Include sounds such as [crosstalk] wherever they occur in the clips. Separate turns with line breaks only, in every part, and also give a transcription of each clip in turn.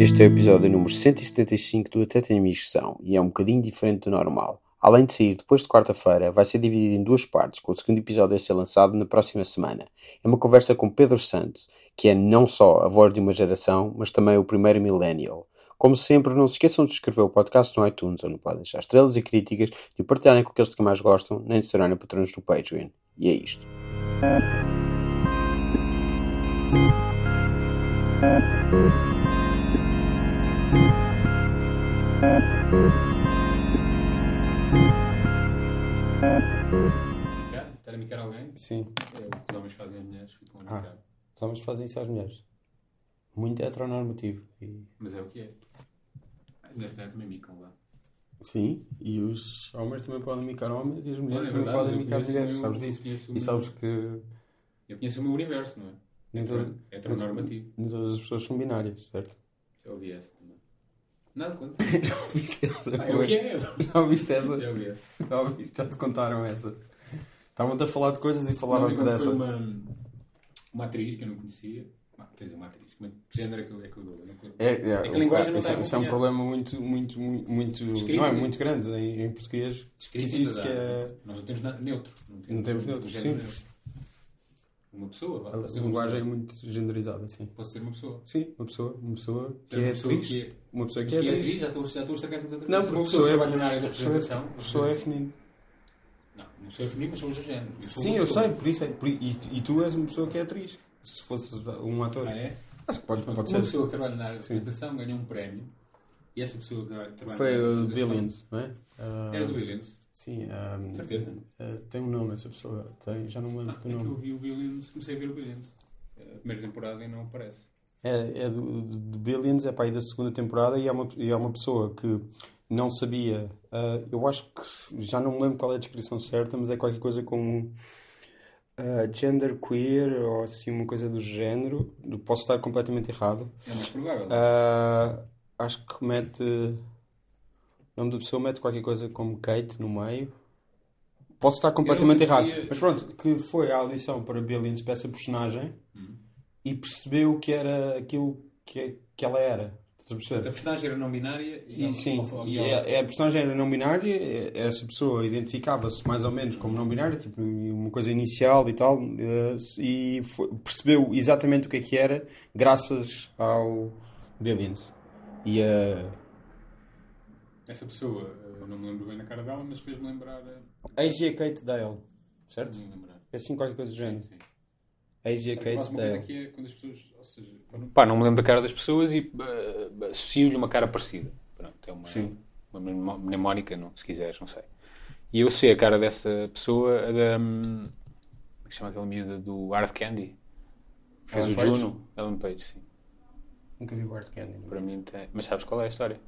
Este é o episódio número 175 do Até Tenho Missão e é um bocadinho diferente do normal. Além de sair depois de quarta-feira, vai ser dividido em duas partes, com o segundo episódio a ser lançado na próxima semana. É uma conversa com Pedro Santos, que é não só a voz de uma geração, mas também o primeiro millennial. Como sempre, não se esqueçam de subscrever o podcast no iTunes, onde podem deixar estrelas e críticas, de o partilharem com aqueles que mais gostam, nem de se tornarem patronos do Patreon. E é isto.
Micar? Estar a micar alguém?
Sim,
É o que os homens fazem às mulheres, ficam
Ah.
a micar.
os homens fazem isso às mulheres.
Muito heteronormativo. E...
Mas é o que é. As mulheres também- também micam lá.
Sim, e os homens também podem micar homens e as
Olha, é
mulheres também
verdade,
podem
eu
micar
conheço
mulheres,
um-
sabes disso?
conheço um-
E sabes que Então,
Eu conheço o meu universo, não é?
nem, toda-
É tão normativo.
nem todas as pessoas são binárias, [laughs] certo?
Já ouvi essa também. Nada contra.
Já ouviste essa?
Ah, é o que é?
[laughs] Já ouviste essa?
Já ouvi essa.
Já, ouviste? Já te contaram essa? Estavam-te a falar de coisas e
Não,
falaram-te
quando
dessa.
Foi uma, uma atriz que eu não conhecia. Ah, Quer dizer, uma atriz. Como é que género é que eu, é que eu dou? Eu não conheço.
É, é,
É que a linguagem não
isso,
está
é- isso é um
acompanhada.
problema muito, muito, muito, muito-
Escrito.
não é muito grande em, em português.
Escrita,
existe
dá.
que é-
Nós não temos nada neutro.
Não temos neutro,
género
sim.
neutro. Uma pessoa, vá.
A
Pode ser uma
linguagem é
pessoa.
muito genderizada, sim.
Pode ser uma pessoa.
Sim, uma pessoa, uma pessoa que
Ser uma
é
pessoa
atriz.
que é-
Uma pessoa
Mas
que é
que é
atriz.
atriz, já estou, já estou a estragar tudo outra
Não,
vez.
porque
uma pessoa
pessoa é-
trabalha na área da
pessoa é-
representação.
pessoa é feminino.
Não, uma pessoa é feminina, mas somos do género. sou
Sim,
uma
eu
pessoa.
sei, por isso é. por- e, e tu és uma pessoa que é atriz. Se fosses um ator.
Ah, é?
Acho que pode,
Uma
pode ser.
pessoa que trabalha na área da
Sim.
representação ganhou um prémio. E essa pessoa que trabalha
Foi
na área da
o
representação-
Billions, não é? Ah,
Era do Billions.
Sim, ah,
Certeza.
ah, tem um nome essa pessoa. Tem, já não me
Ah,
lembro
é
do
que eu
nome.
vi o Billions, comecei a ver o Billions. A primeira temporada e não aparece.
É, é do, do Billions, é para aí da segunda temporada e é uma, e é uma pessoa que não sabia. ah, eu acho que já não me lembro qual é a descrição certa, mas é qualquer coisa como ah, gender queer ou assim uma coisa do género. Posso estar completamente errado.
É muito provável.
Ah, acho que mete. O nome da pessoa mete qualquer coisa como Kate no meio. Posso estar completamente
Eu não
errado,
conhecia-
mas pronto, que foi à audição para Billions para essa personagem
Hum.
e percebeu que era aquilo que, que ela era. Estás
Portanto,
a
a
perceber?
personagem era não binária
E
ela-
sim,
ou- ou-
e é.
ela-
a, a personagem era não binária, e essa pessoa identificava-se mais ou menos como não binária, tipo uma coisa inicial e tal, eh, e foi- percebeu exatamente o que é que era graças ao Billions. E a
Essa pessoa, eu não me lembro bem da cara dela, mas fez-me lembrar. eh,
AJ Kate Dale, certo?
não me lembrar.
É assim qualquer coisa do género.
Sim.
AJ
Sabe, eu
Kate
faço uma coisa
Dale.
que é quando as pessoas. Ou seja, um Pá, não me lembro da cara das pessoas e eh, associo-lhe uma cara parecida. Pronto, é uma,
Sim.
uma mnemo- mnemónica, não, se quiseres, não sei. E eu sei a cara dessa pessoa, a da. hum, Como é que se chama aquela miúda do Hard Candy? Que Fez
Ellen
o
Page?
Juno. Ellen Page, sim.
Nunca vi o Art Candy.
Para mim tem. Mas sabes qual é a história?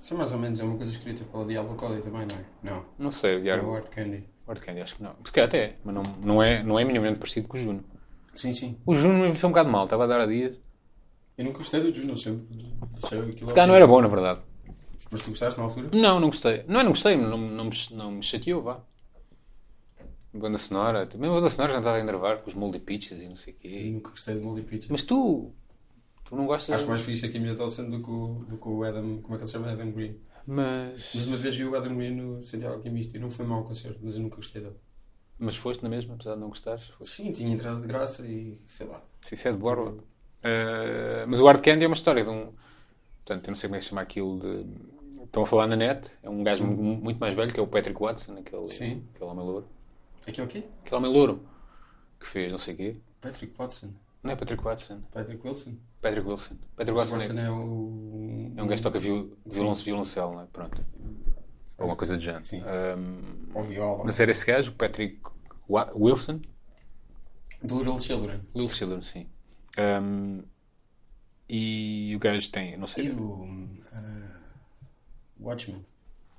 Isso é mais ou menos é uma coisa escrita pela Diablo Cody também, não é?
Não sei, o
Não, é o
Diário.
Art Candy.
Hard Candy, acho que não. Se calhar até é, mas não, não, é, não é minimamente parecido com o Juno.
Sim, sim.
O Juno me envelheceu um bocado mal, estava a dar a dias.
Eu nunca gostei do Juno, sempre. achei aquilo
Se calhar não
horrível.
era bom, na verdade.
Mas tu gostaste na altura?
Não, não gostei. Não é, não gostei, não, não, me, não me chateou, vá. Banda sonora, também a banda sonora já me estava a enervar com os moldy pitches e não sei o
Eu
quê.
nunca gostei de Molly Pitcher.
Mas tu, tu não gostas.
Acho mais fixe aqui a minha Dawson do que, o, do que o Adam. Como é que ele se chama? Adam Green. Mas
Mas,
uma vez vi o Adam Green no Santiago Alquimista e não foi mau o concerto, mas eu nunca gostei dele.
mas foste na mesma, apesar de não gostares. Foste.
Sim, tinha entrada de graça e sei lá.
Sim, isso é de borla. Eh, mas o Hard Candy é uma história de um. Portanto, eu não sei como é que se chama aquilo de. Estão a falar na net. É um gajo mu- muito mais velho que é o Patrick Watson, aquele,
Sim.
aquele homem louro.
Aquele quê?
Aquele homem louro que fez não sei o quê.
Patrick Watson.
Não é Patrick Watson.
Patrick Wilson.
Patrick Wilson. Patrick
Patrick
Watson, é,
Wilson é o.
É um gajo que toca viol- violon- violoncelo, não é? Pronto. Ou uma coisa do género.
Sim.
Ahm,
Ou viola.
um mas era esse gajo, Patrick Wa- Wilson,
Do Little Children.
Little Children, sim. Ahm, e o gajo tem, não
E
sei.
do. ah, Watchmen.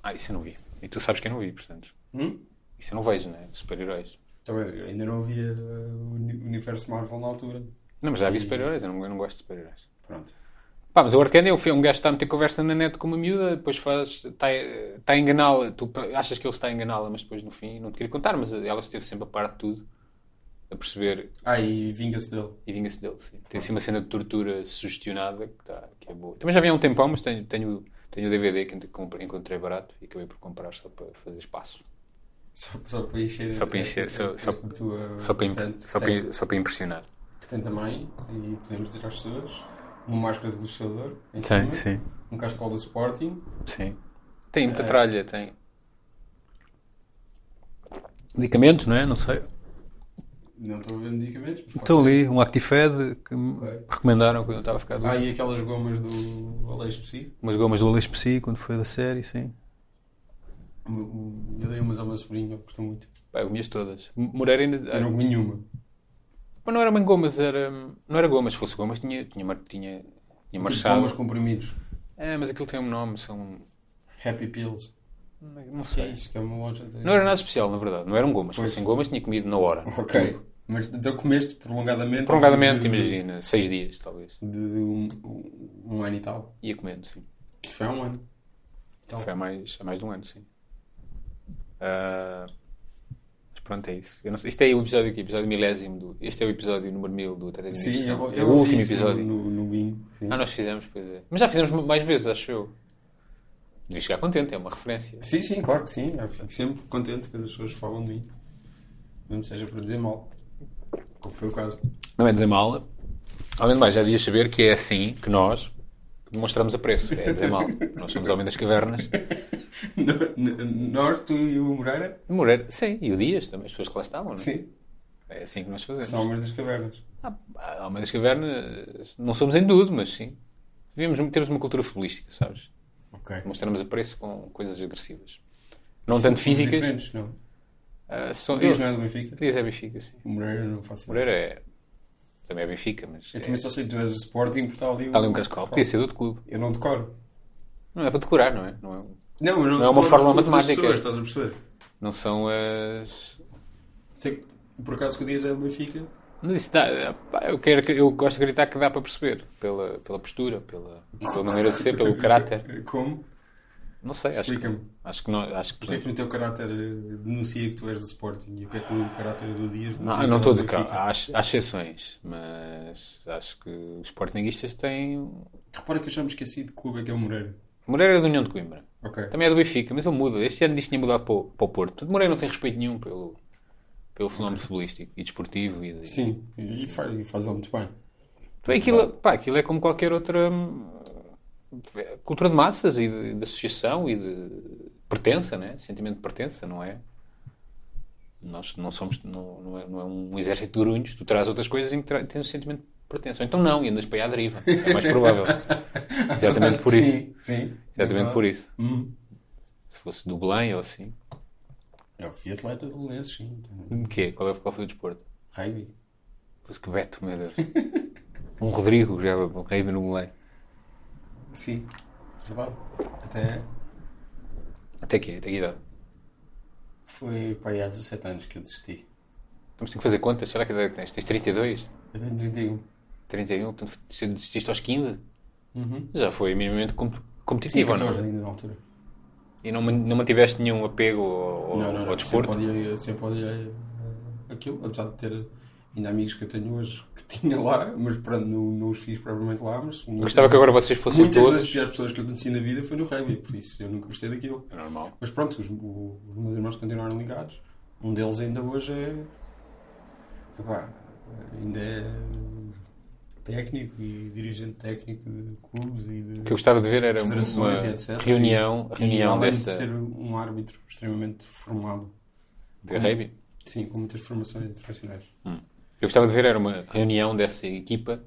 Ah, isso eu não vi. E tu sabes que eu não vi, portanto.
Hum?
Isso eu não vejo, né? Super-heróis.
Também, eu ainda não havia ah, o uni- universo Marvel na altura.
Não, mas já vi super-heróis, eu não, eu não gosto de super-heróis.
Pronto.
Pá, mas o Arcane é um fi- um gajo que está a meter conversa na net com uma miúda, depois faz. está a- está a enganá-la. Tu pa- achas que ele está a enganá-la, mas depois no fim não te queria contar, mas ela esteve sempre a par de tudo. a perceber
Ah, e vinga-se dele.
e vinga-se dele. Sim. Tem assim uma cena de tortura sugestionada que, tá, que é boa. Também já vi há um tempão, mas tenho, tenho, tenho o DVD que encontrei encontrei barato e acabei por comprar só para fazer espaço.
Só, só para encher.
Só para encher, só- só-
esta tua
Só para, im-
estante
só para,
que Ah, tem-
im- só para impressionar.
que tem também, e podemos dizer às pessoas, uma máscara de luchador em cima, um cascal do Sporting,
Sim. Tem
É.
muita tralha, tem. Medicamento, não é? Não sei.
não estou a ver medicamentos, mas
Estou
pode
ali, um Actifed que me
Ok.
recomendaram quando eu estava a ficar
ser. Ah,
doente.
e aquelas gomas do Aleixo Psi,
Umas gomas do Alex Psi quando foi da série, sim.
eu eu dei umas a uma sobrinha, gostou muito.
Pá, eu comi-as todas. Moreira ainda.
Eu não comi nenhuma. Tipo,
Mas não era bem gomas, era. Não era gomas, se fosse gomas tinha, tinha, mar- tinha, tinha
Tipo,
marchado.
gomas comprimidos.
É, mas aquilo tem um nome, são.
Happy Pills.
Não
Que é
sei.
isso, que é uma loja de...
Não era um nada especial, na verdade. Não eram gomas. Se
Pois.
fossem gomas, tinha comido na hora.
Ok, mas então comeste prolongadamente...
Prolongadamente,
de-
imagina, seis dias, talvez.
De um, um- um ano e tal.
Ia comendo, sim.
Isto foi há um ano. Então,
Foi há mais, há mais de um ano, sim. Ah, mas pronto, é isso. Eu não sei- Isto é o episódio aqui, episódio milésimo. Do, este é o episódio número mil do Tata de
sim,
Missão.
eu, eu
É o
vi
último
isso
episódio.
No, no bingo, sim.
Ah, nós fizemos, pois é. Mas já fizemos mais vezes, acho eu. Devia ficar contente, é uma referência.
Sim, sim, claro que sim. Eu fico sempre contente que as pessoas falam de mim. Mesmo que seja para dizer mal. Como foi o caso. [laughs]
Não é dizer mal. Além de mais, já devias saber que é assim que nós demonstramos apreço. É dizer mal. Nós somos Homem das Cavernas.
No- no- Nós, tu e o Moreira,
De Moreira, sim. E o Dias também, as pessoas que lá estavam, não é?
sim,
É assim que nós fazemos.
são almas das cavernas.
Ah, A Alma das Cavernas, não somos em tudo, mas sim. Vivemos, temos uma cultura futebolística, sabes?
Ok.
Mostramos apreço com coisas agressivas. Não tanto físicas.
Diferentes, não.
ah, só-
O Dias não
eu-
é do Benfica.
Dias é Benfica, sim.
O Moreira não faço ideia.
Moreira é. Também é Benfica, mas.
Eu
é-
também só sei que tu és do Sporting porque está ali,
Está ali um cascal. Podia ser de outro clube.
Eu não decoro.
Não é para decorar, não é? Não, é-
Não, eu não,
Não é uma
decoro
fórmula
todas as
matemática.
Pessoas, estás a perceber?
não são as.
Sei que, por acaso que o Dias é do Benfica.
Não disse, dá, pá, eu, quero, eu gosto de gritar que dá para perceber. Pela, pela postura, pela, pela maneira de ser, pelo caráter.
Como?
Não sei, acho que.
Explica-me.
Acho que não. Acho que,
Porquê é que no teu caráter eh, denuncia que tu és do Sporting e o que é que no caráter do Dias
Não,
denuncia
eu não
que
estou a dizer
ele é do
que
Benfica?
há, há ex- há exceções, mas acho que os sportinguistas têm.
Repara que eu já me esqueci de que clube é que é o Moreira.
Moreira é da União de Coimbra.
Ok.
Também é do Benfica, mas ele muda. Este ano disse que tinha mudado para o, para o Porto. Portanto, Moreira não tem respeito nenhum pelo, pelo fenómeno futebolístico e desportivo. E de-
Sim, e faz, e faz muito bem.
Então, é aquilo, pá, aquilo é como qualquer outra hum, cultura de massas e de, de associação e de pertença, né? Sentimento de pertença, não é? Nós não somos, não, não, é, não é um exército de urunhos, tu traz outras coisas em que tra- tens um sentimento de pertença. Ou então não, e andas para aí à deriva. É mais provável. Exatamente por isso.
Sim, sim.
Exatamente por isso.
Hum.
Se fosse do Belém ou assim.
Eu fui atleta do Lenses, sim. também.
O quê? Qual, é, qual foi o desporto?
Rugby.
Fosse que Beto, meu Deus. Um Rodrigo, já um rei no Belém.
Sim. Verdade. Até
Até quê? Até que idade?
foi para aí há 17 anos que eu desisti.
Temos Então, que fazer contas. Será que idade é que tens? Tens 32?
Eu tenho 31.
31, portanto, se desististe aos 15,
Uhum.
já foi minimamente com-
Tinha
competitivo, ou
14
não?
ainda na altura.
E não, man- não mantiveste nenhum apego ao,
não,
ao-
não,
ao
não.
desporto?
Sempre odiei, sempre odiei eh, aquilo, apesar de ter ainda amigos que eu tenho hoje que [laughs] tinha lá, mas pronto, não, não os fiz propriamente lá, mas...
Eu gostava que agora vocês fossem
Muitas das
todos.
piores pessoas que eu conheci na vida foi no rugby, por isso eu nunca gostei daquilo.
É normal.
Mas pronto, os, o- os meus irmãos continuaram ligados. Um deles ainda hoje é. sei lá, ainda é técnico e dirigente técnico de clubes e de
O que eu gostava de ver era uma
federações e etc.
reunião,
E- e
reunião
além de
desta
ser um árbitro extremamente formado,
de rugby.
sim, com muitas formações internacionais.
Eu gostava de ver era uma reunião dessa equipa,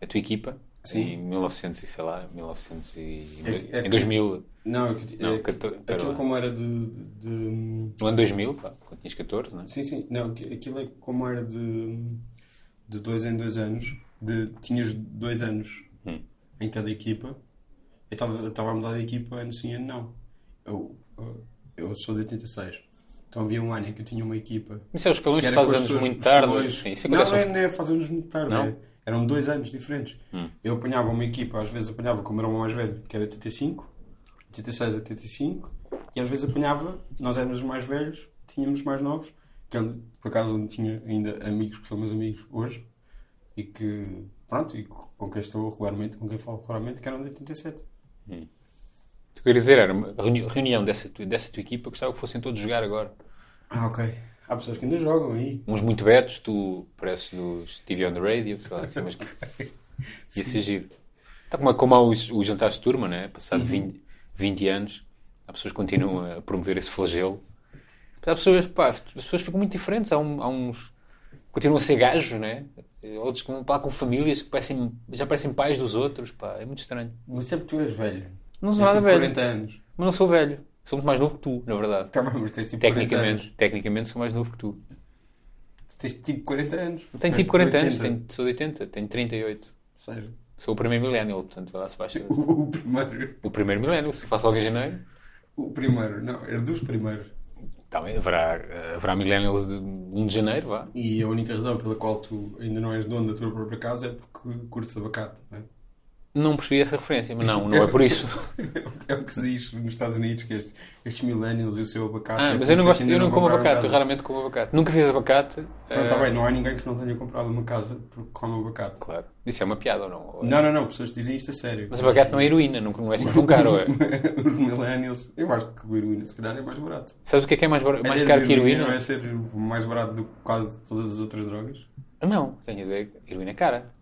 a tua equipa,
Sim.
em 1900 e sei lá, 1900 e...
É- é
em
que-
2000.
Não, é que-
Não,
é que-
14, pera
aquilo
lá.
como era de- de
No ano 2000, pá, quando tinhas 14, não é?
Sim, sim. Não, aqu- aquilo é como era de, de dois em dois anos. De, tinhas dois anos
Hum.
em cada equipa. Eu estava a mudar de equipa ano sim, ano não. Eu, eu- eu sou de 86. Então havia um ano em que eu tinha uma equipa.
Isso é os escalões
que
que
era com
fazem
as
anos
pessoas-
muito
os
tarde.
colões-
Sim, isso
não,
acontece
não
aos-
é, não é fazer anos muito tarde.
Não? Hum.
é- eram dois anos diferentes. Eu apanhava uma equipa, às vezes apanhava com o meu irmão mais velho, que era 85, 86, 85, e às vezes apanhava, nós éramos os mais velhos, tínhamos os mais novos, que eu, por acaso não tinha ainda amigos que são meus amigos hoje e que, pronto, e com quem estou regularmente, com quem falo regularmente, que eram de 87.
O que eu queria dizer era uma reuni- reunião dessa, tu- dessa tua equipa, gostava que fossem todos jogar agora.
Ah, ok. Há pessoas que ainda jogam aí.
Uns muito betos, tu pareces dos TV on the Radio, sei lá, assim, mas
[laughs]
ia ser giro. Tá como, como há os, os jantares de turma, né? Passado
Uhum.
20, 20 anos, as pessoas que continuam a promover esse flagelo. Mas Há pessoas, pá, as pessoas ficam muito diferentes. Há, um- há uns. continuam a ser gajos, né? Outros que vão para lá com famílias que parecem, já parecem pais dos outros, pá, é muito estranho.
Mas sempre tu és velho.
Não sou
Tens
nada
tipo
velho.
40 anos.
Mas não sou velho, sou muito mais novo que tu, na verdade.
Tá bem, mas tens tipo 40 anos.
Tecnicamente, tecnicamente sou mais novo que tu.
Tens tipo 40 anos.
Não Tenho tipo 40 anos, tenho, sou de 80, tenho 38.
Ou seja, [laughs]
Sou o primeiro milénio, portanto, vai lá se baixa.
o, o primeiro.
O primeiro milénio, se faço logo em janeiro,
O primeiro, não, era dos primeiros.
também haverá, haverá milénios de 1 de janeiro, vá.
E a única razão pela qual tu ainda não és dono da tua própria casa é porque curtes abacate, não é?
Não percebi essa referência, mas não, não é por
[laughs]
isso.
É o que se diz nos Estados Unidos, que estes, estes millennials e o seu abacate.
Ah,
é
mas
por
eu não
isso
gosto,
que ainda
eu não como
compraram
abacate,
casa.
eu raramente como abacate. Nunca fiz abacate.
Pronto,
eh,
está bem, não há ninguém que não tenha comprado uma casa porque come abacate.
Claro. Isso é uma piada ou não? Ou é-
Não, não, não, pessoas que dizem isto a sério.
Mas abacate não é heroína, não, não é assim tão caro. É.
[laughs] Os millennials, eu acho que o heroína se calhar é mais barato.
Sabes o que é que é mais, bar-
A
mais
ideia
caro
de
que
Não é
heroína?
ser mais barato do que quase todas as outras drogas?
Não, tenho ideia. que Heroína é cara.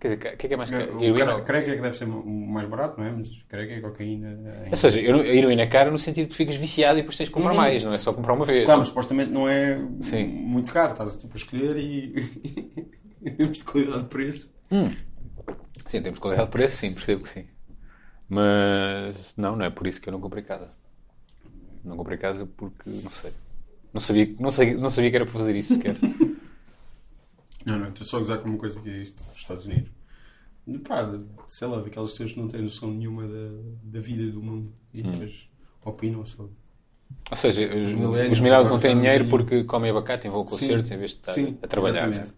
Quer dizer, o que é que é mais caro?
O
Heroína
cra-
ou-
crack é que deve ser mais barato, não é? Mas crack é cocaína.
Ou seja, eu não- a heroína é cara no sentido que ficas viciado e depois tens de
Uhum.
comprar mais, não é só comprar uma vez.
Tá, mas supostamente não é
Sim.
muito caro. Estás tipo, a escolher e. [laughs] em termos de qualidade de preço.
Sim, temos qualidade de preço, sim, percebo que sim. Mas não, não é por isso que eu não comprei casa. Não comprei casa porque não sei. Não sabia, não sei, não sabia que era para fazer isso
[laughs]
sequer.
Não, não, estou só a gozar com uma coisa que existe nos Estados Unidos. Pá, de- sei lá, daquelas pessoas que não têm noção nenhuma da, da vida e do mundo e
Hum.
depois opinam sobre.
Ou seja, os,
millennials
os milhares não
agora
têm
já não
dinheiro
têm-
porque comem abacate e vão a concertos em vez de estar
Sim,
a trabalhar.
exatamente.
né?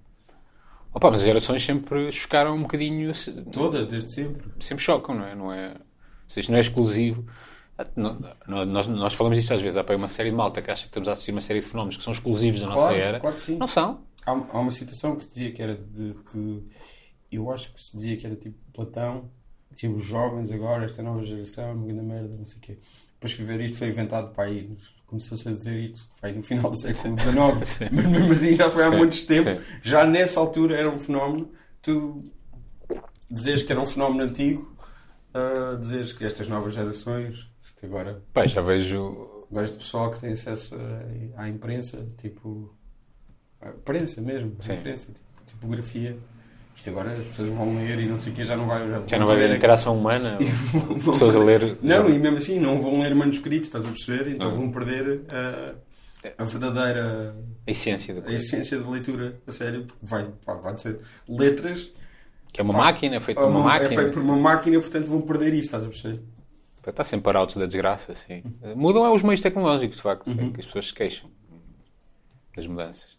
Opa, mas as gerações sempre chocaram um bocadinho, se-
Todas, desde sempre.
sempre chocam, não é? Não é, ou seja, isto não é exclusivo. Ah, não- não- nós, nós falamos disto às vezes. Há para aí uma série de malta que acha que estamos a assistir uma série de fenómenos que são exclusivos da nossa
Claro,
era.
claro que sim.
Não são.
Há, um, há uma citação que se dizia que era de, de- Eu acho que se dizia que era tipo Platão, que os jovens agora, esta nova geração, é uma grande merda, não sei o quê. Depois fui ver isto, foi inventado para aí. Começou-se a dizer isto pá, aí no final do século
[laughs] Sim.
XIX. Mas mesmo assim já foi há
Sim,
muitos tempo.
sim.
Já nessa altura era um fenómeno. Tu dizes que era um fenómeno antigo, ah, dizes que estas novas gerações, isto agora
Pá, já vejo.
Agora este pessoal que tem acesso à- à imprensa, tipo. à imprensa mesmo, à
Sim.
imprensa, tipo, tipografia. Isto agora as pessoas vão ler e não sei o quê, já não vai.
Já não vai haver interação humana.
[laughs] vão- vão
pessoas a
perder-
ler.
[laughs] Não,
já-
e mesmo assim não vão ler manuscritos, estás a perceber? Então
Não.
vão perder ah, a, verdadeira.
A essência da
a
coisa.
essência da leitura, a sério, porque vai, pá, vai ser letras.
Que é uma
Pá,
máquina, é feito por uma
É
máquina.
feito por uma máquina, portanto vão perder isso, estás a perceber?
Pá, Está sempre para altos da desgraça, sim. Mudam é os meios tecnológicos, de facto.
Uhum.
É que as pessoas se queixam das mudanças.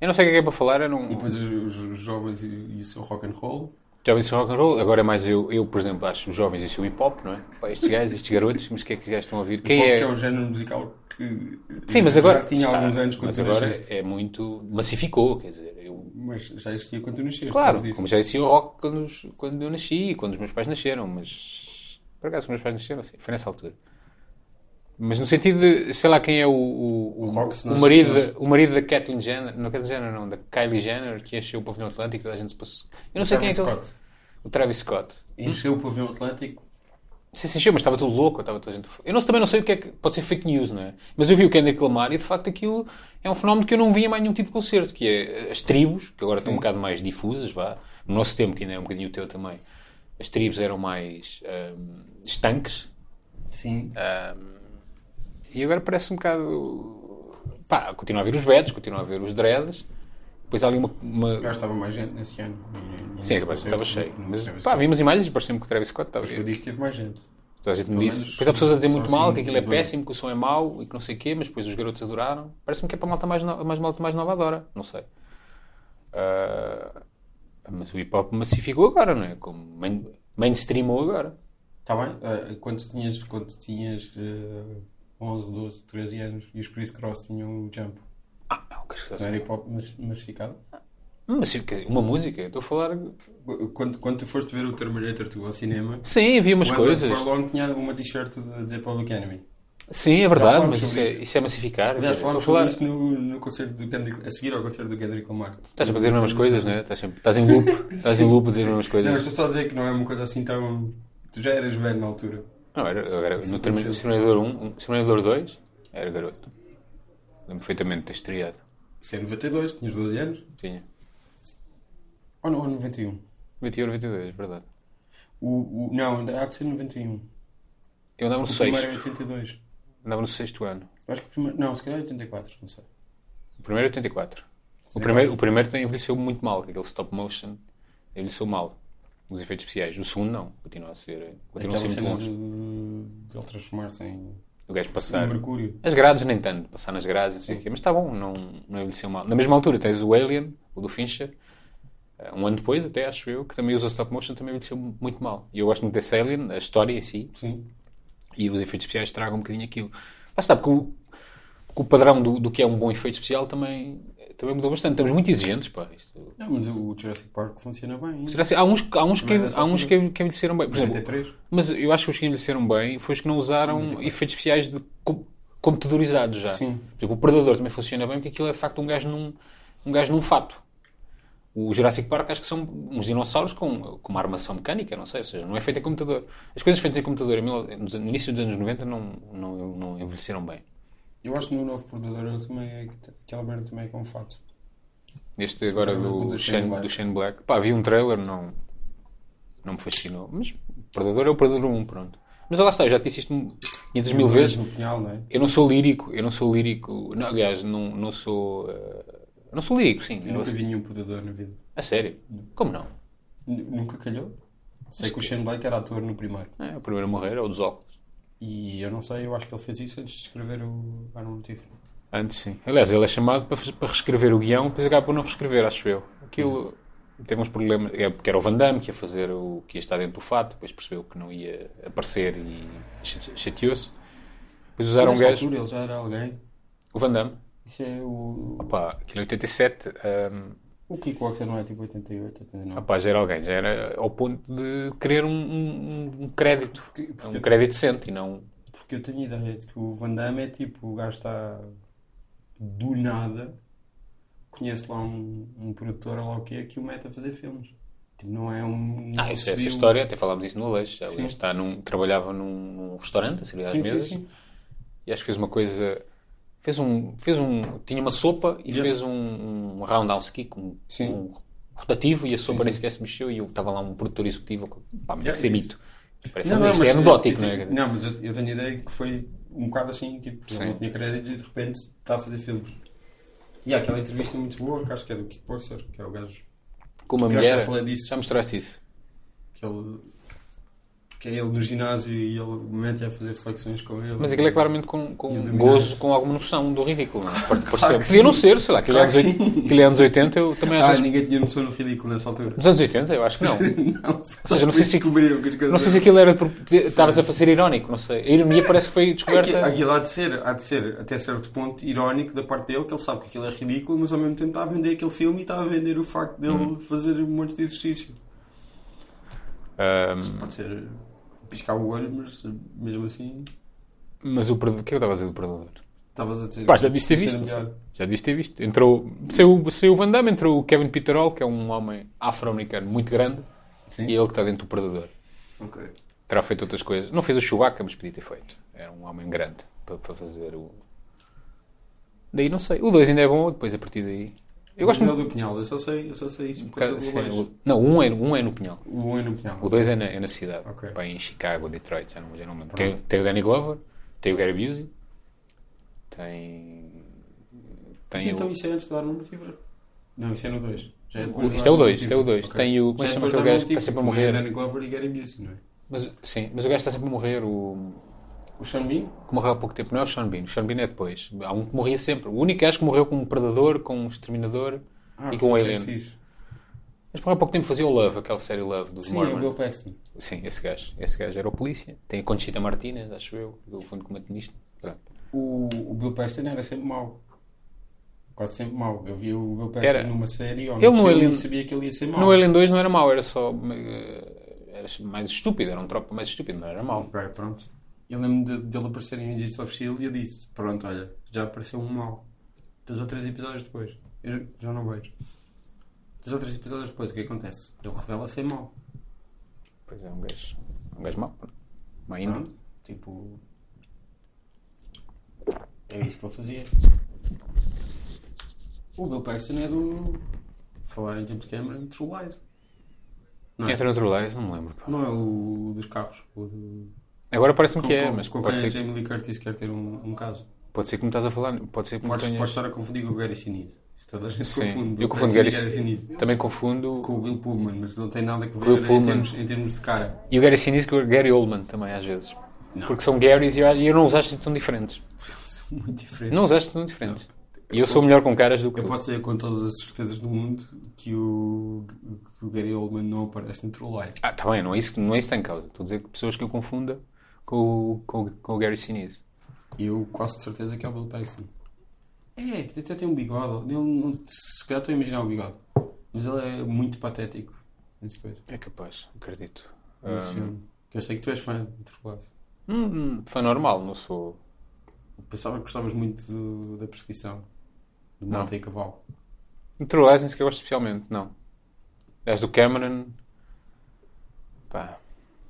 Eu não sei o que é que é para falar, eu não.
E depois os, os jovens e, e o seu rock and roll.
Já ouvi rock and roll, agora é mais eu, eu, por exemplo, acho os jovens e o seu hip hop, não é? Pá, estes gajos, estes garotos, mas o que é que já estão a ouvir? Quem
Pop,
é?
que é um género musical que
Sim, mas agora.
já tinha
está,
alguns anos quando
Mas
tu
agora
nasceste.
é muito. Massificou, quer dizer. Eu,
Mas já existia quando tu nasceste.
Claro,
sabes disso.
como já existia o rock quando, os- quando eu nasci e quando os meus pais nasceram, mas por acaso os meus pais nasceram, sim, foi nessa altura. Mas no sentido de, sei lá quem é o, o, o-
O rock, se
o
nós
marido,
fôssemos-
o marido da Kathleen Jenner, não Kathleen Jenner não, da Kylie Jenner, que encheu o pavilhão Atlântico, toda a gente se passou. Eu não sei quem é
Travis
que ele-
Scott
O Travis Scott.
encheu o pavilhão Atlântico.
Não sei se encheu, mas estava tudo louco, estava toda a gente... Eu não, também não sei o que é que... Pode ser fake news, não é? Mas eu vi o Kendrick Lamar e, de facto, aquilo é um fenómeno que eu não via em mais nenhum tipo de concerto, que é as tribos, que agora estão um bocado mais difusas, vá. No nosso tempo, que ainda é um bocadinho o teu também, as tribos eram mais ahm, estanques.
Sim.
ahm, e agora parece um bocado... Pá, continua a haver os betos, continua a haver os dreads. Depois há ali uma... uma-
Já estava mais gente nesse ano. E- e
Sim, é
nesse
capaz,
concerto
estava cheio.
no
Mas,
Travis
pá,
Scott.
vi umas imagens e pareceu-me que o Travis Scott estava...
Eu digo que teve mais gente.
Toda a gente
Pelo
me disse.
menos,
Depois há pessoas a dizer
só
muito
assim,
mal, que aquilo é
bem.
péssimo, que o som é mau e que não sei o quê, mas depois os garotos adoraram. Parece-me que é para a malta mais, no... mais, malta mais nova adora. Não sei. Ah, mas o hip-hop massificou agora, não é? Como main... mainstreamou agora.
Tá Está bem? Ah, quando tu tinhas, quando tu tinhas eh, 11, 12, 13 anos e os Chris Cross tinham o Jump.
Ah, não, que Hum,
Não era hip hop mas- massificado?
Mas quer dizer, uma música, eu estou a falar.
Quando, quando tu foste ver o Terminator 2 ao cinema,
Sim, havia umas
o
coisas.
Edward Furlong um tinha uma t-shirt a dizer Public Enemy.
Sim, é verdade,
falámos
mas isso
sobre
é,
isto.
isso é massificar. quer
Aliás,
dizer, Estou a
falámos
falar.
sobre isso no, no concerto do Kendrick, a seguir ao concerto do Kendrick Lamar.
Estás a fazer as mesmas coisas, não é? Estás sempre- estás em
[laughs]
loop, estás em loop a dizer as mesmas
Não, eu
coisas.
estou só a dizer que não é uma coisa assim tão. Tu já eras velho na altura.
Não, era, eu era no
Isso
Termin-
é aconteceu.
Terminador 1, no Terminador 2, era garoto. Lembro perfeitamente de ter estreado.
Isso é 92, tinhas 12 anos.
Tinha.
Ou não, ou 91.
21 ou 22, é verdade.
O, o, não, há de ser 91.
Eu andava no
O primeiro é era
sexto.
82.
Andava no sexto ano.
Eu acho que o primeiro. Não, se calhar é 84, não sei.
O primeiro é 84. O primeiro, o primeiro tem- envelheceu muito mal, é aquele stop motion envelheceu mal. Os efeitos especiais. O segundo não, continua a ser. Continua a
Aquela
ser muito
cena de,
bons.
de ele transformar-se em
O gajo
em
passar.
mercúrio.
As grades nem tanto, passar nas grades, não sei o quê, mas está bom, não, não é envelheceu mal. Na mesma altura tens o Alien, o do Fincher, eh, um ano depois, até acho eu, que também usa stop motion, também envelheceu muito mal. E eu gosto muito desse Alien, a história em si,
Sim.
e os efeitos especiais tragam um bocadinho aquilo. Lá está, porque o, porque o padrão do, do que é um bom efeito especial também, também mudou bastante. Estamos muito exigentes, pá. Isto.
Não, mas o Jurassic Park funciona bem. hein?
Será assim, há uns, que- há uns, que,
Também nessa
há uns que, que envelheceram bem. Por exemplo,
93.
mas eu acho que os que envelheceram bem foi os que não usaram efeitos especiais de com- computadorizados já.
Sim.
Por exemplo, o Predador também funciona bem porque aquilo é de facto um gajo num, um gajo num fato. O Jurassic Park acho que são uns dinossauros com, com uma armação mecânica, não sei, ou seja, não é feita em computador. As coisas feitas em computador em mil- nos- no início dos anos 90 não, não, não envelheceram bem.
Eu acho que no novo Predador ele também é. Aquela merda também é com fato.
Este agora
também é o
do,
do Shane
Shane,
Black.
do Shane Black. Pá, vi um trailer, não, não me fascinou. Mas o Predador é o Predador 1, pronto. Mas lá está, eu já disse isto 500 mil vezes.
No Pinhal, não é?
Eu não sou lírico, eu não sou lírico. Não, aliás, não, não sou. eh, não sou lírico, sim.
Eu
Eu-
nunca vi nenhum Predador na vida.
a sério? Como não?
N- Nunca calhou? Sei que o Shane Black era ator no primeiro.
É, o primeiro a morrer é o dos óculos.
E eu não sei, eu acho que ele fez isso antes de escrever o Arnold Tiffany.
Antes, sim. Aliás, ele é chamado para, faz- para reescrever o guião, depois acaba por não reescrever, acho eu. Aquilo teve uns problemas. É porque era o Van Damme que ia fazer o que ia estar dentro do fato, depois percebeu que não ia aparecer e chate- chateou-se. Depois usaram um
Nessa
gajo.
altura ele já era alguém.
O Van Damme.
Isso é o.
Opá, aquilo em 87. ahm,
O Kickboxer não é tipo 88, 89.
Rapaz, hum, já era alguém, já era ao ponto de querer um, um- um crédito.
Porque- porque-
um crédito decente e não.
Porque eu tenho a ideia de que o Van Damme é tipo, o gajo está do nada, conhece lá um, um produtor ou lá o que é que o mete a fazer filmes. Tipo, não é um.
Ah, isso, essa
subiu-
história, até falámos isso no Aleixo. já,
Sim.
Ele está num, trabalhava num, num restaurante, a servir às
Sim, sim,
mesas,
sim.
e acho que fez uma coisa. Fez um. Fez um tinha uma sopa e
Yeah.
fez um, um roundhouse kick, um,
Sim.
um rotativo, e a sopa nem sequer se mexeu. E eu- estava lá um produtor executivo. Pá, mas
Yeah,
deve ser
isso.
mito. Parece
Não,
um-
não,
isto
mas
é
eu-
anedótico,
eu
não
tenho-
é?
Não, mas eu, eu tenho a ideia que foi um bocado assim, tipo, ele
Sim.
não tinha crédito e de repente está a fazer filmes. E há aquela entrevista muito boa, que acho que é do Kickboxer, que é o gajo
Com uma
Eu já
mulher.
falei disso.
Já mostraste isso.
que ele. que é ele no ginásio e ele mete a fazer flexões com ele.
Mas aquilo é claramente com, com
E dominar.
gozo, com alguma noção do ridículo. Não? é? Porque parecia-
que
Podia não
sim.
ser, sei lá, aquilo
Claro
é anos
que
oit- aquilo é anos 80, eu também às
Ah,
vezes.
ninguém tinha noção no ridículo nessa altura.
Dos anos 80, eu acho que não.
[laughs] Não, ou
seja, não sei se-
descobriram que as coisas
Não sei se aquilo era por. Estavas a fazer irónico, não sei. A ironia parece que foi
Aqui-
descoberta.
Aquilo há de, ser, há de ser, até certo ponto, irónico da parte dele, que ele sabe que aquilo é ridículo, mas ao mesmo tempo está a vender aquele filme e está a vender o facto dele
Uhum.
fazer um monte de exercício.
Ahm,
Pode ser eh, piscar o olho, mas mesmo assim,
mas o Predador. O que é que eu estava a dizer do Predador?
estavas a dizer.
Pá, já devias ter
ser
visto.
melhor.
Já devias ter visto. Entrou. Saiu, saiu o Van Damme, entrou o Kevin Peterol, que é um homem afro-americano muito grande,
Sim.
e ele que está dentro do Predador.
Ok.
Terá feito outras coisas. Não fez o Chewbacca, mas podia ter feito. Era um homem grande para para fazer o. Daí não sei. O 2 ainda é bom, depois a partir daí. Eu gosto muito.
do Pinhal, eu só sei, eu só sei isso por
Ca-
causa do
Sim,
Aleixo.
o- Não, um é, um é no Pinhal.
O um é no Pinhal.
O 2 é na, é na cidade.
Ok.
Pá, em Chicago, Detroit, já não, já não me lembro. Tem, tem o Danny Glover, tem o Gary Busey, tem. Tem
então
o.
isso é antes do Arnold Tivra. Não, isso é no 2. Já é
o- isto é o 2, isto é o 2.
Ok.
Tem o. Como é
Já
que se chama
depois
aquele
do Arnold
gajo que está
Tivra,
sempre a
também é
morrer?
Danny Glover e Gary Busey, não é?
Mas, sim, mas o gajo está sempre a morrer. O,
O Sean Bean?
que morreu há pouco tempo não é o Sean Bean. O Sean Bean é depois. Há um que morria sempre. O único gajo que morreu com um predador, com um exterminador
Ah,
e com um
tu
alien.
disseste isso.
Mas por há pouco tempo fazia o Love, aquela série Love dos
Sim, é o
Mormons.
Bill Paxton.
Sim, esse gajo. Esse gajo era o polícia. Tem a Conchita Martínez, acho eu, do Fundo Combatinista. Pronto.
o, o Bill Paxton era sempre mau. Quase sempre mau. Eu via o Bill Paxton
Era.
numa série ou
Ele
num
no
filme
Alien-
e sabia que ele ia ser mau.
No Alien 2 não era mau, era só. eh, Era mais estúpido, era um tropa mais estúpido, não era mau.
Ok, pronto. Eu lembro de- dele aparecer em Agents of S.H.I.E.L.D. e eu disse, pronto, olha, já apareceu um mau. Dois ou três episódios depois. Eu já não vejo. Dois ou três episódios depois, o que acontece? Ele revela ser mau.
Pois é, um gajo. Um gajo mau. pronto. Mau ainda.
Pronto, tipo... Era isso que ele fazia. O Bill Paxton é do... Falar em James Cameron, True Lies. Não é,
Entra no True Lies, não me lembro. pá.
não é o dos carros. O do...
Agora parece-me
Com,
que é,
com-
mas
com
pode
quem a
ser, que-
Jamie Lee Curtis quer ter um, um caso.
pode ser que me estás a falar. Pode ser que me
Podes, podes
tenhas.
estar a confundir com o Gary Sinise. Isso toda a gente
Sim,
confunde.
eu
Bill
confundo
Paxton e
Gary
é Sinise.
Também confundo.
Com o Bill Pullman, mas não tem nada que
Bill
ver em
Pullman.
termos, em termos de cara. [laughs]
E o Gary Sinise com o Gary Oldman também, às vezes.
Não.
Porque são Garys e eu, e eu não os acho assim tão diferentes.
São muito diferentes.
Não os acho tão diferentes. E eu sou melhor com caras do que
Eu
tu.
posso dizer com todas as certezas do mundo que o, que o Gary Oldman não aparece no True Life.
Ah, tá bem, não é isso, não é isso que está em causa. Estou a dizer que pessoas que eu confunda com, o- com, o- com o Gary Sinise.
Eu quase de certeza que é o Bill Paxton. É, que até tem um bigode. Ele não- se calhar estou a imaginar o bigode. Mas ele é muito patético. Nesse coisa.
É capaz, acredito.
Nesse filme. Que eu sei que tu és fã de True Life.
Hum, hum, foi normal, não sou.
Pensava que gostavas muito do- da perseguição. Do
Não.
Monte e Cavalo.
True Lies nem sequer gosto especialmente, não. As do Cameron. Pá.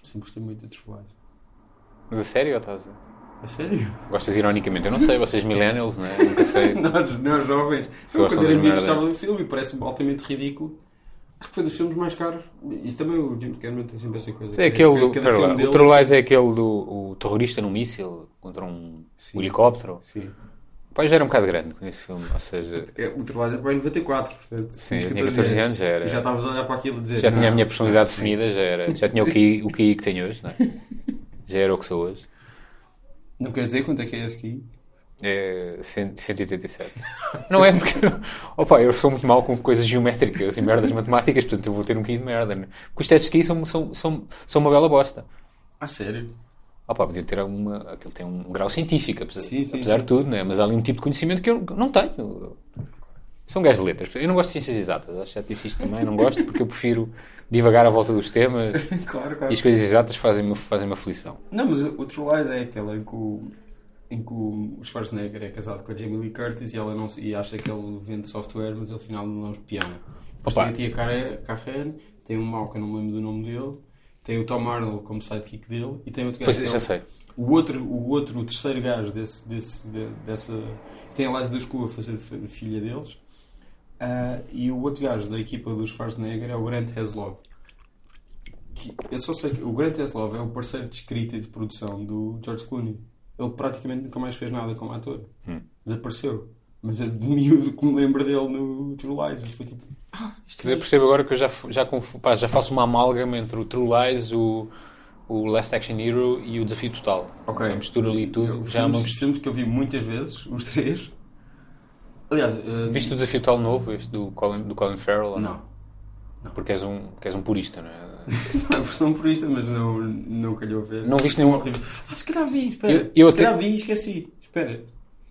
Sempre gostei muito de True Lies.
Mas a sério, ou estás a dizer?
A sério?
Gostas ironicamente? Eu não sei, vocês millennials, né? Nunca sei.
[laughs] nós, nós jovens.
Se
Eu,
gostam
quando era
das
miúdo
merdas.
gostava do filme e parece-me altamente ridículo. Acho que foi dos filmes mais caros. Isso também o Jim Cameron tem sempre essa coisa.
É aquele do.
Cada
Pera lá,
filme
o
dele-
True Lies é aquele do o terrorista no míssil contra um
Sim.
helicóptero.
Sim.
O pai já era um bocado grande com esse filme, ou seja,
É, o True Lies é para aí 94, portanto.
Sim,
tinhas
eu tinha 14 anos, já era-
E já estavas a olhar para aquilo e dizer.
já tinha a
"Não,
minha personalidade definida, já era, já tinha o QI, o QI que tenho hoje, não
[laughs]
é? já era o que sou hoje.
Não quer dizer quanto é que é esse aqui.
É 100 187. [laughs] Não é porque. Opa, eu sou muito mau com coisas geométricas e merdas matemáticas, portanto eu vou ter um QI de merda. Né? Porque os testes de QI são, são, são, são uma bela bosta.
Ah, sério? [laughs]
Opa, podia ter alguma. Aquilo tem um grau científico, apesar,
Sim, sim,
apesar
sim.
de tudo, né? mas há ali um tipo de conhecimento que eu não tenho. São gajo de letras. Eu não gosto de ciências exatas, acho que já te disse isto também. Não gosto porque eu prefiro divagar à volta dos temas
claro,
e
claro.
as coisas exatas fazem-me fazem aflição.
Não, mas o o True Lies é aquela em que o, em que o Schwarzenegger é casado com a Jamie Lee Curtis e, ela não, se- e acha que ele vende software, mas afinal não é piano. Depois
Opa.
tem a tia Cara- Carrene, tem um mau que eu não me lembro do nome dele, tem o Tom Arnold como sidekick dele e tem outro gajo.
Pois,
que é
já
o-
sei.
O outro, o outro, o terceiro gajo desse, desse, de- dessa. Tem a Lázaro da Escoa a fazer fi- filha deles. Ah, e o outro gajo da equipa dos Schwarzenegger é o Grant Heslov. Que- eu só sei que o Grant Heslov é o parceiro de escrita e de produção do George Clooney. Ele praticamente nunca mais fez nada como ator.
Hum.
Desapareceu. Mas é de miúdo que me lembro dele no True Lies. Eu fui tipo, "Ah, isto
Mas eu
é
percebo agora que eu já, f- já, confu- pá, já faço uma amálgama entre o True Lies, o, o Last Action Hero e o Desafio Total.
Ok.
Já misturo ali tudo.
Os
Já é
filmes,
me
os filmes que eu vi muitas vezes, os três. Aliás, ah,
Viste o Desafio Total novo, este do Colin, do Colin Farrell? ou
não.
Porque és um, porque és um purista, não
[laughs]
é?
Não, eu sou um purista, mas não, não calhou a ver.
Não viste
Foi
nenhum-
horrível. Ah, se calhar vi, espera.
Eu- eu
se
até-
calhar vi e esqueci. Espera.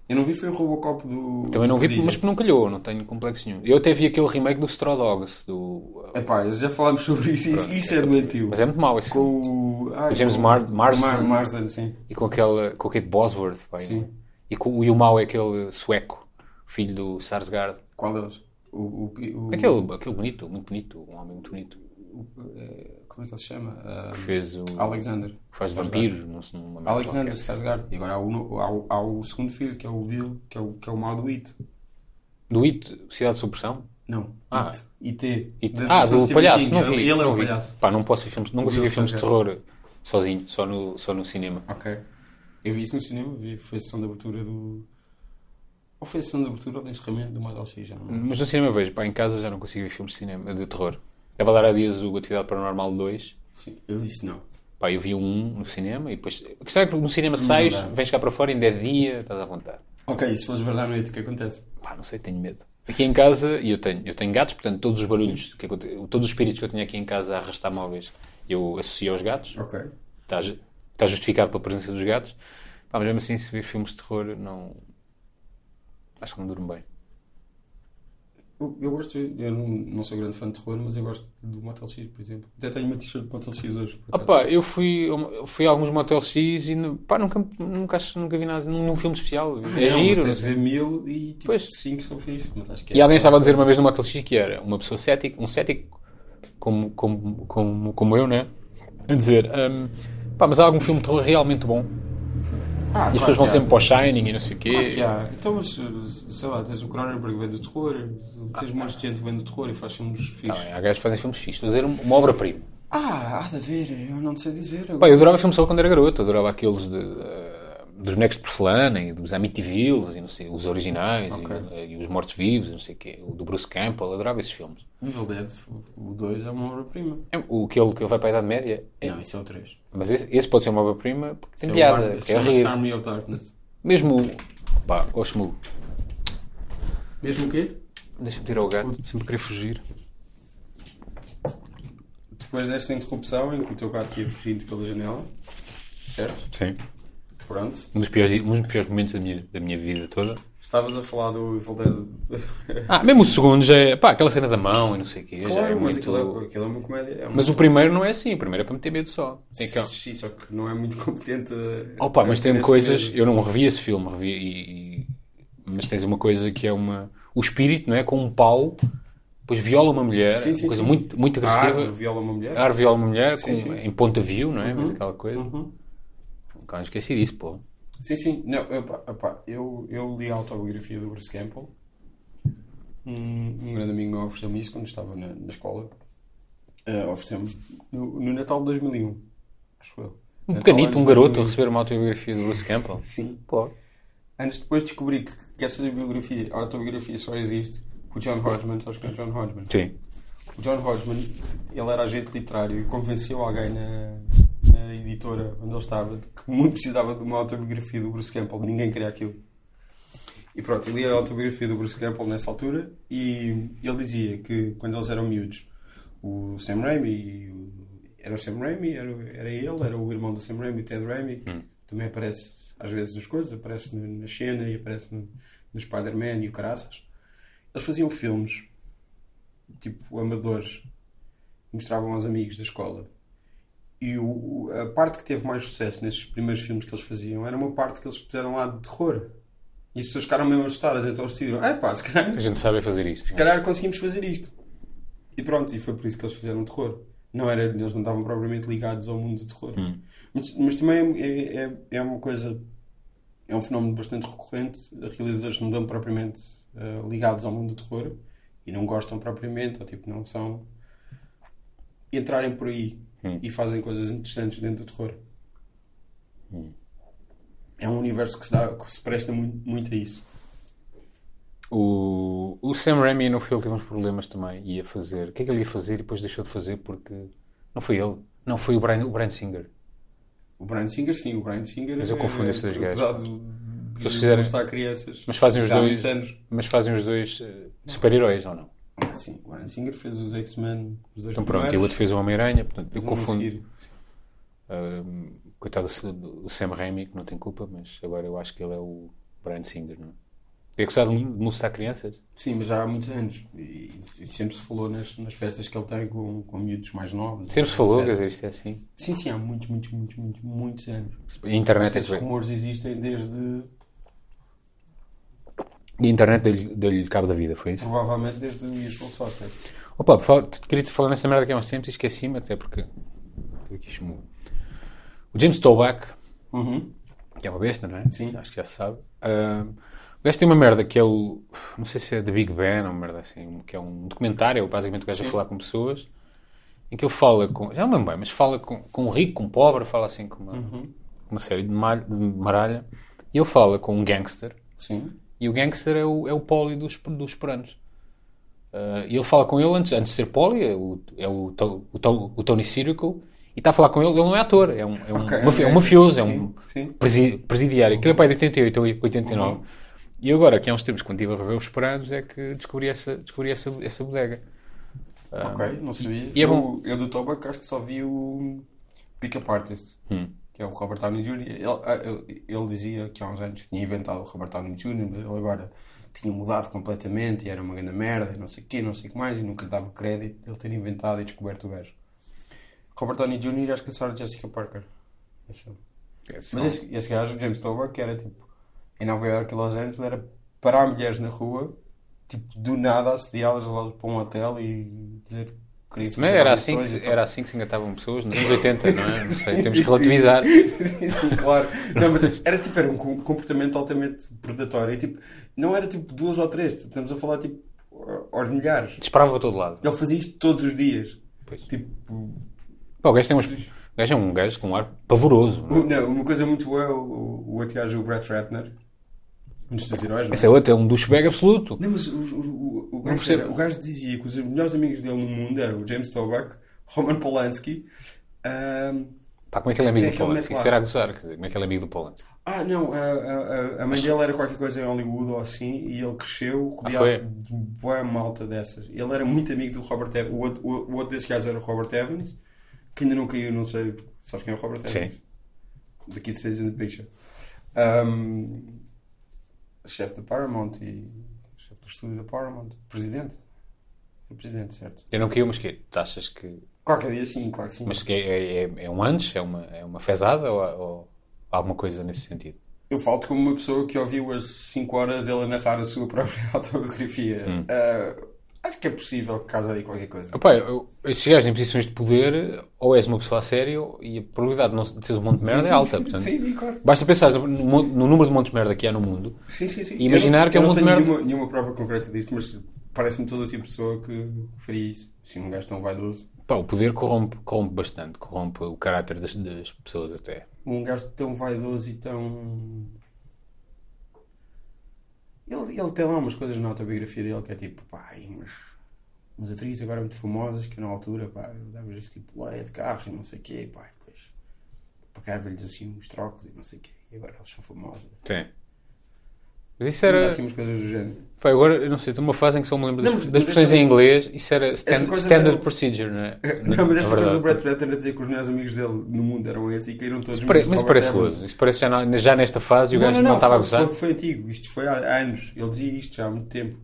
Eu não vi, foi o Robocop do.
Também não
do
vi,
Padilha.
mas não calhou, não tenho complexo nenhum. Eu até vi aquele remake do Straw Dogs, do...
Epá, já falámos sobre isso. Isso, isso é doentio.
mas é muito mau esse filme.
Com o. ai,
O James
com-
Mar- Marsden.
Mar- Marsden, sim.
E com aquele, com o Kate Bosworth, pai,
Sim.
não é? E, com, e o mau é aquele sueco, filho do Sarsgaard.
Qual deles? O, o, o-
Aquele, aquele bonito, muito bonito, um homem muito bonito,
o- eh, como é que ele se chama? Ah,
que fez o...
Alexander.
que faz vampiros, não se Ah, não
Alexander Skarsgård. E agora há o, no- há, o, há o segundo filho, que é o Bill, que é o, que é o mal do It.
Do It, Cidade de Supressão?
Não.
Ah.
It.
It.
Da-
ah,
do
do
Stephen
palhaço,
King.
não
Ele,
vi.
ele é
não
o
vi.
palhaço.
Pá, não posso ver filmes, não
O
consigo ver
Will
filmes de
Sarsgaard.
terror sozinho, só no, só no cinema.
Ok. Eu vi isso no cinema, vi, foi a sessão de abertura do. Ou foi a sessão de abertura ou de encerramento do Model X? Já não. lembro.
Mas no cinema vejo, pá, em casa já não consigo ver filmes de cinema, de terror. Estava a dar há dias o Atividade Paranormal 2,
Sim, eu disse não.
pá, eu vi o um no cinema e depois... A questão é que no cinema sais,
dá.
vens cá para fora, ainda é dia, estás à vontade.
Ok, e se fores ver à noite, o que acontece?
Pá, não sei, tenho medo. Aqui em casa, e eu tenho, eu tenho gatos, portanto todos os barulhos, que aconte- todos os espíritos que eu tinha aqui em casa a arrastar móveis, eu associo aos gatos.
Ok.
está, ju- está justificado pela presença dos gatos. Pá, mas mesmo assim, se ver filmes de terror, não. Acho que não durmo bem.
Eu, eu gosto, eu não, não sou grande fã de terror, mas eu gosto do Motel X, por exemplo. Até tenho uma t-shirt do Motel X hoje, por
Ah,
acaso.
pá, eu fui, eu fui a alguns Motel X e nu- pá, nunca, nunca, acho- nunca vi nada, num, num filme especial. É
Não,
giro.
mas tens de ver mil e tipo,
Pois.
cinco são fixe. Mas acho que
E
é
alguém
só-
estava a dizer uma vez no Motel X que era uma pessoa cética, um cético como, como, como, como eu, né? A dizer, hum, pá, mas há algum filme de terror realmente bom?
Ah,
E as pessoas vão sempre para
para
o Shining e não sei o quê.
Então, mas, sei lá, tens o Cronenberg que vem do terror, tens um monte de gente que vem do terror e faz filmes
Tá
fixes.
bem, há gajos que fazem filmes fixos. Estou a dizer uma obra-prima.
Ah, há de haver, eu não sei dizer.
Pá, eu adorava filmes só quando era garoto. Eu adorava aqueles de, eh, dos bonecos de porcelana e dos Amityville e não sei, os originais e- eh,
Ok.
e, os mortos-vivos e não sei o quê. O do Bruce Campbell. Eu adorava esses filmes.
Evil Dead, o 2 é uma obra-prima.
É, O que ele, que ele vai para a Idade Média. é-
Não, isso é o 3.
Mas esse, esse pode ser uma obra-prima porque tem piada, porque é rir.
Army of Darkness.
Mesmo o. Pá, o Shmoo.
Mesmo o quê?
Deixa-me tirar o gato. Sempre queria fugir.
Depois desta interrupção em que o teu gato ia fugindo pela janela, certo?
Sim.
Pronto.
Um dos piores, um dos piores momentos da minha, da minha vida toda.
Estavas a falar do Evil Dead.
Ah, mesmo o segundo já é. Pá, aquela cena da mão e não sei o quê. já é
claro, mas
muito.
aquilo é, aquilo é uma comédia. É uma...
Mas o primeiro não é assim, o primeiro é para meter medo só. Tem que...
Sim, só que não é muito competente. a-
Opa,
a
mas
ter
tem
é esse
coisas.
medo.
Eu não revi esse filme, revi e- e- Mas tens uma coisa que é uma. O espírito, não é? Com um pau, depois viola uma mulher,
Sim, sim,
uma coisa
sim.
muito, muito
A árvore
agressiva.
viola uma mulher.
A árvore viola uma mulher
Sim,
com-
sim.
em ponta view, não é? Mas aquela coisa.
Uhum.
Cara, não esqueci disso, pô. Um
Sim, sim. Não, opa, opa, eu, eu li a autobiografia do Bruce Campbell. Um, um grande amigo meu ofereceu-me isso quando estava na, na escola. Eh, ofereceu-me no, no Natal de 2001. Acho eu.
Um
Natal
pequenito,
ano
um garoto, a
2001.
receber uma autobiografia do Bruce Campbell.
Sim.
Pô.
um. Anos depois descobri que, que essa biografia, a autobiografia só existe com o John Hodgman. Sabes quem é o John Hodgman?
Sim.
O John Hodgman, ele era agente literário e convenceu alguém na, na editora onde ele estava de que muito precisava de uma autobiografia do Bruce Campbell. Ninguém queria aquilo. E pronto, eu li a autobiografia do Bruce Campbell nessa altura e ele dizia que quando eles eram miúdos, o Sam Raimi, e o- era o Sam Raimi, era, era ele, era o irmão do Sam Raimi, o Ted Raimi, que também aparece às vezes nas coisas, aparece no- na cena e aparece no, no Spider-Man e o Caraças. Eles faziam filmes tipo amadores mostravam aos amigos da escola e o- o- a parte que teve mais sucesso nesses primeiros filmes que eles faziam era uma parte que eles puseram lá de terror e as pessoas ficaram mesmo assustadas então eles decidiram, ah pá, se calhar,
A gente sabe fazer isto.
se calhar conseguimos fazer isto e pronto, e foi por isso que eles fizeram terror não era, eles não estavam propriamente ligados ao mundo do terror mas, mas também é, é, é uma coisa é um fenómeno bastante recorrente realizadores não dão propriamente eh, ligados ao mundo do terror e não gostam propriamente, ou tipo, não são entrarem por aí e fazem coisas interessantes dentro do terror. É um universo que se, dá- que se presta muito, muito a isso.
O, o Sam Raimi no filme teve uns problemas também. Ia fazer. O que é que ele ia fazer e depois deixou de fazer porque. Não foi ele. Não, foi o Brian, o Brian Singer.
O Brian Singer, sim, o Brian Singer.
Mas eu
é-
confundo esses dois
apesar de, de
Eles fizeram-
mostrar crianças.
Mas fazem os
já há
dois-
muitos anos.
Mas fazem os dois eh, super-heróis ou não?
Sim, o Brian Singer fez os X-Men, os dois
Então pronto, e o
primeiros,
outro fez o Homem-Aranha. Portanto, eu
fez um a
confundo.
seguir.
Ahm, coitado do- do Sam Raimi, que não tem culpa, mas agora eu acho que ele é o Brian Singer, não é? É acusado de molestar crianças.
Sim, mas já há muitos anos. E, e sempre se falou nas, nas festas que ele tem com, com miúdos mais novos.
Sempre se falou,
etc.
quer dizer, isto é assim.
Sim, sim, há muitos, muitos, muitos, muitos, muitos anos.
A internet, é
Estes rumores existem desde,
a internet deu-lhe deu-lhe cabo da vida, foi isso?
provavelmente, desde o Usual Suspects.
Opa, fal- queria te falar nesta merda aqui há uns tempos e esqueci-me, até porque. Estou aqui chamou. O James Toback,
Uhum.
que é uma besta, não é?
Sim.
Acho que já se sabe. Ah, o gajo tem uma merda que é o. Não sei se é The Big Ben ou uma merda assim, que é um documentário, basicamente o gajo a falar com pessoas, em que ele fala com. Já não lembro bem, mas fala com, com um rico, com um pobre, fala assim com
Uhum.
uma, com uma série de, malha- de maralha. E ele fala com um gangster,
Sim.
e o gangster é o, é o poli dos, dos peranos. Ah, e ele fala com ele antes, antes de ser poli, é o, é o, To- o, To- o Tony Circo, e está a falar com ele, ele não é ator, é um, é um,
Ok,
mafi- é um
ok.
mafioso, é
assim, Sim,
um
sim.
presi- presidiário. Aquilo é pai de 88 ou 89. E agora, que há uns tempos, quando estive a rever os peranos, é que descobri essa, descobri essa, essa bodega.
ok, não sabia.
e é
eu,
bom. Hum.
eu do Tobac acho que só vi o Pick Up Artist. que é o Robert Downey Jr. Ele, ah, ele- ele dizia que há uns anos que tinha inventado o Robert Downey Jr., mas ele agora tinha mudado completamente e era uma grande merda, e não sei o quê, não sei o que mais, e nunca dava crédito de ele ter inventado e descoberto o gajo. Robert Downey Jr. acho que é só a Jessica Parker. Acho eu. Mas esse, esse gajo, o James Tober, que era tipo em Nova York e Los Angeles, era parar mulheres na rua, tipo do nada assediá-las lá para um hotel e dizer que queria
Também
fazer
era assim,
audições e
que,
tal. [laughs]
era assim que se engatavam pessoas nos anos 80, não é? Não sei, temos que relativizar.
Sim, sim, claro. Não, mas era tipo, era um com- comportamento altamente predatório. E, tipo, não era tipo duas ou três, estamos a falar tipo ho- aos milhares.
Disparava a todo lado.
Ele fazia isto todos os dias.
Pois.
Tipo,
Pá, o gajo tem uns- o gajo é um gajo com um ar pavoroso. não é?
o- não, uma coisa muito boa é o, o o outro gajo, o Brett Ratner, um dos teus heróis, não é?
Esse é outro, é um douchebag absoluto.
Não, mas o, o, o, o, gajo
percebo.
era- o gajo dizia que os melhores amigos dele no mundo eram o James Toback, Roman Polanski. ahm,
Pá, como é que ele é amigo
Quem é
do
que ele
Polanski?
mete lá?
Isso era a gozar, quer dizer, como é que ele é amigo do Polanski?
ah, não, a, a- a, a mãe dele era qualquer coisa em Hollywood ou assim, e ele cresceu rodeado
foi?
de boa malta dessas. Ele era muito amigo do Robert Evans. O outro, o, o outro desses gajos era o Robert Evans, que ainda não caiu, não sei. Sabes quem é o Robert Evans?
Sim.
Daqui de Seis in the Picture. Ahm, chefe da Paramount e chefe do estúdio da Paramount. Presidente. É presidente, certo?
Eu não queria, mas que é, tu achas que.
Qualquer dia sim, claro que sim.
Mas que é, é- é um antes? É uma, é uma fezada ou, ou alguma coisa nesse sentido?
Eu falo como uma pessoa que ouviu as 5 horas ele a narrar a sua [laughs] própria autobiografia.
Hum.
Ah, acho que é possível que cause aí qualquer coisa.
Pá, eu, eu- se chegares em posições de poder, ou és uma pessoa a sério e a probabilidade de não se- de seres um monte de merda
Sim,
é
sim,
alta.
sim.
Portanto,
Sim, sim, claro.
Basta pensar no, mon- no número de montes de merda que há no mundo.
Sim, sim, sim.
E imaginar
eu não,
que é um
eu não
monte de
tenho
merda.
nenhuma, nenhuma prova concreta disto, mas parece-me todo o tipo de pessoa que faria isso. Se um gajo tão vaidoso,
Pá, o poder corrompe, corrompe bastante, corrompe o caráter das, das pessoas até.
um gajo tão vaidoso e tão. Ele, ele tem lá umas coisas na autobiografia dele que é tipo, pá, aí umas, umas atrizes agora muito famosas que na altura, pá, eu dava-lhes tipo leia de carro e não sei o quê, pá, e depois pagava-lhes assim uns trocos e não sei o quê, e agora elas são famosas.
Sim. Mas isso
Dá
era.
assim umas coisas do género.
Pá, agora, eu não sei, estou numa fase em que só me lembro das,
Não, mas-
das
mas
expressões
essa-
em inglês. Isso era stand-
coisa
standard
da-
procedure, não é?
[laughs] Não, mas
Na
essa coisa
verdade.
do Brett Ratner a dizer que os melhores amigos dele no mundo eram esses e caíram todos
Pare-
menos o
Mas isso
Robert
parece
Evans.
gozo. Isso parece já, na- já nesta fase e o
Não,
gajo
não,
não
não,
estava a
foi,
gozar.
foi, foi antigo, isto foi há anos, ele dizia isto já há muito tempo.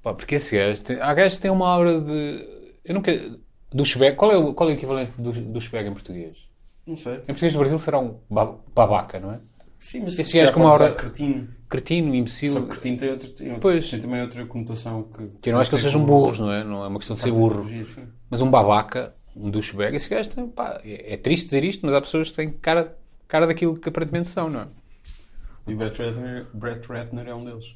Pá, porque esse gajo tem, há gajos que têm uma aura de. Eu nunca. Douchebag. Qual é o, qual é o equivalente do douchebag em português?
Não sei.
Em português do Brasil será um ba- babaca, não é?
Sim, mas
Esse
se
gajo
calhar
com uma
pode
hora-
usar cretino.
Cretino, imbecil.
Só que cretino tem, outro, tem, outro-
Pois.
tem também outra conotação que.
Que eu não acho que eles sejam burros, não é? Não é uma questão de ser burro. Mas um babaca, um douchebag, esse gajo tem, pá, é, é triste dizer isto, mas há pessoas que têm cara, cara daquilo que aparentemente são, não é?
E Brett Ratner, Brett Ratner é um deles.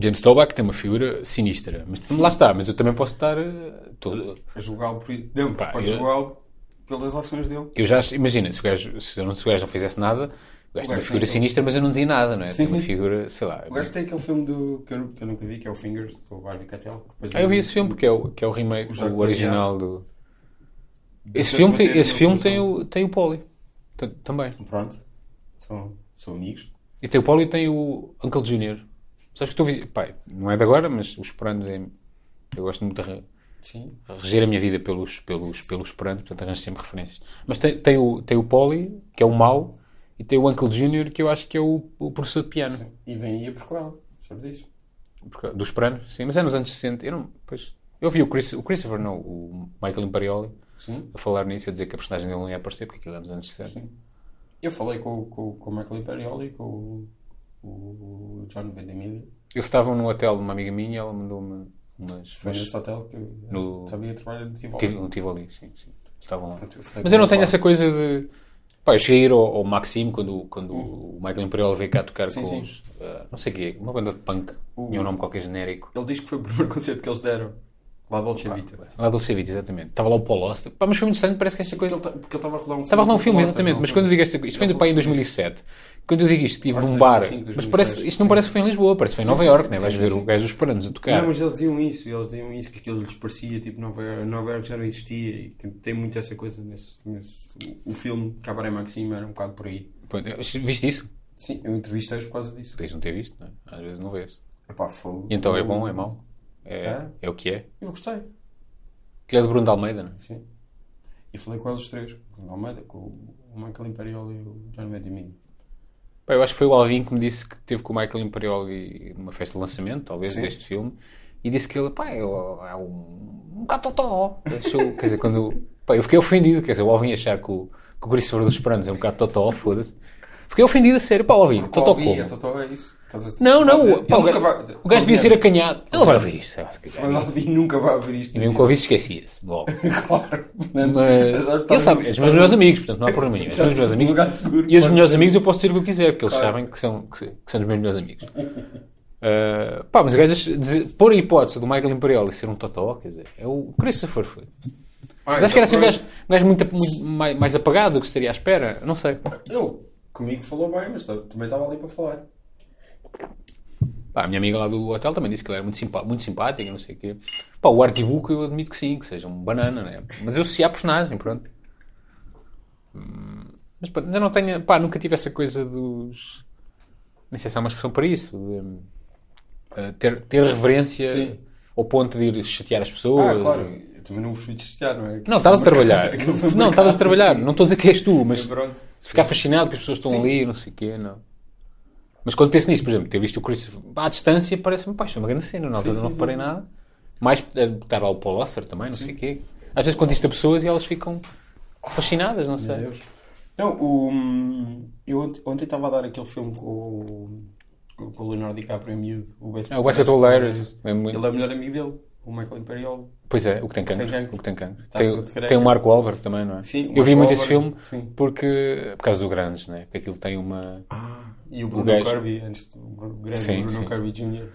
James Toback tem uma figura sinistra, mas lá está, mas eu também posso estar eh, todo.
A É julgá-lo por isso. Não,
Pá,
podes
eu-
julgá-lo pelas ações dele.
Eu já imagina, se o gajo, se, eu não, se o gajo não fizesse nada, o gajo tem uma
gajo
figura
tem-
sinistra, mas eu não dizia nada, não é?
Sim,
tem uma
sim.
figura, sei lá.
O gajo tem aquele filme do, que, eu, que eu nunca vi, que é o Fingers, com o Harvey Keitel. que depois
Ah, eu vi
é-
esse filme, que é o, que é o remake,
O
o,
Jacques
original do.
de
Esse filme, tem,
bater
esse
no
filme tem,
coração.
o, tem o Poli T- também.
Pronto, são, são amigos.
E tem o Poli e tem o Uncle Junior. Sabes que estou. visi- Pai, não é de agora, mas os esperando é. Eu gosto muito de re-
Sim.
reger a minha vida pelos, pelos, pelos esperando, portanto arranjo sempre referências. Mas tem, tem, o, tem o Poli, que é o mau, e tem o Uncle Junior, que eu acho que é o, o professor de piano.
E vem aí a prequela, sabes disso?
Porque- dos Pranos, sim, mas é nos anos 60. Eu, não, pois, eu vi o, Chris- o Christopher, não, o Michael Imperioli,
Sim.
a falar nisso, a dizer que a personagem dele não ia aparecer porque aquilo é nos anos 60.
Sim. Eu falei com, o- com, o- com o Michael Imperioli e com o, o John Vendemilio.
Eles estavam no hotel de uma amiga minha e ela mandou-me umas.
Foi
umas-
nesse hotel que eu
No-
sabia trabalhar no Tivoli.
Tive- um Tivoli, sim, sim. Estavam lá.
Eu
Mas
falei com
eu não
ele,
tenho
pá.
essa coisa de. Pá, eu cheguei a ir ao, ao Maxime quando, quando o Michael Imperioli veio cá tocar
Hum. Sim,
com
sim.
os. ah, não sei o quê, uma banda de punk. Tinha um nome qualquer genérico.
Ele diz que foi o primeiro [laughs] concerto que eles deram. Lá de Dolce Vita.
Lá do Cevites, exatamente. Estava lá o Paul Oster. Pá, mas foi muito interessante, parece que essa coisa.
Porque ele ta- porque ele estava a rolar um filme.
Estava a rolar um filme,
com o
exatamente,
Lester,
mas
não?
quando eu digo esta coisa, isto foi do pai em
Ele falou
2007. Quando eu digo isto, estive
Acho que
num bar,
2005,
mas
2006,
parece, isto não
sim.
parece que foi em Lisboa, parece que foi em
Sim,
Nova
sim,
Iorque,
sim,
né?
sim,
vais
sim,
ver
sim.
o gajo dos Pranos a tocar.
Não, mas eles diziam isso, eles diziam isso, que aquilo lhes parecia, tipo, Nova Iorque, Nova Iorque já não existia e que tem muito essa coisa nesse. nesse- o, o filme Cabaré Maxima era um bocado por aí.
Pô, Viste isso?
Sim, eu entrevistei-os por causa disso.
Podias não ter visto, não é? Às vezes não vês.
Epá, fogo.
E então é bom, é mau? É,
É?
é o que é?
Eu gostei,
Aquilo é do Bruno de Almeida, não é?
sim. E falei com eles os três, com o Almeida, com o Michael Imperioli e o John Medimini.
Pá, eu acho que foi o Alvin que me disse que teve com o Michael Imperioli numa festa de lançamento, talvez,
Sim.
deste filme, e disse que ele, pá, é o- é um, um catotó. Achou- quer dizer, quando. Pá, eu fiquei ofendido, quer dizer, o Alvin achar que o, que o Christopher dos Pranos é um catotó, foda-se. Fiquei ofendido a sério, pá, Alvin, totó como?
Totó é isso. Estás a-
Então Não,
estás a dizer,
não, pá,
ele
o, gajo,
nunca vai- é-
o gajo devia ser
[laughs] Obviamente,
acanhado. Ele vai ouvir isto, sabe?
Fernando Alvim nunca vai ouvir isto.
E mesmo que ouvisse, esquecia-se, logo.
Claro. portanto,
Mas
já
ele
estás-
sabe, és meus melhores amigos, portanto não há problema nenhum. És meus melhores
num
amigos.
Um lugar seguro,
e os
claro.
melhores amigos eu posso dizer o que eu quiser, porque eles sabem que são, que, que são os meus melhores amigos. [laughs] Ah, pá, mas o gajo, dizer- pôr a hipótese do Michael Imperioli ser um totó, quer dizer, é o Christopher foi. Mas acho que era assim um gajo, um gajo muito, muito mais, mais apagado do que se teria à espera, não sei.
Ele comigo falou bem, mas t- também estava ali para falar.
Pá, a minha amiga lá do hotel também disse que ele era muito, simpa- muito simpático, não sei o quê. Pá, o Artibuco eu admito que sim, que seja um banana, né? Mas eu sei a personagem, pronto. Hum, Mas pronto, ainda não tenho. Pá, nunca tive essa coisa dos. Nem sei se há uma expressão para isso. de, hum, eh, ter, ter reverência
Sim.
ao ponto de ir chatear as pessoas.
Ah, claro. Eu também não vos fui testear, não é?
Não, estavas a trabalhar.
[laughs] Aquilo foi um
Não,
marcado.
estavas a trabalhar. Não estou a dizer que és tu, mas
Pronto.
se ficar fascinado que as pessoas estão ali, não sei o quê, não. Mas quando penso nisso, por exemplo, ter visto o Christopher à distância, parece-me, pá, isto é uma grande cena, na altura
sim,
não
sim.
reparei nada. Mais é, botar lá o Paul Oscar também, não sei o quê. Às vezes conto isto a pessoas e elas ficam fascinadas, não sei.
Meu Deus. Não, o, hum, eu ont- ontem estava a dar aquele filme com, o- com o Leonardo DiCaprio em miúdo. O Wes
Ah, o Basketball Diaries. É muito-
Ele é o melhor amigo dele, o Michael Imperioli.
Pois é, o que tem cancro.
Tem cancro.
O que tem cancro.
Está
tem,
tudo de careca.
tem o Marco Wahlberg também, não é?
Sim, o
Eu vi
Mark
muito esse filme
Wahlberg, sim.
porque, por causa do Grandes, né? Porque aquilo tem uma.
Ah, e o
O
Bruno
gajo.
Kirby, antes do Bruno- grande
Sim,
Bruno
sim.
Kirby Jr.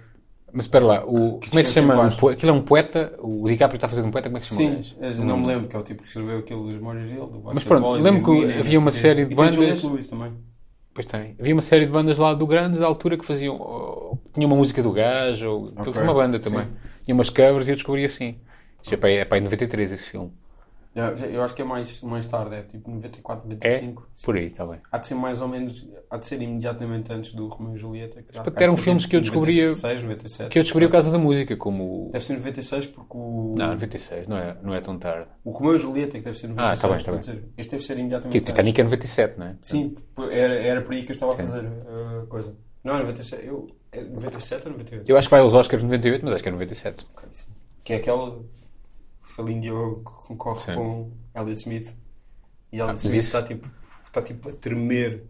Mas espera lá, o, como é que se
descanse em
chama?
paz.
Um poe- Aquilo é um poeta, o DiCaprio está a fazer um poeta, como é que se chama? o
Sim,
gajo?
eu não me lembro, que é o tipo que escreveu aquilo dos Memórias dele. do
Mas
basquetebol
pronto,
e do
lembro que
Eminem, não
havia
sei
uma
o quê.
série de
E tem
bandas-
Juliette Lewis também.
Pois tem. Havia uma série de bandas lá do Grandes da altura que faziam. ou- Tinha uma música do gajo, ou
Ok,
tinha uma banda
sim.
também. Tinha umas covers e eu descobri assim. Isto é para, é para aí 93 esse filme.
Não, já- Eu acho que é mais, mais tarde, é tipo 94,
É?
95.
Por aí, está bem.
Há de ser mais ou menos, há de ser imediatamente antes do Romeu e Julieta. Que dá-
Portanto,
há de
Tipo, eram
ser
filmes que eu descobria-
96, 97.
Que eu descobri por causa da música, como. o-
Deve ser 96 porque o,
Não, 96, não é, não é tão tarde.
o Romeu e Julieta é que deve ser 96.
Ah, tá bem, tá
quer dizer, Este deve ser imediatamente
Que o Titanic é 97, não é?
antes. Sim, p- era, era por aí que eu estava a fazer a coisa. Não, é 97, eu, é 97 ou 98?
Eu acho que vai aos Oscars de 98, mas acho que é 97.
Ok, sim. Que é aquela Celine Dion que concorre
Sim.
com Elliot Smith e
Ah,
Elliot
mas
Smith
isso-
está tipo, está tipo a tremer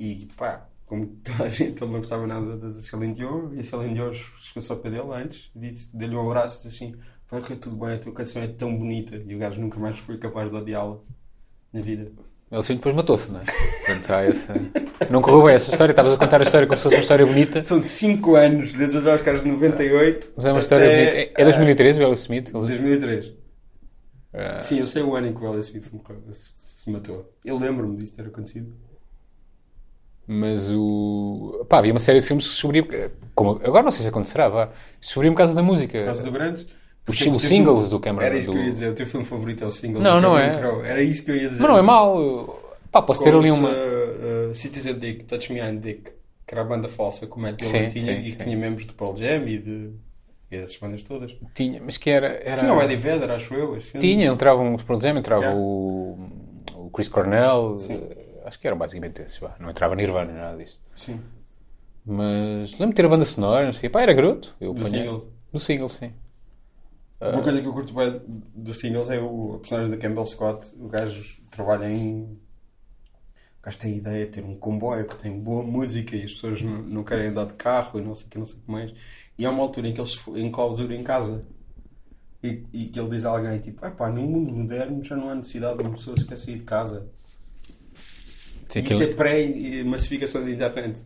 e pá, como toda a gente, ele não gostava nada da da Celine Dion e a Celine Dion chegou só para dele antes e disse- deu-lhe um abraço e disse assim vai correr tudo bem, a tua canção é tão bonita e o gajo nunca mais foi capaz de odiá-la na vida.
Ele sim depois matou-se, não é? Portanto, há essa...
[laughs]
Não correu bem essa história. Estavas a contar a história como se fosse uma história bonita.
São 5 anos, desde os Oscars de 98
Mas é uma história
até,
bonita. É- É 2013, o Ellis Smith.
ah,
Eles-
2003.
ah,
Sim, eu sei o ano em que o Elliot Smith morreu, se se matou. Eu lembro-me disso ter acontecido.
Mas o. Pá, havia uma série de filmes que se descobriam. Como... Agora não sei se acontecerá, vá. Descobriam por causa da música.
Por causa do Grandes.
Os
Porque
sing-
o
os
teu
singles
filme-
do Cameron-
Era isso que eu ia
do-
dizer, o teu filme favorito é o single
Não,
do
não
Cameron
é.
Crowe. Era isso que eu ia dizer.
Mas não é mau. eu- Pá, posso ter ali uma.
Uh, uh, Citizen Dick, Touch Me I'm Dick, que era a banda falsa que o Matt
Sim,
Dillon tinha
sim,
e que
sim.
tinha membros do Pearl Jam e de. e essas bandas todas.
Tinha, mas que era. era...
Tinha o Eddie Vedder, acho eu. esse filme.
Tinha, entravam os Pearl Jam, entrava
Yeah.
o... o Chris Cornell.
Sim.
eh, Acho que eram basicamente esses, vá. Não entrava Nirvana, nada disso.
Sim.
Mas lembro de ter a banda sonora, não sei. Pá, era garoto. Eu
Do
apanhei-
single.
Do single, sim.
Uma coisa que eu curto bem dos singles é o a personagem da Campbell Scott. O gajo trabalha em. O gajo tem a ideia de ter um comboio que tem boa música e as pessoas não, não querem andar de carro e não sei o que, não sei o que mais. E há uma altura em que eles fo- enclausuram em casa e, e que ele diz a alguém tipo: ah pá, no mundo moderno já não há necessidade de uma pessoa sequer sair de casa.
Sim,
e isto
aquilo-
é pré-massificação da internet.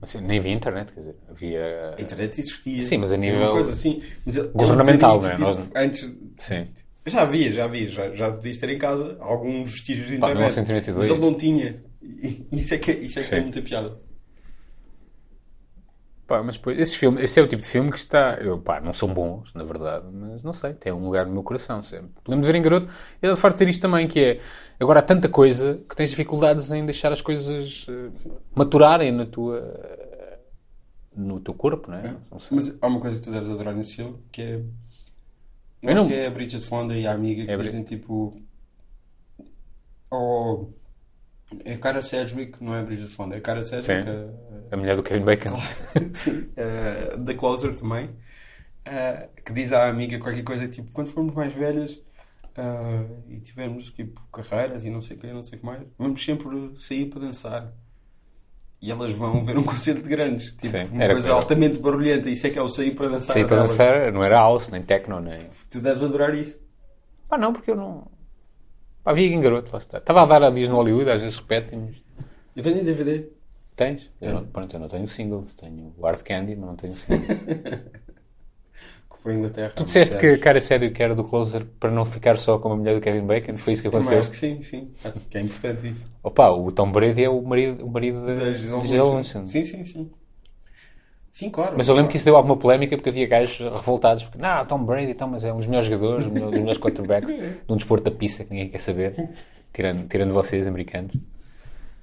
assim, nem havia internet, quer dizer. Havia.
A internet existia.
Sim, mas a
Era
nível
Uma coisa assim. Mas ele- ele
governamental,
dizia isto,
não é?
tipo, Antes,
Sim.
Já havia, já havia, já, já podias ter em casa alguns vestígios de
Pá,
internet.
1992.
Mas ele não tinha. E- e Isso é que, isso é que tem
Sim.
muita piada.
Pá, mas pois, esse filme, esse é o tipo de filme que está. Eu, pá, não são bons, na verdade, mas não sei, tem um lugar no meu coração sempre. Lembro de ver em garoto, eu farto dizer isto também, que é agora há tanta coisa que tens dificuldades em deixar as coisas eh, maturarem na tua, eh, no teu corpo, não é? Não sei.
Mas há uma coisa que tu deves adorar nesse filme, que é. Eu
Eu
acho
não-
que é a Bridget Fonda e a amiga que
É a Bri-
dizem tipo. ao. É Cara Sedgwick, não é Bridget Fonda, é Cara Sedgwick, a-
A mulher é do Kevin Bacon.
[laughs] Sim, eh, da Closer também, eh, que diz à amiga qualquer coisa, tipo, quando formos mais velhas eh, e tivermos, tipo, carreiras e não sei o que, não sei o que mais, vamos sempre sair para dançar. E elas vão ver um [laughs] concerto de grandes, tipo,
Sim,
uma
era-
coisa
era-
altamente barulhenta, isso é que é o sair para dançar
Saí para
delas.
dançar, não era house, nem techno, nem.
Tu deves adorar isso.
Pá, não, porque eu não. Pá, vi em garoto, lá está. Estava a dar a dias no Hollywood, às vezes repetem-nos.
Eu tenho em DVD.
Tens? Eu não, pronto, eu não tenho singles, tenho o Hard Candy, mas não tenho singles.
que foi a Inglaterra.
tu disseste que cara sério que era do Closer para não ficar só com a mulher do Kevin Bacon, foi isso que
Também acho
aconteceu?
que sim, sim. Acho que é importante isso.
Opa, o Tom Brady é o marido, o marido da,
Da
de
Gisele
Gisele
Bundchen.
Bündchen.
Sim, sim, sim. Sim, claro.
Mas eu lembro que isso deu alguma polémica porque havia gajos revoltados porque, não, Tom Brady, então, mas é um dos melhores jogadores, um dos melhores quarterbacks de um desporto da pista que ninguém quer saber, tirando, tirando vocês, americanos.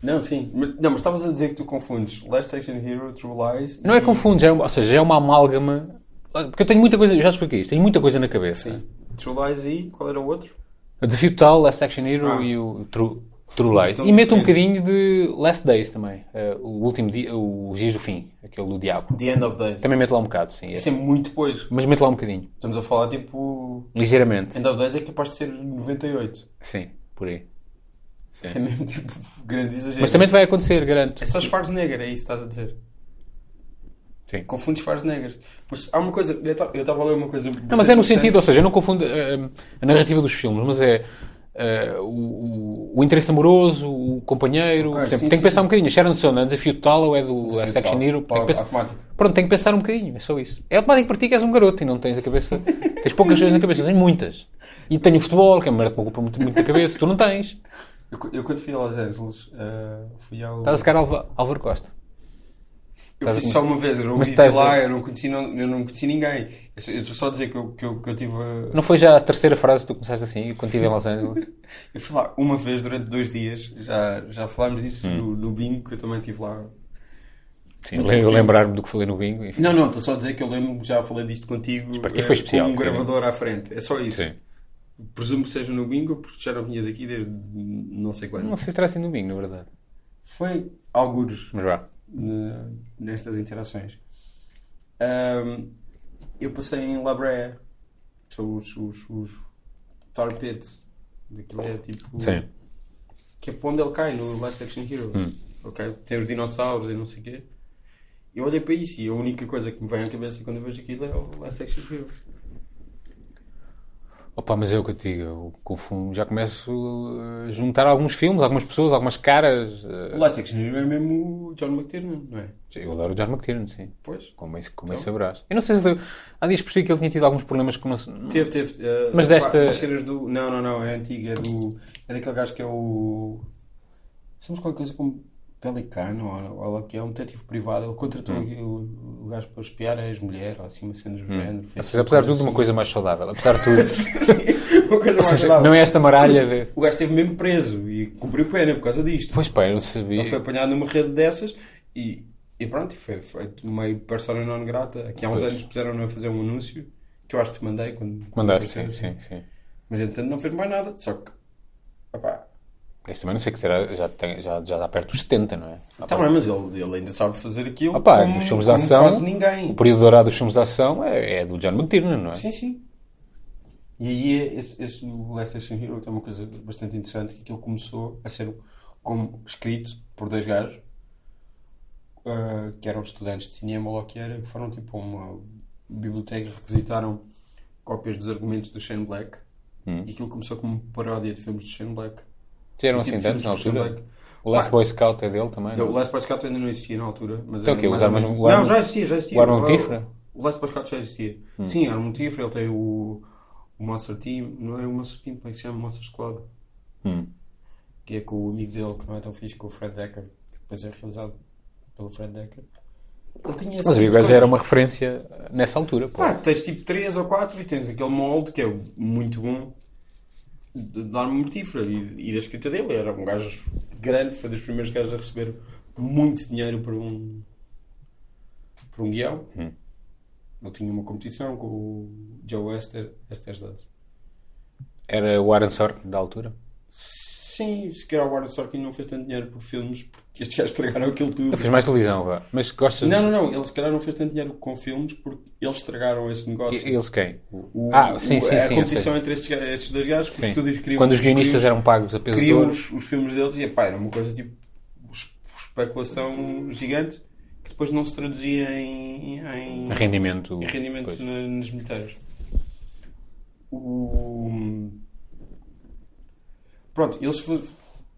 Não, sim. Mas, não, mas estavas a dizer que tu confundes Last Action Hero, True Lies.
Não é confundo, já é, uma- ou seja, já é uma amálgama. Porque eu tenho muita coisa, eu já expliquei isto, tenho muita coisa na cabeça.
Sim. True Lies e qual era o outro?
O Desafio Total, Last Action Hero
Ah.
e o True, True Lies.
estão
E meto um
diferentes.
bocadinho de Last Days também, eh, o último dia, os dias do fim, aquele do diabo.
The End of Days.
Também meto lá um bocado, sim. é.
Isso é muito depois.
Mas meto lá um bocadinho,
Estamos a falar tipo.
ligeiramente,
End of Days é capaz de ser 98.
sim, por aí.
Isso é mesmo tipo [laughs] grande exagero.
Mas também te vai acontecer, garanto.
É só Schwarzenegger, é isso que estás a dizer.
Sim.
Confundes Schwarzenegger. Mas há uma coisa. Eu ta- eu estava a ler uma coisa.
Não, mas é no sentido, ou seja, eu não confundo eh, a narrativa dos filmes, mas é eh, o, o- o interesse amoroso, o companheiro.
Ok,
por exemplo, tem
sim,
que
sim.
pensar um bocadinho. Sharon Stone, é desafio total ou é do
Desafio
Last Action
Total.
Hero? Tem que pensar-
Automático.
Pronto, tem que pensar um bocadinho, é só isso. É automático para ti que és um garoto e não tens a cabeça. Tens poucas coisas na cabeça, tens muitas. E tenho futebol, que é uma merda que me ocupa muito, muito da cabeça, tu não tens.
Eu, cu- eu quando fui a Los Angeles, eh, fui ao.
Estás a ficar Alva- Álvaro Costa.
Eu
Estás
fiz
a-
só uma vez, eu não
Mas
vivi
estás a-
lá, eu não conheci, não, eu não conheci ninguém. Eu só- eu estou só a dizer que eu, que eu, que eu tive. a-
Não foi já a terceira frase que tu começaste assim, quando estive em Los Angeles?
Eu fui lá uma vez durante dois dias, já, já falámos disso no, no bingo, que eu também estive lá.
Sim, eu lembrar-me do que falei no bingo. enfim.
Não, não, estou só a dizer que eu lembro que já falei disto contigo
para ti
eh,
foi especial,
com um
porque-
gravador à frente. É só isso.
Sim.
Presumo que seja no bingo, porque já não vinhas aqui desde não sei quando.
Não sei se terá sido no bingo, na verdade.
Foi algures
Mas vá.
ne- nestas interações. Ahm, eu passei em La Brea, que são os, os, os tar pits. Daquilo é tipo.
Sim.
que é para onde ele cai no Last Action Hero. Ok? Tem os dinossauros e não sei o quê. Eu olhei para isso e a única coisa que me vem à cabeça quando eu vejo aquilo é o Last Action Hero.
Opa, mas é o que eu te digo, eu confundo, já começo a juntar alguns filmes, algumas pessoas, algumas caras.
O
eh,
Last Action Hero é mesmo o John McTiernan, não é?
Eu adoro o John McTiernan, sim.
Pois.
Como é como é que saberás. Eu não sei se. Há dias percebi que ele tinha tido alguns problemas com. o nosso-
Teve, teve. eh,
Mas
pá,
desta-
as cenas do. Não, não, não, é antiga. É do. É daquele gajo que é o. Somos qualquer coisa como Pelicano, ou, ou lá que é um detetive privado. Ele contratou
Hum.
o, o gajo para espiar a ex-mulher, ou assim, uma cena do género.
Ou seja, apesar de tudo, uma coisa mais saudável. Apesar de
[laughs]
tudo,
assim. uma coisa
ou
mais
seja,
grave.
não é esta maralha de.
O gajo esteve mesmo preso e cumpriu pena por causa disto.
Pois pá, eu não sabia.
Ele foi apanhado numa rede dessas e, e pronto, e foi feito meio persona non grata. Aqui há uns
Pois.
anos puseram-me a fazer um anúncio que eu acho que te mandei quando.
Mandaste, sim,
quando apareceu.
sim, sim.
Mas entretanto não fez mais nada, só que. Opá,
Este também não sei que terá, já, tem, já, já está perto dos 70, não é?
tá bem, mas ele, ele ainda sabe fazer aquilo.
Opa,
como,
Ah, dos filmes de
como
ação,
quase
O
ninguém.
período dourado dos filmes de ação é, é do John McTiernan, não é?
Sim, sim. E aí é esse, esse do Last Action Hero tem uma coisa bastante interessante, que aquilo começou a ser como escrito por dois gajos, ah, que eram estudantes de cinema ou lá que era, que foram tipo a uma biblioteca e requisitaram cópias dos argumentos do Shane Black.
Hum.
E aquilo começou como uma paródia de filmes do Shane Black.
Tiveram
E,
assim
tipo,
tantos na
filmes do Shane
altura.
Black.
O Last
Pá.
Boy Scout é dele também.
Não,
não
o Last Boy Scout ainda não existia na altura. Mas
Então
era
o quê?
mais
Usar
ou
mais
menos-
um- o
Não,
arma-
já existia, já existia.
o arma
O-
mortífera?
O Last Boy Scout já existia.
Hum.
Sim, Arma Motífera, ele tem o, o Monster Team, não é o Monster Team, como é que se chama? Monster Squad.
Hum.
Que é com o amigo dele, que não é tão fixe, com o Fred Decker. que Depois é realizado pelo Fred Decker. Ele tinha
é? Mas o gajo
coisas.
já era uma referência nessa altura, pô.
Pá, tens tipo 3 ou 4 e tens aquele molde que é muito bom de- da arma mortífera e, e da escrita dele. Era um gajo grande, foi dos primeiros gajos a receber muito dinheiro por um, por um guião.
Hum.
Ele tinha uma competição com o Joe Esther, Esther Dust.
Era o Aaron Sorkin da altura.
sim, se calhar o Warren Sorkin não fez tanto dinheiro por filmes porque estes gajos estragaram aquilo tudo.
Eu fiz mais televisão, vá. Mas gostas
Não, não, não. Ele se calhar não fez tanto dinheiro com filmes porque eles estragaram esse negócio.
de... Eles quem?
O-
ah, sim,
o-
sim,
a
sim. eu sei.
competição entre estes, ga- estes dois gajos, que os
Sim.
estúdios queriam.
Quando os guionistas
queriam-
eram pagos a peso de
Criam
ouro.
os, os filmes deles e epá, era uma coisa tipo es- especulação gigante que depois não se traduzia em, em,
Rendimento.
em rendimento
coisa.
na, nas militares. O... Pronto, eles fa-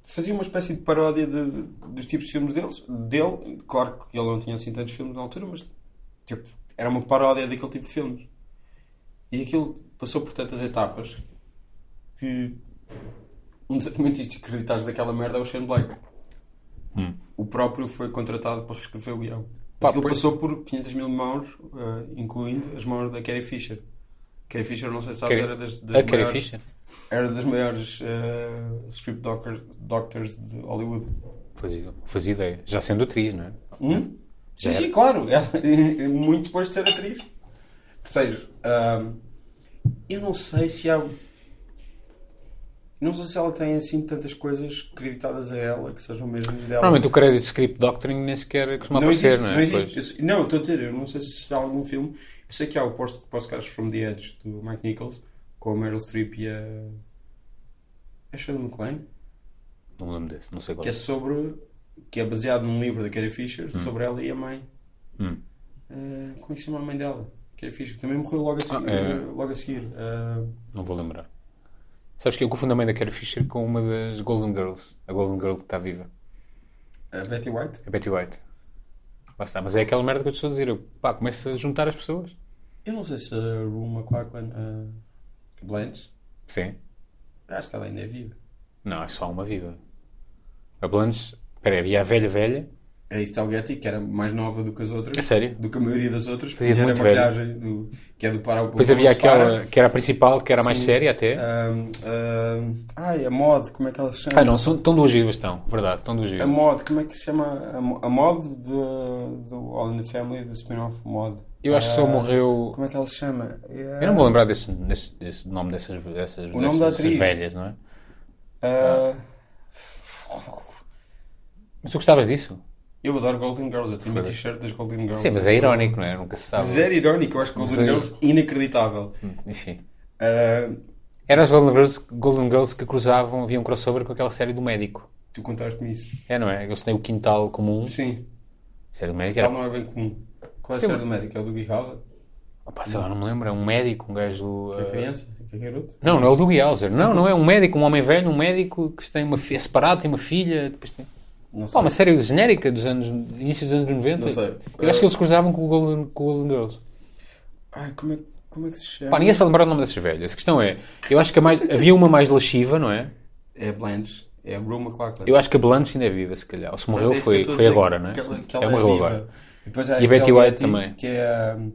faziam uma espécie de paródia de- de- dos tipos de filmes deles, dele. Claro que ele não tinha assim tantos filmes na altura, mas tipo, era uma paródia daquele tipo de filmes. E aquilo passou por tantas etapas que um dos argumentos desacreditados daquela merda é o Shane Black. O próprio foi contratado para reescrever o guião.
Hum. Pá,
Aquilo
pois.
passou por 500 mil mãos, eh, incluindo as mãos da Carrie Fisher. Carrie Fisher, não sei se sabes,
Carrie-
era das, das
A Carrie
maiores,
Fisher?
era das maiores eh, script doctor- doctors de Hollywood.
Fazia, fazia ideia. Já sendo atriz, não é?
Hum? Sim,
Era.
sim, claro. É, muito depois de ser atriz. Ou seja, ahm, eu não sei se há. Não sei se ela tem assim tantas coisas creditadas a ela que sejam mesmo dela.
Normalmente o crédito de script doctoring nem sequer costuma aparecer,
existe,
não é?
não existe.
Pois.
Eu sei- não, estou a dizer, eu não sei se há algum filme. Eu sei que há o Post- Postcards from the Edge do Mike Nichols com a Meryl Streep e a. a Shirley MacLaine
Não me lembro desse, não sei qual.
que é sobre que é baseado num livro da Carrie Fisher sobre ela e a mãe
Hum.
Eh, como é que se chama a mãe dela? Carrie Fisher que também morreu logo a seguir,
Ah, é.
logo a seguir. Eh,
Não vou lembrar. Sabes que eu confundo a mãe da Carrie Fisher com uma das Golden Girls. A Golden Girl que está viva.
a Betty White
A Betty White. Lá está. Mas é aquela merda que eu te estou a dizer. Eu, pá, começo a juntar as pessoas.
eu não sei se a Rue McLachlan eh, Blanche
Sim.
acho que ela ainda é viva
Não, é só uma viva. A Blanche... Espera aí, havia a velha velha.
a Estelle Getty que era mais nova do que as
É
outras
sério.
do que a maioria das outras
Fazia
tinha a
muito velho.
maquilhagem do, que é do para o
Depois
Povo
havia
Não Se Para.
aquela que era a principal, que era a mais
Sim. Ah.
séria até.
Ahm, ahm, Eh, ai a Mod como é que ela se chama
Ah, não, são, estão duas vivas, estão. Verdade, estão duas
A
vivas.
mod, como é que se chama? A, mo- a mod do, do All in the Family, do spin-off mod.
Eu acho que só
Ah,
morreu.
Como é que ela se chama? É-
Eu não vou lembrar desse, desse- desse nome dessas, dessas,
O nome
dessas-
da
dessas
atriz.
velhas, não é?
Ah,
Mas tu gostavas disso?
eu adoro Golden Girls, eu tenho uma t-shirt das Golden Girls.
Sim, mas é irónico, não é? Nunca se sabe.
Zero irónico, eu acho Golden
Zero.
Girls inacreditável.
Enfim.
Ah,
Eram as Golden Girls, Golden Girls que cruzavam, havia um crossover com aquela série do médico.
tu contaste-me isso.
É, não é? Eu sei o quintal comum.
Sim,
Série do médico
tal
era.
não é bem comum. Qual é a
Sim,
série
mas-
do médico? É o do Guy Hauser?
Opa, sei lá, não me lembro. É um médico, um gajo.
É A
ah,
criança? A garoto?
Não, não é o do Hauser. Não, não é um médico, um homem velho, um médico que tem uma filha, é separado, tem uma filha. Depois tem...
Não
Pá,
sei.
uma série genérica dos anos, início dos anos 90.
Não sei.
Eu acho
Eh,
que eles cruzavam com o Golden, com o Golden Girls.
Ai, como é, como é que se chama?
Pá, ninguém se vai lembrar o nome dessas velhas. A questão é, eu acho que a mais, havia uma mais lasciva, não é?
É a Blanche, é a Rue McLachlan.
Eu acho que a Blanche ainda é viva, se calhar. Ou se morreu,
Desde
foi,
que eu estou a
foi
dizer
agora, não é?
que ela- que
Se calhar
ela é
morreu
viva.
agora.
E, depois há
E
a
Betty
Estelle
White
Getty,
também.
Que é. hum,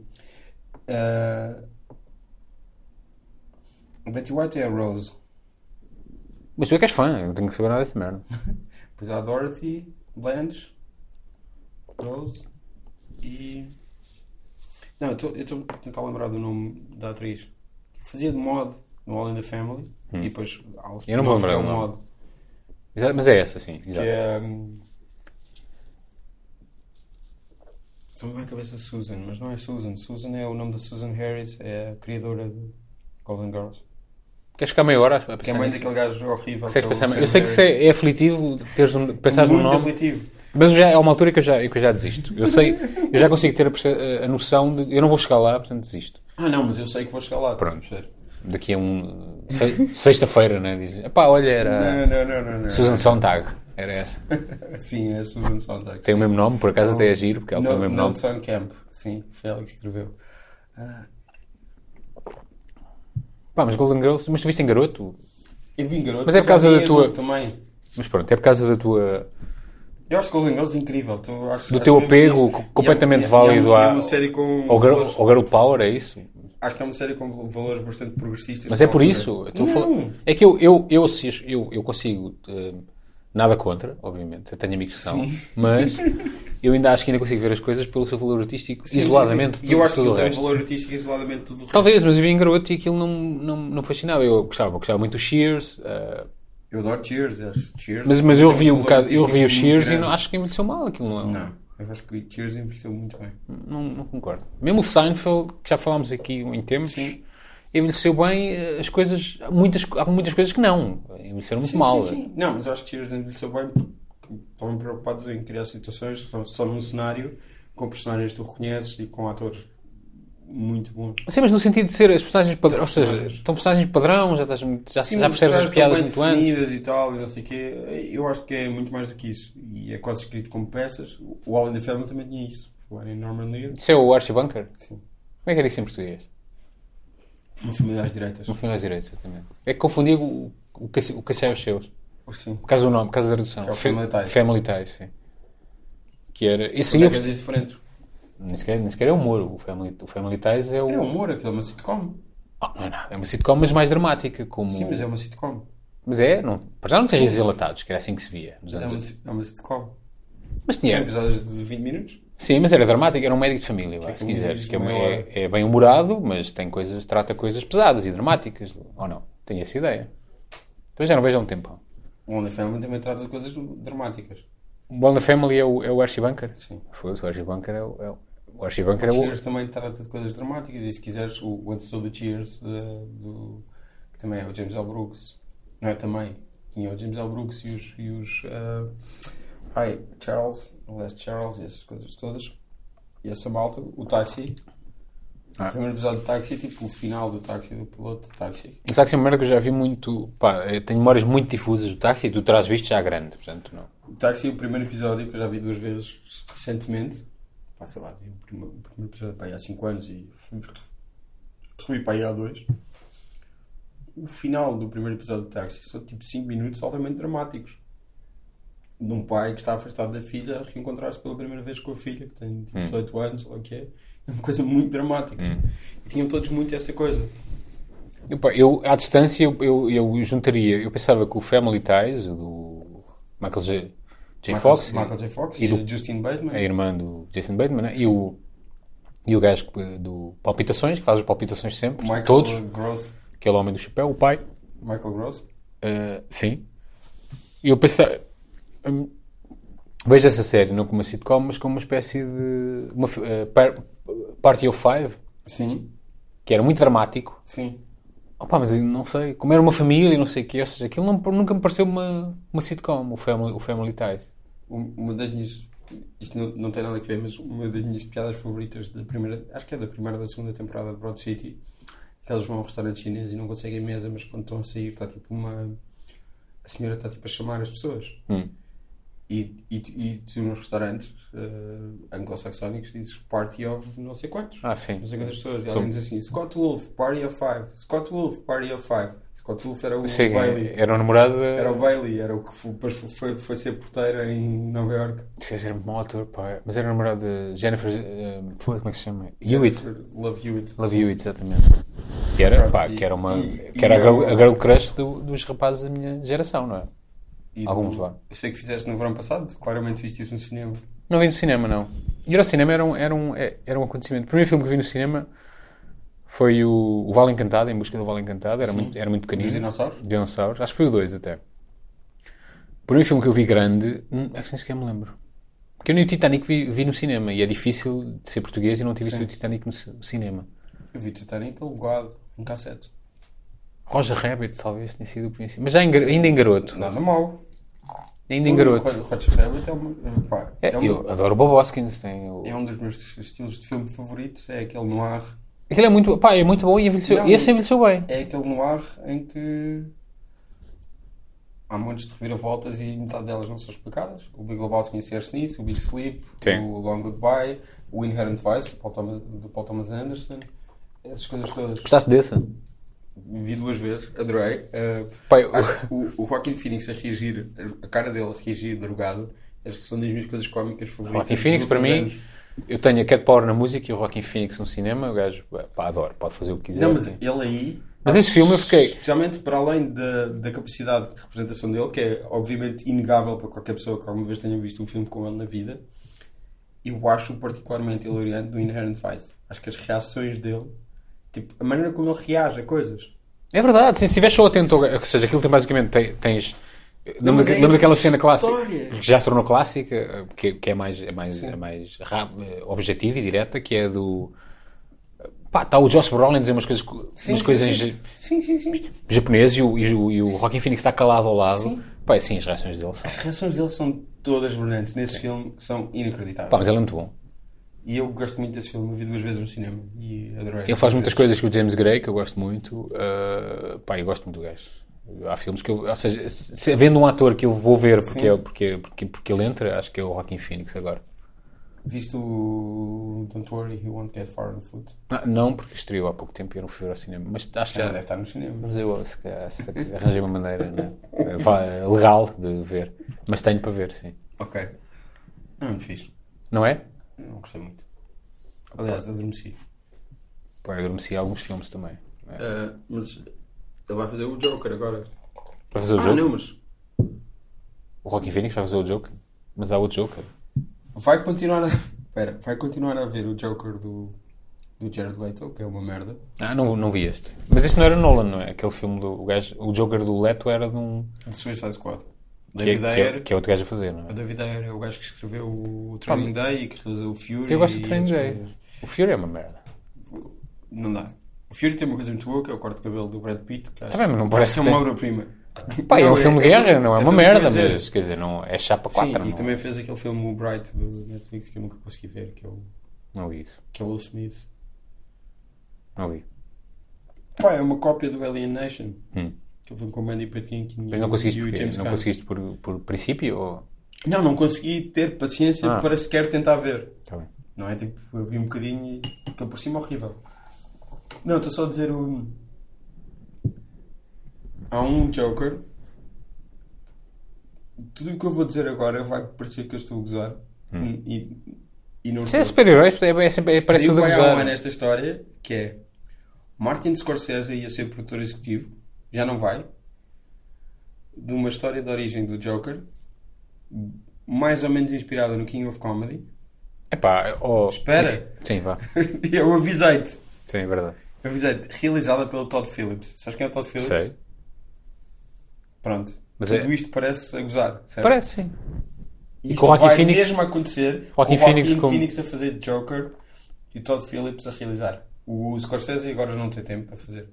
a- a Betty White é a Rose.
Mas tu é que és fã, eu não tenho que saber nada dessa merda.
Depois há a Dorothy, Blanche, Rose e. Não, eu estou- eu estou a tentar lembrar do nome da atriz. Fazia de mod no All in the Family e depois há o
Hum. Eu não vou
spin-off que
lembrar
é o
do nome.
mod.
Exato, Mas é essa, sim.
Que
Exato.
é. hum, Só me vai a cabeça Susan, mas não é Susan. Susan é o nome da Susan Harris, é a criadora de Golden Girls.
Queres ficar meia hora a pensar
Que é a mãe
nisso?
daquele gajo horrível.
Consegues
que é o
pensar meia-
Sam
Eu sei que isso
Harris.
é, é aflitivo teres um, pensares
muito
no nome,
aflitivo.
mas eu já, é uma altura que eu já, que eu já desisto. Eu sei, eu já consigo ter a, perce- a- a noção de eu não vou chegar lá, portanto desisto.
Ah, não, mas eu sei que vou chegar lá.
Pronto.
Sério.
Daqui a um. se- Sexta-feira, né? Dizem. Pá, olha, era.
Não, não, não, não. não.
Ah, Susan Sontag. Era essa.
Sim, é a Susan Sontag.
Tem o mesmo nome, por acaso
Não.
até é giro, porque ela tem o mesmo nome.
Nelson Camp, sim, foi ela que escreveu. Ah,
Pá, mas Golden Girls, mas tu viste em garoto?
eu vim garoto.
Mas é por
já
causa
vi
da
adulto
tua-
Também.
Mas pronto, é por causa da tua.
Eu acho que Golden Girls é incrível. Tu, acho,
Do
acho
teu
mesmo que
apego
isso-
co- completamente
e é- e é-
válido
e é
à-
uma série com
Ou girl,
valores-
ou girl Power, é isso?
Acho que é uma série com valores bastante progressistas.
Mas é
para
por
a altura.
isso. eu estou a
Não.
falar- É que eu, eu, eu, assisto- eu, eu consigo. eh, nada contra, obviamente. Eu tenho amigos que são.
[laughs]
Mas eu ainda acho que ainda consigo ver as coisas pelo seu valor artístico,
Sim, sim,
isoladamente.
sim.
do-
E eu acho que
tudo
ele
o
tem um
resto.
valor artístico isoladamente tudo o resto.
Talvez, mas eu vi em garoto e aquilo não, não, não me fascinava. Eu gostava, gostava muito do Shears, eh,
Eu adoro Cheers, acho Cheers.
Mas, mas eu
tem
vi um
valor
bocado, eu vi o
artístico
Cheers e
muito
não,
grande.
acho que envelheceu mal aquilo, não é?
Não, eu acho que Cheers envelheceu muito bem.
Não, não concordo. Mesmo o Seinfeld, que já falámos aqui em tempos, envelheceu bem eh, as coisas. há Muitas, há muitas coisas que não. Envelheceram muito
Sim,
mal.
sim, sim. Não, mas eu acho que Cheers envelheceu bem porque estavam preocupados em criar situações que são- são num cenário com personagens que tu reconheces e com atores muito bons.
Sim, mas no sentido de ser as personagens padrão. Ou seja, estão personagens padrão, já, estás, já, já
mas
percebes as
estão
piadas
bem
muito antes.
definidas e tal, e não sei o quê. Eu acho que é muito mais do que isso. E é quase escrito como peças. O All in the Family também tinha isso. Falar em Norman Lear.
Isso é o Archie Bunker?
Sim.
Como é que era isso em português?
Uma família às direitas.
No final das direitas, exatamente. É que confundia o, o, Cace- o Cacé aos Seus.
Oh, Sim.
Por causa do nome, por causa da redução.
Que é o
Fa-
Family Ties.
Family Ties, sim. Que era. Esse aí eu
Sim, é
gost-
diferente.
nem, sequer, nem sequer é humor. O Family, o Family Ties é o.
É humor, aquilo é uma sitcom.
Ah, não é nada. É uma sitcom, mas mais dramática. Como...
Sim, mas é uma sitcom.
Mas é, não, para já não tem risos enlatados, que era assim que se via nos
É
anos
uma,
80.
si- é uma sitcom.
Mas
São
tinha.
episódios de 20 minutos.
Sim, mas era dramático, era um médico de família, vá,
é
se
um
quiseres.
médico
Que é,
de meia hora?
é- é bem humorado, mas tem coisas, trata coisas pesadas e dramáticas. Ou não? Tenho essa ideia. Então já não vejo há um tempo.
O Only Family também trata de coisas dramáticas.
O Bond Family é o, é o Archie Bunker?
Sim.
Foda-se, o Archie Bunker é o. É o... O Archie Bunker é
O
o.
Cheers também trata de coisas dramáticas. E se quiseres, o o antecessor do Cheers, eh, do, que também é o James L. Brooks. Não é também? Tinha o James L. Brooks e os. E os eh, ai, Charles, o Les Charles e essas coisas todas. E essa malta, o Taxi. O primeiro episódio do Taxi, tipo o final do Taxi, do piloto do Taxi.
O táxi é uma merda que eu já vi muito. Pá, eu tenho memórias muito difusas do táxi e tu traz visto já grande, portanto não.
O Taxi, o primeiro episódio que eu já vi duas vezes recentemente. Pá, sei lá, vi o primeiro, o primeiro episódio pá, aí há 5 anos e fui- fui para aí há 2. O final do primeiro episódio do Taxi são tipo 5 minutos altamente dramáticos. De um pai que está afastado da filha a reencontrar-se pela primeira vez com a filha, que tem
Hum.
tipo, 18 anos, ou o que é. É uma coisa muito dramática. E tinham todos muito essa coisa.
Eu, pá, eu, à distância, eu, eu, eu juntaria. Eu pensava que o Family Ties, o do Michael J. J.
Michael-
Fox,
Michael J. Fox
e
e,
do- É,
o Justin Bateman.
a irmã do Jason Bateman, né? e, o, e o gajo que- do Palpitações, que faz as palpitações sempre,
Michael
todos,
Gross.
aquele homem do chapéu, o pai.
Michael Gross.
Uh, sim. E Eu pensei. hum, vejo essa série não como uma sitcom, mas como uma espécie de. Uma, fi- uh, par- Party of Five,
Sim,
que era muito dramático.
sim.
Opa, mas eu não sei. Como era uma família e não sei o quê. Ou seja, aquilo não- nunca me pareceu uma, uma sitcom, o Family, o family Ties.
Um- Uma das minhas. Isto não, não tem nada a ver, mas uma das minhas piadas favoritas da primeira. Acho que é da primeira ou da segunda temporada de Broad City. Que eles vão ao restaurante chinês e não conseguem mesa, mas quando estão a sair está tipo uma. A senhora está tipo a chamar as pessoas.
Hum.
E, e, e tu nos restaurantes eh, anglo-saxónicos dizes party of não sei quantos.
Ah, sim.
Não sei quantas pessoas. E
São-
alguém diz assim: Scott Wolf, party of five. Scott Wolf, party of five. Scott Wolf era o
Sim,
Bailey.
era o namorado. da-
Era o Bailey, era o que foi, depois foi, foi ser porteiro em Nova York.
Esse gajo Era um mau ator, pá. Mas era o namorado de Jennifer. hum, pô, como é que se chama? Hewitt.
Love Hewitt.
Love You It, exatamente. Que era,
Pronto,
pá,
e-
que era, uma,
e-
que era
e
a, girl,
era-
a girl crush do- dos rapazes da minha geração, não é?
E
Alguns
tu-
vá.
Eu sei que fizeste no verão passado, claramente viste isso no cinema.
Não vi no cinema, não. Ir ao cinema era um, era um, é- era um acontecimento. O primeiro filme que vi no cinema foi o, o Vale Encantado, Em Busca do Vale Encantado. Era, muito, era muito pequenino.
Dos dinossauros?
Dinossauros. Acho que foi o 2 até. O primeiro filme que eu vi grande, hum, acho que nem sequer me lembro. Porque eu nem o Titanic vi, vi no cinema. E é difícil de ser português e não ter visto
Sim.
o Titanic no ci- no cinema.
Eu vi Titanic alugado, um cassete.
Roger Rabbit, talvez, tenha sido o princípio. Mas já em gar- ainda em garoto.
Nada mal.
Ainda em garoto.
O Roger Rabbit é, uma, pá,
É,
é, um-
eu adoro o Bob Hoskins. Tem o...
é um dos meus estilos de filme favoritos. É aquele noir.
Aquele é muito, pá, é muito bom e envelheceu.
Não,
esse
e-
envelheceu bem.
É aquele noir em que há montes de reviravoltas e metade delas não são explicadas. O Big Lebowski insere-se nisso, o Big Sleep,
Sim.
o Long Goodbye, o Inherent Vice, do Paul Thomas, do Paul Thomas Anderson. Essas coisas todas.
Gostaste desse?
Vi duas vezes, adorei. Uh,
Pá, eu-
acho que o, o Joaquin Phoenix a reagir, a cara dele a reagir drogado, essas são das minhas coisas cómicas favoritas.
Joaquin
dos
Phoenix, para mim,
últimos anos.
eu tenho a Cat Power na música e o Rockin' Phoenix no cinema. O gajo, pá, adoro, pode fazer o que quiser.
Não, mas
assim.
ele aí.
Mas esse filme eu fiquei.
Especialmente para além da, da capacidade de representação dele, que é obviamente inegável para qualquer pessoa que alguma vez tenha visto um filme com ele na vida, eu acho particularmente hilariante do Inherent Vice. Acho que as reações dele, tipo, a maneira como ele reage a coisas.
É verdade, sim, se estiveres só atento, ao- ou seja, aquilo tem basicamente tem- tens.
Não,
Lembra,
mas é
lembra
essa
daquela cena clássica
história.
que já se tornou clássica, que, que é mais, é mais, é mais rap- objetiva e direta, que é do. Pá, está o Josh Brolin a dizer umas coisas, umas coisas
sim, sim, sim, sim.
japonesas e o, e, o, e o Joaquin Phoenix está calado ao lado.
Sim.
Pá, sim, as reações dele são.
As reações dele são todas brilhantes. Nesse filme são inacreditáveis.
Pá, mas ele é muito bom.
E eu gosto muito desse filme. Eu vi duas vezes no cinema e adorei.
Ele faz muitas coisas que o James Gray, que eu gosto muito. Uh, pá, eu gosto muito do gajo. Há filmes que eu. Ou seja, se, se- havendo um ator que eu vou ver porque, é- porque, porque, porque ele entra, acho que é o Joaquin Phoenix agora.
Viste o Don't Worry, You Won't Get Far on Foot?
Ah, Não, porque estreou há pouco tempo e eu não fui ver ao cinema. Mas acho que
Já deve
já.
estar no cinema.
Mas eu se calhar, se calhar arranjei uma maneira né? Eh, vá, eh, legal de ver. Mas tenho para ver, sim.
Ok. Não, não fiz.
Não é?
Não gostei muito. Aliás, adormeci.
Pá, eu adormeci em alguns filmes também. É.
Ah, mas ele vai fazer o Joker agora.
Vai fazer o
Ah,
jogo?
não, mas
O Joaquin Phoenix vai fazer o Joker. Mas há outro Joker.
vai continuar a. [laughs] Pera, vai continuar a ver o Joker do, do Jared Leto, que é uma merda.
Ah, não, não vi este. Mas este não era Nolan, não é? Aquele filme do o gajo, o Joker do Leto era de um.
De Suicide Squad.
Que é,
David
que, é,
Ayer.
que é outro gajo a fazer, não
O
é?
David Ayer é o gajo que escreveu o Training Day e que realizou o Fury.
Eu gosto do
e
Train
essas
Day.
coisas.
O Fury é uma merda.
Não dá. O Fury tem uma coisa muito boa, que é o corte de cabelo do Brad Pitt. Que acho-
Também, mas não
acho
parece
que é
que
uma
tem-
obra-prima.
Pá, é um filme de guerra,
tudo-
não é, uma
tudo o que eu
merda,
ia dizer.
mas quer dizer, não, é chapa 4,
Sim,
não,
e também fez aquele filme o Bright do Netflix que eu nunca consegui ver, que é o,
não vi isso.
que é o Will Smith.
Não vi.
Pá, é uma cópia do Alien Nation.
Hum.
Aquele filme um com o Mandy Patinkin
Mas
e
não
o-
conseguiste,
e o
porque,
James
não
Caan.
conseguiste por, por princípio? Ou...
Não, não consegui ter paciência
Ah.
para sequer tentar ver.
Tá bem.
Não é? Tipo, eu vi um bocadinho e aquele por cima é horrível. Não, estou só a dizer o. Há um Joker. Tudo o que eu vou dizer agora vai parecer que eu estou a gozar. E, e não
Se é
estou.
super-herói, é, é sempre- é- parece
Saiu
tudo a
bem há um ano
gozar.
esta história que é Martin Scorsese ia ser produtor executivo, já não vai, de uma história de origem do Joker, mais ou menos inspirada no King of Comedy. [laughs]
Epá, ó-
Espera.
Sim, vá.
E eu avisei-te.
Sim, é verdade.
Avisei-te, realizada pelo Todd Phillips. Sabes quem é o Todd Phillips?
Sei.
Pronto.
Mas
Tudo
é-
isto parece a gozar, certo?
Parece, sim.
Isto
com o Joaquin
vai
Phoenix-
mesmo acontecer
Joaquin
com o Joaquin
Phoenix como-
Phoenix a fazer Joker e Todd Phillips a realizar. O Scorsese agora não tem tempo para fazer.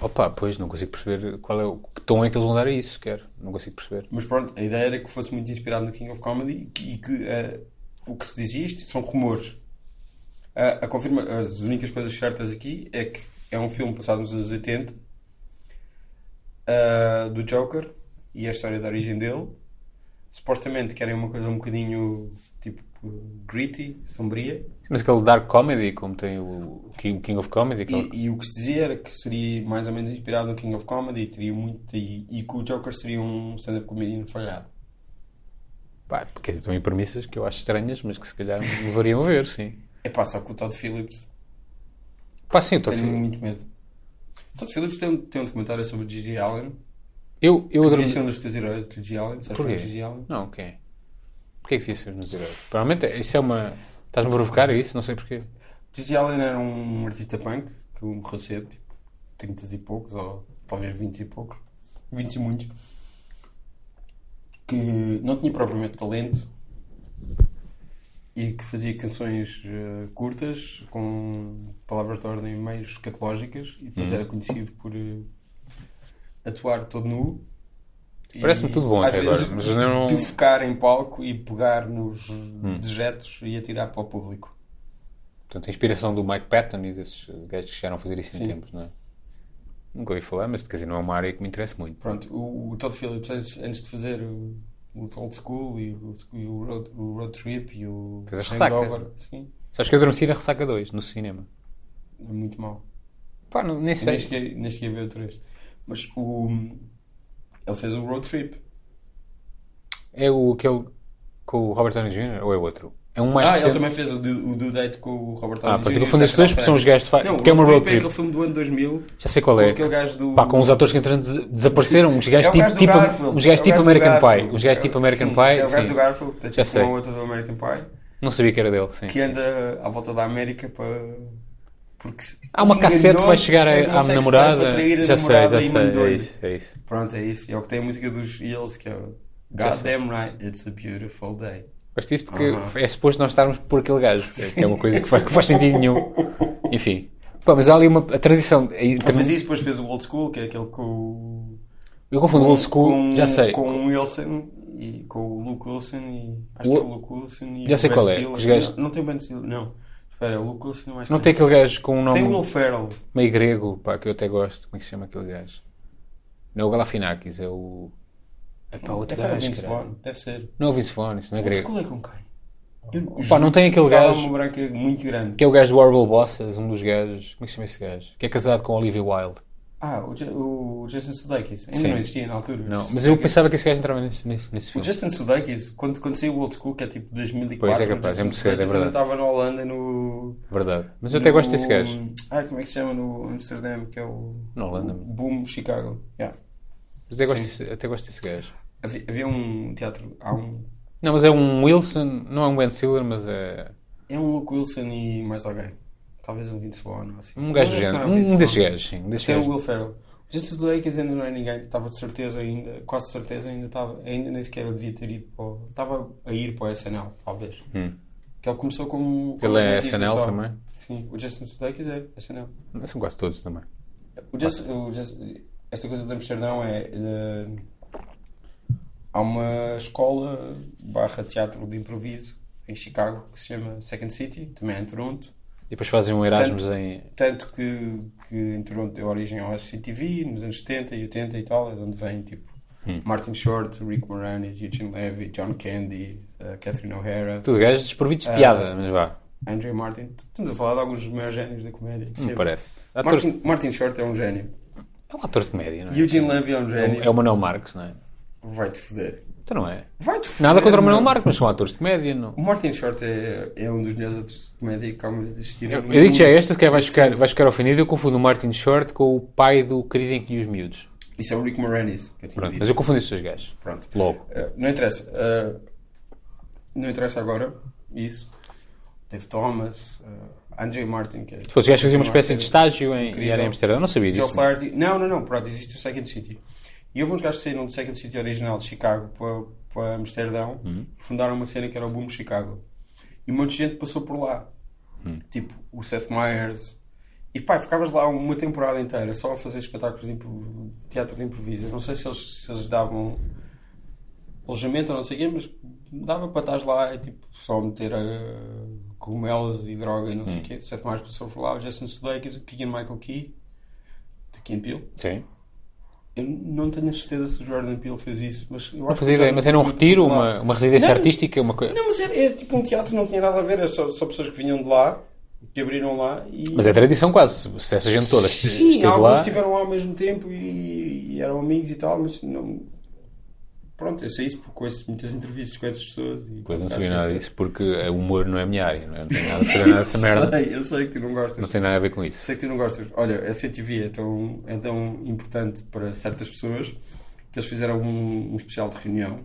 Opa, pois, não consigo perceber qual é o que tom é que eles vão dar a isso, quero. Não consigo perceber.
Mas pronto, a ideia era que fosse muito inspirado no King of Comedy e que eh, o que se dizia isto são rumores. A- a confirma, as únicas coisas certas aqui é que é um filme passado nos anos 80 eh, do Joker e é a história da origem dele. Supostamente querem uma coisa um bocadinho tipo gritty, sombria.
Mas aquele dark comedy, como tem o King, King of Comedy, é aquele
E, e o que se dizia era que seria mais ou menos inspirado no King of Comedy teria muito, e, e que o Joker seria um stand-up comedian falhado.
Pá, quer dizer, estão em premissas que eu acho estranhas, mas que se calhar me levariam a ver, sim.
É pá, só que o Todd Phillips
Pá, sim, eu tô assim, a
Tenho
fi-
muito medo. Todd Phillips tem um, tem um documentário sobre o G.G. Allen.
Eu, eu
Eu
adorme-
devia ser um dos teus heróis do G.G. Allen. Sabes quem é
Porquê?
o G.G. Allen?
Não, quem é? Porquê é que devia ser nos heróis? Provavelmente, é- isso é uma... Estás-me a provocar a isso? Não sei porquê.
G.G. Allen era um artista punk que morreu cedo, tipo, 30 e poucos, ou talvez 20 e poucos, 20 e muitos, que não tinha propriamente talento e que fazia canções eh, curtas, com palavras de ordem meio escatológicas, e
Uhum.
depois era conhecido por eh, atuar todo nu. e
Parece-me tudo bom
às
até
vezes,
agora, mas eu não- Uhum.
Defecar em palco e pegar nos dejetos e atirar para o público.
Portanto, a inspiração do Mike Patton e desses gajos que chegaram a fazer isso em tempos, não é? Nunca ouvi falar, mas quer dizer, não é uma área que me interessa muito.
Pronto, o, o Todd Phillips, antes, antes de fazer o, o Old School e o, e o road, o Road Trip e o
Fez as
Hangover, sim,
Sabes que eu adormeci na Ressaca 2, no cinema.
é muito mau.
Pá, não, nem sei.
Nem cheguei nem cheguei a ver o 3. Mas o, ele fez o Road Trip.
É o aquele com o Robert Downey Jr. ou é outro? É um mais
ah, ele
recente.
também fez o do, o do Date com o Robert
Ah,
Downey
pronto,
Jr.
eu
e o
confundo estes
Zac
dois porque são os
Efron.
gajos de fa-
Não, o
que é uma
Road
road
Trip é aquele
trip.
filme do ano 2000
Já sei qual
com
é.
aquele gajo do...
Pá, com os atores que entretanto des- desapareceram, uns
É
gajos
o
tipo,
gajo do
tipo,
Garfield.
uns
é o
gajos tipo
gajo do
American
Garfield.
Pie, uns gajos
É o-
tipo American
sim,
Pie,
É o gajo
sim.
do Garfield, é
Já
tipo um
sei.
outro do American Pie. é
não sabia que era dele, sim.
que anda à volta da América para Porque se-
Há uma
enganou-se,
cassete que vai chegar
um fez
à, à
uma sexta para
namorada.
atrair a
Já sei,
namorada
já sei.
e
É
mandou-lhe.
isso, é isso.
Pronto, é isso. É o que tem a música dos Eels, que é o
Já
God
sei.
damn right, it's a beautiful day.
Gosto disso porque
Aham.
é suposto nós estarmos por aquele gajo. que é- Que é uma coisa que faz, que faz sentido
[laughs]
nenhum. Enfim. Pá, mas há ali uma a transição. é-
Ele fez
também-
isso, depois fez o old school, que é aquele com o.
Eu confundo o old school,
com-
já sei.
Com o Wilson e com o Luke Wilson e. Acho
O-
que é o Luke Wilson e.
Já
o
sei
Ben
qual é,
Stiller.
os gajos-
Não, não tem Ben Stiller, não. Espera, o Luke Wilson não acho
Não
que
tem aquele gajo com um
Tem o
nome
Will Ferrell.
meio grego, pá, que eu até gosto. Como é que se chama aquele gajo? Não é o Galafinakis, é o. É pá, outro
É para
gajo,
Vince
caralho.
Vaughn, deve ser.
Não é o Vince Vaughn, isso não é
Old
grego.
school é com quem? Eu
Pá, não
juro
tem
que
aquele
estava
gajo
uma branca muito grande.
que é o gajo do Horrible Bosses, um dos gajos. Como é que se chama esse gajo? Que é casado com a Olivia Wilde.
Ah, o, Ja- o Jason Sudeikis. Ainda
Sim.
não existia na altura.
Não,
Jason
mas eu
Sudeikis-
pensava que esse gajo entrava nesse, nesse, nesse
O
filme.
Justin Sudeikis, quando, quando saiu o Old School, que é tipo 2004,
Pois, é
o
capaz, é
Justin
muito cedo, é
Sudeikis
verdade.
ainda estava na Holanda no...
Verdade. Mas eu até gosto desse gajo.
Ah, como é que se chama no Amsterdã, que é o...
Na Holanda.
o Boom Chicago. Yeah.
Mas até gosto, desse, até gosto desse gajo.
Havia, havia um teatro, há um...
Não, mas é um Wilson, não é um Ben Stiller, mas é
É um Luke Wilson e mais alguém. Talvez um Vince Vaughn ou assim.
um gajo
Não,
do
acho que não
género.
era
Um,
Vince
um desses
Vaughn.
gajos, sim. Um desses
Até o
gajos.
Will Ferrell. O Justin Sudeikis ainda não era ninguém, estava de certeza ainda, quase de certeza ainda estava, ainda nem sequer devia ter ido para o, estava a ir para o SNL, talvez.
Hum.
Que ele começou como... como
Ele é
artista
SNL
só.
também.
Sim, o Justin Sudeikis é SNL.
São quase todos também.
O
Ah.
Justin, o Justin- esta coisa de Amsterdão é... eh, há uma escola barra teatro de improviso em Chicago que se chama Second City, também é em Toronto.
E depois fazem um Erasmus em.
Tanto que, que em Toronto deu origem ao SCTV nos anos 70 e 80 e tal, é de onde vem tipo
Hum.
Martin Short, Rick Moranis, Eugene Levy, John Candy, eh, Catherine O'Hara,
Tudo gajos desprovidos de
Ah.
piada, mas vá,
Andrew Martin. Estamos a falar de alguns dos maiores génios da comédia. de
me
sempre.
Hum, parece. Atores-
Martin, Martin Short é um gênio.
É um ator de comédia, não é?
Eugene Levy é um
É
gênio.
o- é o Manuel Marques, não é?
Vai-te foder.
Então não é.
Vai-te foder.
Nada contra o Manuel
meu.
Marques, mas são atores de comédia, não.
O Martin Short é, é um dos melhores atores de comédia que há muito existido.
Eu, eu digo já é esta, se calhar vais ficar, vais ficar ofendido. Eu confundo o Martin Short com o pai do querido em que os miúdos.
Isso é o Rick Moranis, que eu tinha
Pronto,
dito.
mas eu confundo esses dois gajos.
Pronto.
Logo.
Uh, não interessa. Uh, não interessa agora. Isso. Dave Thomas, uh, Andrew Martin, que é.
Se fosse gajos faziam uma espécie de estágio em, e
Incrível.
era em Amsterdã, eu não sabia
Joe
disso.
Flaherty. Não, não, não. Pronto, existe o Second City. E houve uns gajos que saíram do Second City original de Chicago para, para Amsterdão e fundaram uma cena que era o Boom Chicago. E um monte de gente passou por lá. Tipo, o Seth Meyers. E pá, ficavas lá uma temporada inteira só a fazer espetáculos de impro- teatro de improviso. Eu não sei se eles, se eles davam alojamento ou não sei o quê, mas dava para estar lá e tipo, só meter uh, cogumelos e droga e não sei o quê. Seth Meyers passou por lá, o Jason Sudeikis, o Keegan Michael Key, de Kim Peele.
Sim.
Eu não tenho a certeza se o Jordan Peele fez isso, mas eu
Não
acho que
fazia
o
ideia,
Jordan
mas era um
Peele
retiro,
passou por lá.
uma, uma residência
Não.
artística, uma coisa.
Não, mas era, era tipo um teatro, não tinha nada a ver, era só, só pessoas que vinham de lá, que abriram lá e.
Mas é tradição quase, se essa gente toda est-
Sim,
esteve
alguns
lá.
estiveram lá ao mesmo tempo e, e eram amigos e tal, mas não. Pronto, eu sei isso porque conheço muitas entrevistas com essas pessoas. E
Pois não sabia nada disso, porque o humor não é a minha área, não, é? não tem nada a saber nada
[laughs]
dessa merda.
Sei, eu sei que tu não gostas.
Não tem nada a ver com isso.
Sei que tu não gostas. Olha, a CTV é tão, é tão importante para certas pessoas que eles fizeram um, um especial de reunião,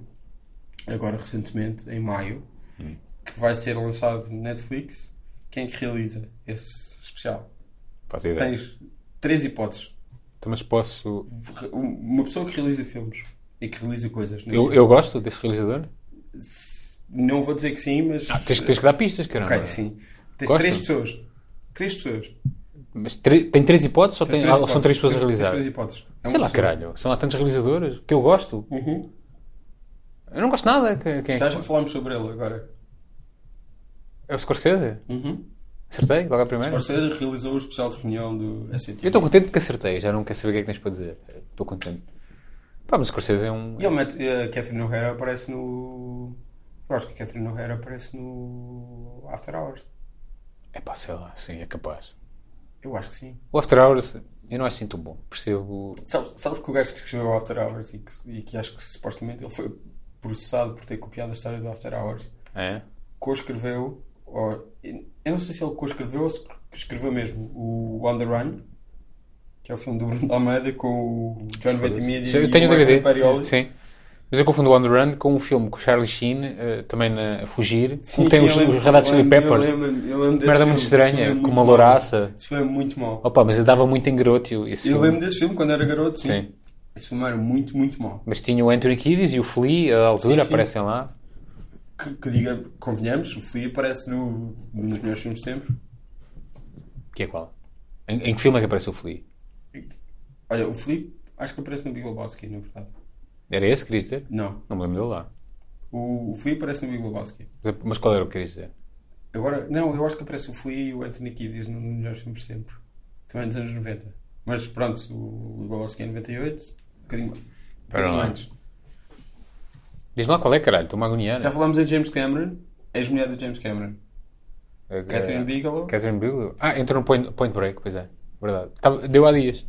agora recentemente, em maio,
Hum.
que vai ser lançado no Netflix. Quem é que realiza esse especial?
Faço ideia.
Tens três hipóteses.
Então, mas posso.
Uma pessoa que realiza filmes e que realiza coisas. Não, é?
Eu, eu gosto desse realizador?
não vou dizer que sim, mas.
Ah, tens, tens que é? dar pistas, caramba.
Ok, sim. Tens
Gosto.
três pessoas. Três pessoas.
Mas tre- tem três hipóteses ou,
Tens
tem-
três
ou ah, são três
hipóteses.
pessoas a
Tens- tens
realizar?
três hipóteses. É
Sei
uma
lá,
pessoa.
caralho. São lá tantos realizadores que eu gosto.
Uhum.
Eu não gosto nada. que- Quem é que-
Já já falámos sobre ele agora.
É o Scorsese?
Uhum.
Acertei logo à primeira?
Scorsese realizou o especial de reunião do SCTV.
Eu estou contente porque acertei. Já não quero saber o que é que tens para dizer. Estou contente. Pá, mas o Scorsese é um.
E ele mete- a Catherine O'Hara aparece no. Eu acho que a Catherine O'Hara aparece no After Hours.
É pá, sei lá. Sim, é capaz.
Eu acho que sim.
O After Hours eu não acho assim tão bom. Percebo.
Sabes, sabes que o gajo que escreveu o After Hours e que, e que acho que supostamente ele foi processado por ter copiado a história do After Hours,
É?
co-escreveu, ou, eu não sei se ele co-escreveu ou se escreveu mesmo, o On the Run, que é o filme do Bruno Almeida com o John Ventimiglia
Eu
e
tenho o
o Michael
DVD.
Imperioli.
Sim. Mas eu confundo o On the Run com um filme com o Charlie Sheen, eh, também na, a fugir,
Sim,
como tem
sim,
os,
eu lembro-
os Red Hot Chili
eu lembro-
Peppers.
eu lembro- eu lembro desse
Merda
filme,
muito
esse filme é
estranha, com
muito
uma
mau.
louraça.
Esse filme é muito mau.
Opa, mas eu dava muito engaroto esse
Eu
filme.
lembro desse filme quando era garoto, sim.
Sim.
Esse filme era muito, muito mau.
Mas tinha o Anthony Kiddis e o Flea, à altura,
Sim, sim.
aparecem lá.
Que, que diga, convenhamos, o Flea aparece no, num dos melhores filmes de sempre.
Que é qual? Em, em que filme é que aparece o Flea?
Olha, o Flea acho que aparece no Big Lebowski, na verdade.
Era esse que querias dizer?
Não,
Não me lembro dele lá.
o, o Flea aparece no Big Lebowski.
Mas- Mas qual era o que querias dizer?
Agora, não, eu acho que aparece o Flea e o Anthony Kiddis no nos melhores filmes de sempre. Também dos anos 90. Mas pronto, o Big Lebowski é 98, um bocadinho, um
Pera
bocadinho
lá.
antes.
Diz-me lá qual é, caralho, estou-me a agoniar.
Já falámos em James Cameron, ex-mulher do James Cameron.
É-
Catherine
é-
Bigelow.
Catherine Bigelow. Ah, entrou no Point, Point Break, pois é. Verdade. Tava- deu há dias.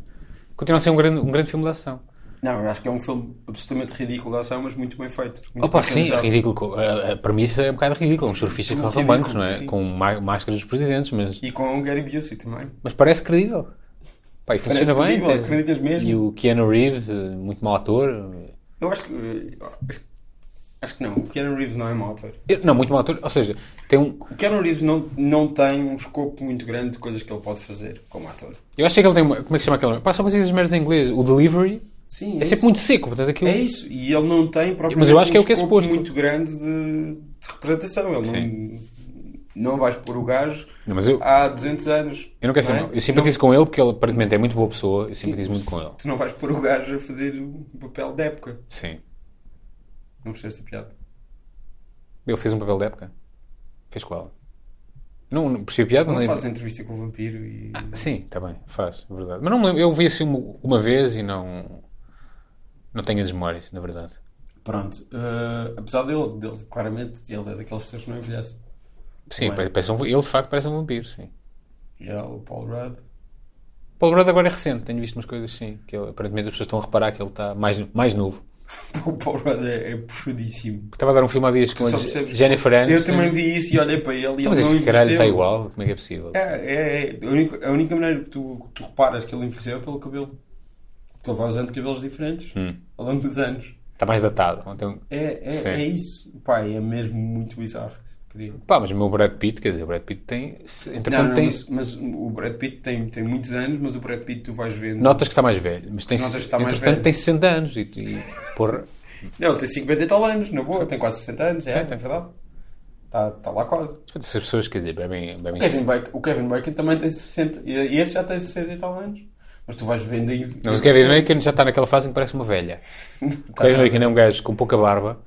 Continua a ser um grande, um grande filme de ação.
Não, eu acho que é um filme absolutamente ridículo de ação, mas muito bem feito. Muito
Opa,
bem
sim,
realizado.
ridículo. co- A, a premissa é um bocado ridícula. Uns surfistas que
Sim,
saltam
ridículo,
bancos, não é?
sim.
Com má- máscaras dos presidentes, mas,
E com o Gary Busey também.
mas parece credível. Pá, e funciona bem.
credível,
tens-
acreditas mesmo?
E o Keanu Reeves, eh, muito mau ator.
Eu acho que. eh, Acho que não, o Keanu Reeves não é mau autor.
Eh, Não, muito mau ator. Ou seja, tem um.
O Keanu Reeves não, não tem um escopo muito grande de coisas que ele pode fazer como ator.
Eu acho que ele tem uma. Como é que se chama aquele. Pá, só vocês as merdas em inglês. O delivery
Sim,
é sempre muito seco. Portanto, aquilo.
É isso, e ele não tem propriamente
Mas eu acho
um
que é o que é
escopo
suposto.
muito grande de, de representação. Ele não, não vais pôr o gajo
Não, mas eu,
há 200 anos.
eu não quero
não
ser.
é?
mau. Eu simpatizo com ele porque ele aparentemente é muito boa pessoa. Eu simpatizo muito com ele.
Tu não vais pôr o gajo a fazer um papel de época.
Sim.
Não percebeste a piada?
Ele fez um papel da época. Fez qual? Não, não percebi a piada, mas
Não
lembro.
faz entrevista com o vampiro e.
Sim, está bem, faz, é verdade. Mas não me lembro, eu vi assim uma, uma vez e não. Não tenho as memórias, na verdade.
Pronto. eh, apesar dele, dele, claramente, ele é daqueles pessoas que não envelhece.
Sim,
Também.
pa- parece um, ele de facto parece um vampiro, sim.
E ele, o Paul Rudd. [laughs]
Paul Rudd agora é recente, tenho visto umas coisas sim, que ele- aparentemente as pessoas estão a reparar que ele está mais, mais novo.
O Paul Rudd é, é puxadíssimo.
Porque estava a dar um filme há dias com
Tu
a
só
Je-
percebes-
Jennifer Aniston.
Eu também vi isso e olhei para ele e
Então, Mas este
ele não envelheceu.
caralho está igual, como é que é possível?
É, é, é. A única, a única maneira que tu, que tu reparas que ele envelheceu é pelo cabelo. Porque ele vai usando cabelos diferentes
Hum.
ao longo dos anos.
Está Tá mais datado. Então, Ontem-
É,
Sim.
é, é isso. Pai, é mesmo muito bizarro. Queria.
Pá, mas o meu Brad Pitt, quer dizer, o Brad Pitt tem. se-
Não,
Entretanto,
não,
Então, tem.
mas, mas o Brad Pitt tem, tem muitos anos, mas o Brad Pitt tu vais vendo.
Notas que está mais velho, mas tem,
Notas que está mais
entretanto
velho.
tem 60 anos e, e porra,
Não, tem 50 e tal anos, na boa, tem quase 60 anos, é,
Tem, tem.
é verdade. Está tá lá quase.
essas pessoas, quer dizer, bebem,
O
bebem
Kevin, Bacon, o Kevin Bacon também tem 60, e esse já tem 60 e tal anos. Mas tu vais vendo aí.
Não, mas o Kevin Bacon já está naquela fase em que parece uma velha. O Kevin Bacon é um gajo com pouca barba
tá,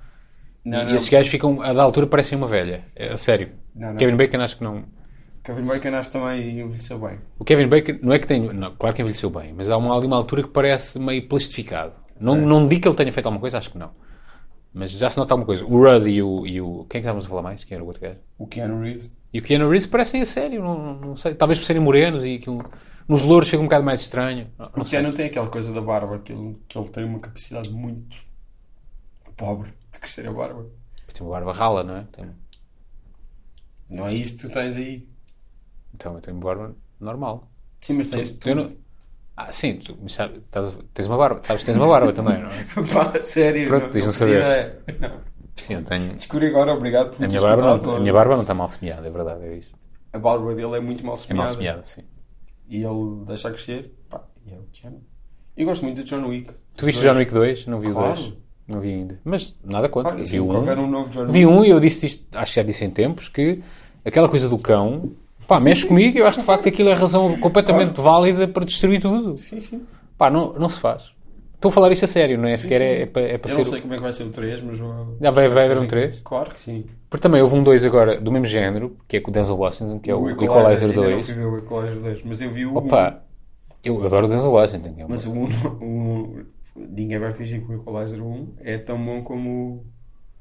Não,
e
não,
esses gajos ficam, a da altura, parecem uma velha. É, a sério.
Não, não.
Kevin Bacon acho que não.
Kevin Bacon acho que também envelheceu bem.
O Kevin Bacon não é que tem. Não, claro que envelheceu bem, mas há uma, ali uma altura que parece meio plastificado. Não,
É.
não digo que ele tenha feito alguma coisa, acho que não. Mas já se nota alguma coisa. O Rudd e o. E o quem é que estávamos a falar mais? Quem era o outro gajo?
O Keanu Reeves.
E o Keanu Reeves parecem a sério, não, não- não sei. Talvez por serem morenos e aquilo. Nos louros fica um bocado mais estranho. Não, não
O
sei.
Keanu tem aquela coisa da barba, que ele, que ele tem uma capacidade muito pobre de crescer a barba.
Tem uma barba rala, não é? Tem-
Não é isso que tu tens aí.
então eu tenho uma barba normal.
Sim, mas tens
Tu- tu
[laughs]
não- Ah, sim, tu mas sabe- estás- tens uma barba. Sabes que tens uma barba também,
[laughs]
não é?
Pá, sério,
Pronto,
não,
tens
não
de saber.
precisa, é. Não.
Sim, eu tenho.
Descobri agora, obrigado por
A
me
minha
teres
barba,
contado.
não, a minha barba não está mal semeada, é verdade, é isso.
A barba dele é muito mal
É
semeada.
mal semeada, sim.
E ele deixa crescer. Pá, e é o que é. Eu gosto muito do John Wick.
Tu viste o
Dois.
John Wick 2? Não vi
Claro.
o 2. Não vi ainda. Mas nada contra.
Claro,
Eu
e
vi
sempre
o
que houver um
um.
novo John Wick.
Vi um e eu disse isto, acho que já disse em tempos, que aquela coisa do cão, pá, mexe comigo. Eu acho de facto que aquilo é razão completamente válida para destruir tudo.
Sim, sim.
Pá, não, não se faz. Estou a falar isto a sério, não é sequer é, é para, é para
Eu
ser.
não sei como é que vai ser o 3, mas vou...
Já vai, vai haver um 3?
Claro que sim.
Porque também houve um 2 agora do mesmo género, que é com o Denzel Washington, que é o, Equalizer
ainda Não
2.
fui ver o Equalizer 2, mas eu vi o 1.
Opa, eu adoro o Denzel Washington. que é um-
Mas o 1, o 1, ninguém vai fingir que o Equalizer 1 é tão bom como o-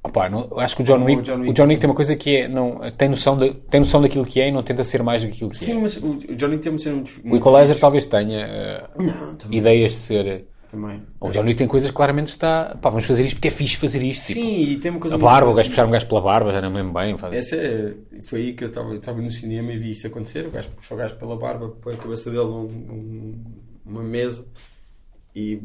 Opa, não- eu acho que o John, Wick,
John
o
Wick.
John Wick tem uma coisa que é, não, tem, noção de, tem noção daquilo que é e não tenta ser mais do que aquilo que
Sim,
é.
mas o o Johnny tem uma cena muito
O
muito
Equalizer
fixe.
talvez tenha eh,
Não, também. é
ideias de ser...
também.
O John Wick tem coisas que claramente está... Pá, vamos fazer isto porque é fixe fazer isto.
Sim,
tipo,
e tem uma coisa
a barba, o
muito-
gajo puxar um gajo pela barba, já não me lembro bem. faz-
Essa é- foi aí que eu estava no cinema e vi isso acontecer. O gajo puxou o gajo pela barba, põe a cabeça dele num- num- numa mesa e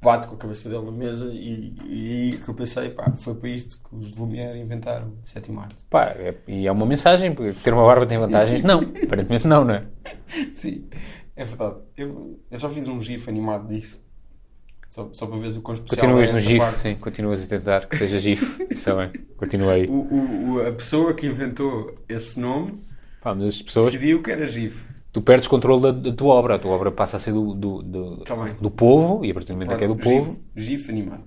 bate com a cabeça dele na mesa e, e é aí que eu pensei, pá, foi para isto que os Lumière inventaram a sétima arte.
Pá, é- e é uma mensagem, porque ter uma barba tem vantagens? Não, aparentemente não, não é?
[laughs] Sim, é verdade. Eu, eu já fiz um gif animado disso. Só, só para veres o quão especial
Continuas
é
no
essa
GIF,
parte.
sim, continuas a tentar que seja
[laughs]
GIF, está bem, continua aí.
O, o- o- a pessoa que inventou esse nome
Pá, mas as pessoas,
decidiu que era gif.
tu perdes controle da, da tua obra, a tua obra passa a ser do, do, do,
Tá bem.
do povo, e a partir do momento em que é do
Gif-
povo,
Gif animado.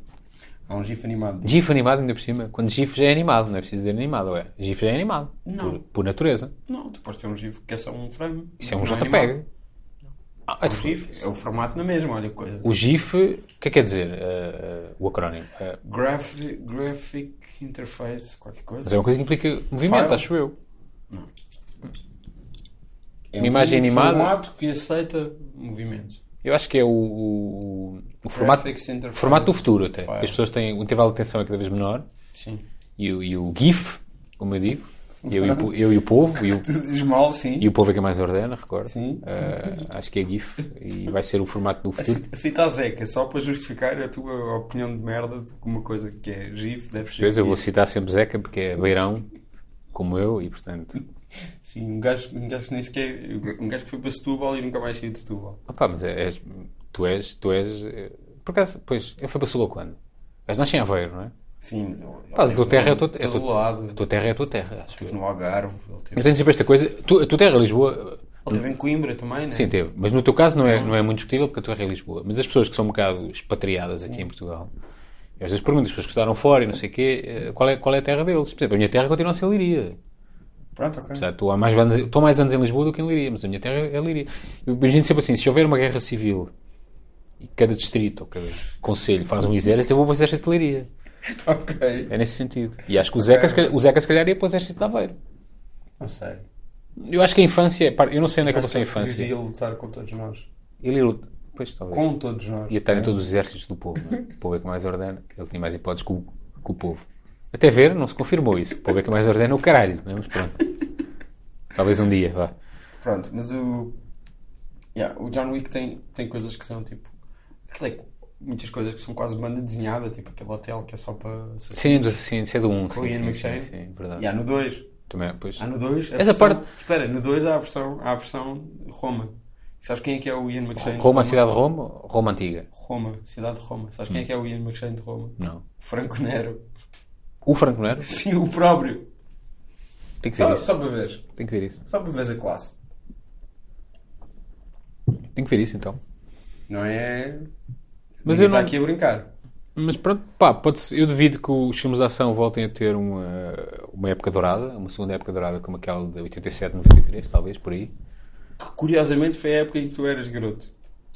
Há um gif animado.
GIF animado ainda por cima, quando GIF já é animado, não é preciso dizer animado, ou é? GIF já é animado,
Não.
Por, por natureza.
Não, tu podes ter um gif que é só um frame.
Isso é um
Não animado.
JPEG. Ah,
O GIF é o formato na mesma, olha que coisa.
O GIF, o que é que quer dizer eh, eh, o acrónimo? Eh,
Graph, graphic Interface, qualquer coisa.
mas é uma coisa que implica movimento,
File.
acho eu.
É
uma imagem animada.
formato que aceita movimentos.
Eu acho que é o, o, o formato,
Graphics
o
Interface
formato do futuro até.
File.
As pessoas têm, o intervalo de atenção é cada vez menor
Sim.
e o, e o GIF, como eu digo, eu, e o, po- eu e o povo, e o,
Tu dizes mal, sim.
e o povo é quem mais ordena, recordo.
Sim.
Eh, acho que é GIF e vai ser o formato do futuro.
Cita- Cita a Zeca, só para justificar a tua opinião de merda de que uma coisa que é GIF, deve ser.
Pois, eu vou
GIF.
citar sempre Zeca porque é beirão, como eu, e portanto.
Sim, um gajo, um gajo que nem sequer. Um gajo que foi para Setúbal e nunca mais saiu de Setúbal.
Opa, mas é- és- tu és, tu és. eh, Por acaso, pois, eu fui para Sulou quando? Mas nasci em Aveiro, não é?
Sim, mas ele.
Pá, mas a tua terra é a tua,
todo
é a tua-
lado.
a tua terra é a tua terra. acho eu.
Estive no Algarve, ele teve,
Eu tenho sempre esta coisa. Tu, a tua terra é Lisboa. eh,
ele teve em Coimbra também, né?
Sim, teve. Mas no teu caso não é, não é muito discutível porque a tua terra é Lisboa. Mas as pessoas que são um bocado expatriadas aqui em Portugal, eu às vezes pergunto, as pessoas que estudaram fora e não sei o quê, eh, qual é, qual é a terra deles? Por exemplo, a minha terra continua a ser Liria.
Pronto, ok.
Apesar de estou há mais anos, estou há mais anos em Lisboa do que em Liria, mas a minha terra é Liria. Eu imagino sempre assim, se houver uma guerra civil e cada distrito ou cada conselho faz um exército, eu vou para o exército de Liria.
[laughs] Ok.
É nesse sentido. E acho que o Zeca, se calhar, o Zeca se calhar ia para o exército de Aveiro.
Não sei.
Eu acho que a infância, pá, eu não sei onde é que ele passou a
Acho que
infância.
Devia lutar com todos nós.
Ele ia, pois, talvez.
Com todos nós.
ia estar em todos os exércitos do povo. não é? O povo é que mais ordena. Ele tinha mais hipóteses que o, que o povo. Até ver, não se confirmou isso. O povo é que mais ordena é o caralho. não é? Mas pronto. Talvez um dia, vá.
Pronto, mas o. Yeah, o John Wick tem, tem coisas que são tipo. aquilo é- muitas coisas que são quase banda desenhada, tipo aquele hotel que é só para.
Sim, do- sim, sim, é do 1.
Com o Ian
Sim, sim, sim,
Ah, McShane.
sim, é verdade.
E há no 2.
Também, pois.
Há no 2.
Essa parte-
Espera, no 2 há a versão, há a versão Roma. E sabes quem é que é o Ian McShane? de
Roma, cidade de Roma? Roma antiga?
Roma, cidade de Roma. Sabes quem
Hum.
é que é o Ian McShane de Roma?
Não.
Franco Nero. [laughs]
O Franco Nero?
Sim, o próprio.
Tem que ver
Só,
isso.
só para ver.
Tem que ver isso.
Só para ver a classe.
Tem que ver isso, então.
Não é.
Mas eu
Ninguém está
não-
aqui a brincar.
Mas pronto, pá, pode ser- eu duvido que os filmes de ação voltem a ter uma, uma época dourada, uma segunda época dourada como aquela de 87, 93, talvez, por aí.
Que curiosamente foi a época em que tu eras garoto.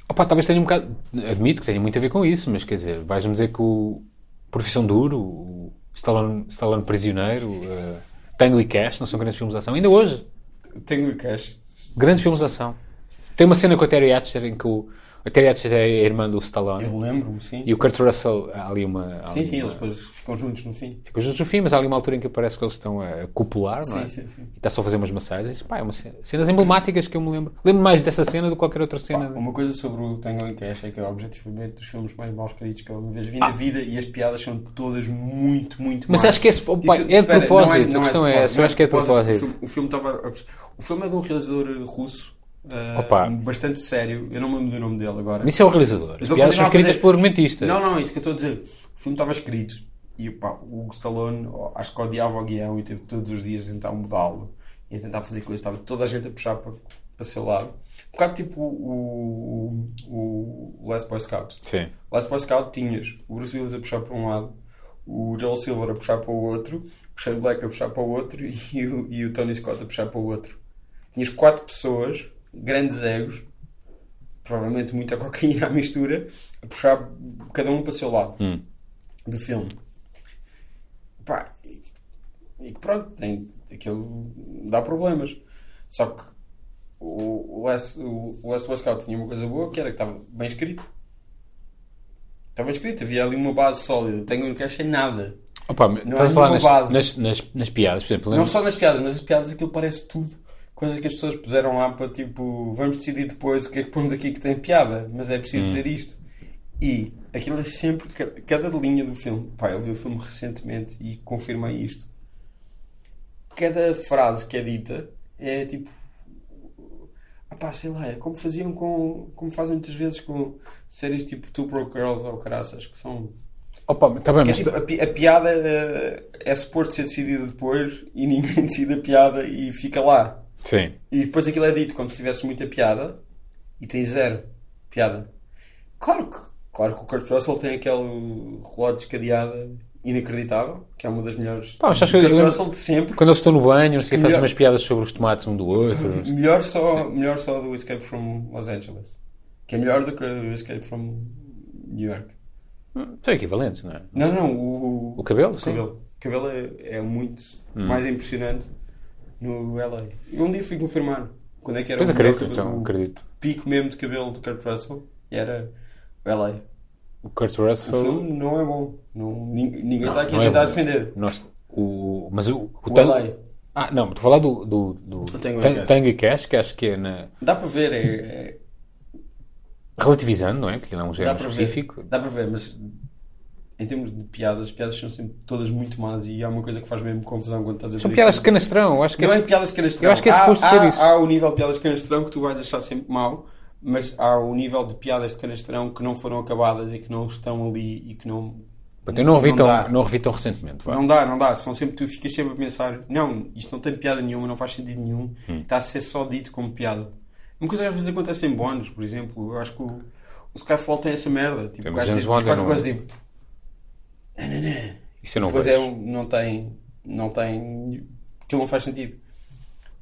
Opa, talvez tenha um bocado. Admito que tenha muito a ver com isso, mas quer dizer, vais-me dizer que o Profissão Duro, o Stallone, Stallone Prisioneiro, eh, Tango e Cash não são grandes filmes de ação, ainda hoje.
Eu Tenho o cash.
Grandes filmes de ação. Tem uma cena com a Terry Hatcher em que o. A Terry Hatcher é a irmã do Stallone.
Eu lembro-me, sim.
E o é? Kurt Russell, há ali uma. há
Sim,
ali
sim,
uma-
eles depois ficam juntos no fim.
Ficam juntos no fim, mas há ali uma altura em que parece que eles estão a copular, não é?
Sim, sim, sim.
E está só a fazer umas massagens. Pá, é uma cena, cenas emblemáticas que eu me lembro. Lembro mais dessa cena do que qualquer outra cena.
Uma coisa sobre o Tango em Cash é que é objetivamente dos filmes mais mal escritos que eu alguma vez vi na vida e as piadas são todas muito, muito
Ah. Mas
más.
acho que esse- opa,
Isso-
é de
espera,
propósito,
não
a
não de
questão é
propósito,
essa, eu
não
acho que é de propósito.
O filme, o filme estava- o filme é de um realizador russo ah,
Opa.
bastante sério. Eu não me lembro do nome dele agora.
Mas Isso é o realizador. As
Mas ele
piadas são
continuava a
escritas
fazer-
pelo argumentista.
Não, não, é isso que eu estou a dizer. O filme estava escrito e pá, o Stallone ó, acho que odiava o guião e teve todos os dias a tentar mudá-lo e a tentar fazer coisas. Estava toda a gente a puxar para, para seu lado. Um bocado tipo o, o, o Last Boy Scout.
Sim.
Last Boy Scout tinhas o Bruce Willis a puxar para um lado, o Joel Silver a puxar para o outro, o Shane Black a puxar para o outro [laughs] e o, e o Tony Scott a puxar para o outro. Tinhas quatro pessoas, grandes egos, provavelmente muita [laughs] cocaína à mistura, a puxar cada um para o seu lado
Hum.
do filme. Pá, e, e que pronto, tem, aquilo dá problemas. Só que o, o, Last, o, o Last Boy Scout tinha uma coisa boa que era que estava bem escrito. Estava escrito, havia ali uma base sólida. Tenho um cash em nada.
Opa, estás a
é
falar
uma
nas,
base.
nas, nas, nas piadas, por exemplo.
Não
lembro-
só nas piadas, mas as piadas aquilo parece tudo. Coisa que as pessoas puseram lá para tipo, vamos decidir depois o que é que pomos aqui que tem piada, mas é preciso dizer isto. E Aquilo é sempre. ca- Cada linha do filme. Pá, eu vi o filme recentemente e confirmei isto. Cada frase que é dita é tipo. Ah pá, sei lá, é como faziam com. Como fazem muitas vezes com séries tipo Two Broke Girls ou caraças, que são.
Opa, está bem,
que é
mas. tá-
tipo, a, pi- a piada eh, é suposto ser decidida depois e [laughs] ninguém decide a piada e fica lá.
Sim.
E depois aquilo é dito como se tivesse muita piada e tem zero piada. Claro que, claro que o Kurt Russell tem aquele relógio de cadeada inacreditável, que é uma das melhores.
Pá, mas
do
acho que eu
Kurt
lembro-
Russell de sempre.
Quando eles estão no banho, não sei o que, fazem
Melhor-
umas piadas sobre os tomates um do outro.
Melhor só, melhor só do Escape from Los Angeles. Que é melhor do que o Escape from New York.
São equivalentes, não é?
Não, não, o,
O cabelo,
o
sim.
Uhum.
Hum.
cabelo. O cabelo é, é muito mais impressionante no LA. Eu um dia fui confirmar quando é que era
Pois
o melhor
acredito,
cabelo-
então,
o
acredito.
pico mesmo de cabelo de Kurt Russell e era LA.
O Kurt
O
Russell.
filme não é bom. Não, nin- ninguém está aqui
não
a
é
tentar
bom.
defender.
Nós, o, mas o, o
O
Tango-
LA.
Ah, não, estou a falar do, do, do
Tango e
Tan-
Cash.
Tango e Cash, que acho que é na.
Dá para ver, é, é-
Relativizando, não é? Porque ele é um
dá
género
para
específico.
ver. Dá para ver, mas em termos de piadas, as piadas são sempre todas muito más e há uma coisa que faz mesmo confusão quando estás a ver.
São piadas de canastrão, eu acho que
Não é
é.
piadas de canastrão.
Eu acho que é suposto
há,
ser
há,
isso.
Há o nível de piadas de canastrão que tu vais achar sempre mau, mas há o nível de piadas de canastrão que não foram acabadas e que não estão ali e que não.
Portanto, eu não ouvi,
dá.
tão, não ouvi tão recentemente. vá.
Não dá, não dá. São sempre, tu ficas sempre a pensar, não, isto não tem piada nenhuma, não faz sentido nenhum,
Hum.
está a ser só dito como piada. Uma coisa que às vezes acontece em bónus, por exemplo, eu acho que o, o Skyfall tem essa merda. Tipo,
Tem
o
o
gajo
James
diz
Bond,
qualquer
não é?
coisa tipo,
Isso eu não
depois
vejo.
é, um- não tem, não tem, aquilo não faz sentido.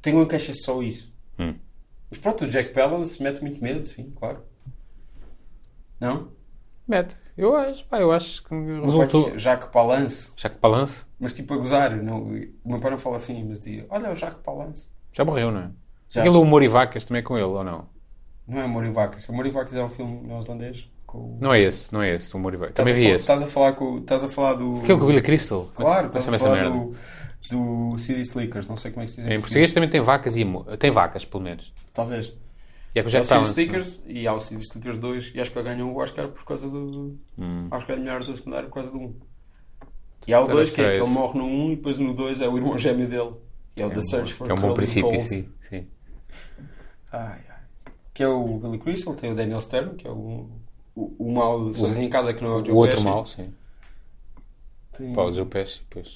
Tem um encaixe só isso.
Hum.
Mas pronto, o Jack Palance mete muito medo, sim, claro. Não?
Mete. Eu acho, pá, eu acho que resultou.
Jack Palance.
Já que Palance
Mas tipo a gozar, não, o meu pai não fala assim, mas dizia, olha o Jack Palance.
já morreu, não é?
Já.
Aquele Humor e Vacas também é com ele, ou não?
Não é Amor e Vacas. Amor e Vacas é um filme neozelandês. Com...
Não é esse, não é esse, o Humor e Vacas.
Estás
Também
a
vi
falar-
esse.
Estás a falar com. Estás a falar do.
Aquele com o Billy Crystal.
tá Claro,
Como é que
estás
chama
a
essa
falar
merda?
do. Do City Slickers, não sei como é que se diz
Em português também tem vacas e amor. Tem vacas, pelo menos.
Talvez.
E é com o
Há o
Jack
City
Palance.
Slickers e há o City Slickers 2 e acho que ele ganhou o Oscar por causa do.
Hum.
Oscar de melhor do secundário por causa do 1. E há o
Será
2 que
que
é
é
que ele
esse?
morre no 1 e depois no 2 é o irmão gêmeo dele. E é o The
não é?
Search for
Que é um bom
Curly
princípio,
Gold.
sim. sim.
Ai, ai. Que é o Billy Crystal, tem o Daniel Stern, que é o, o, o mau de Sozinho em Casa, que não é o Joe
O outro
Pesci.
mal, sim.
Tem-
Pá, o Joe Pesci, pois.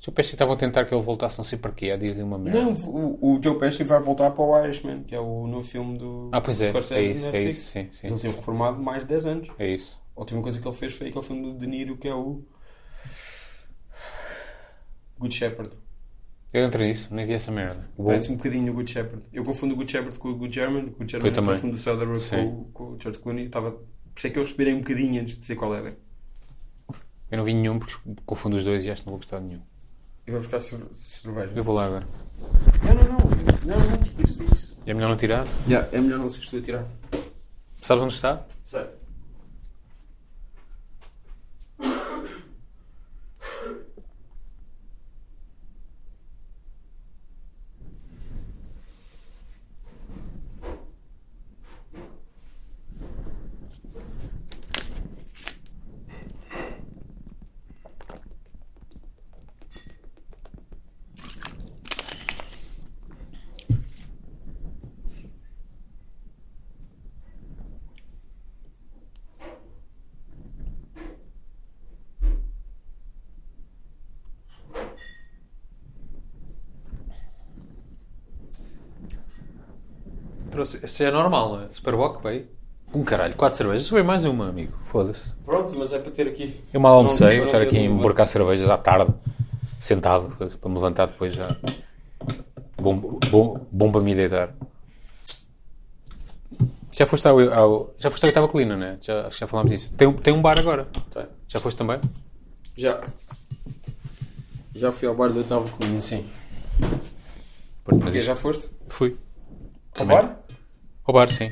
O Joe Pesci estavam a tentar que ele voltasse, não sei porquê, a dizer-lhe uma merda.
Não, o, o Joe Pesci vai voltar para o Irishman, que é o novo filme do
Ah, pois é,
Scorsese
é isso,
do
é
Netflix.
isso, sim, sim.
Ele teve reformado mais de 10 anos.
É isso.
A última coisa que ele fez foi aquele filme do De Niro, que é o Good Shepherd.
Eu entrei nisso, nem vi essa merda. O bom-
Parece um bocadinho o Good Shepherd. Eu confundo o Good Shepherd com o Good German. O Good
Eu
German é aquele
também.
filme do Soderbergh
Sim.
com, o- com o George Clooney. Estava... Por isso é que eu respirei um bocadinho antes de dizer qual era.
Eu não vi nenhum porque confundo os dois e acho que não vou gostar de nenhum.
E vou buscar cer- cerveja.
Eu vou lá agora.
Não, não, não. Não, não tires isso.
É melhor não tirar?
é melhor não se estou a tirar.
Sabes onde está?
Sei.
Trouxe. Este é normal, não é? Superboc, pai. Um caralho, quatro cervejas. Foi mais uma, amigo. Foda-se.
Pronto, mas é para ter aqui.
Eu mal
Não,
almocei, vou
não
estar
quero
aqui a
levantar.
emborcar cervejas à tarde, sentado, para me levantar depois já. Bom, bom, bom para me deitar. Já foste, ao, ao- já foste à oitava colina, né? Já, acho que já falámos disso. Tem, um- tem um bar agora.
Tá.
Já foste também?
Já. Já fui ao bar do Oitavo Comino, sim.
Porque, mas
Porque
isto-
já foste?
Fui.
Ao
Também.
bar?
Ao bar, sim.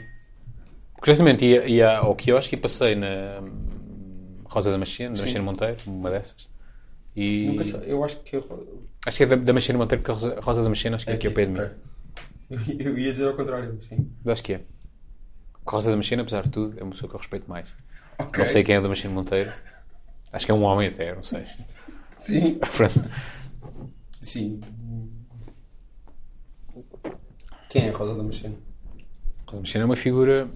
Curiosamente, ia, ia ao quiosque e passei na hum, Rosa da Machina, da Machina Monteiro, uma dessas. E
Nunca sei. Eu acho que. Eu,
acho que é da, da Machina Monteiro, porque a Rosa, Rosa da Machina acho que é aqui ao pé de mim.
ok. [laughs] Eu ia dizer ao contrário, sim.
Acho que é. Rosa da Machina, apesar de tudo, é uma pessoa que eu respeito mais.
Ok.
Não sei quem é o Damasceno Monteiro. Acho que é um homem até, não sei. [laughs]
Sim,
Pronto.
sim. Quem é a Rosa da Machina?
O Damasceno é uma figura.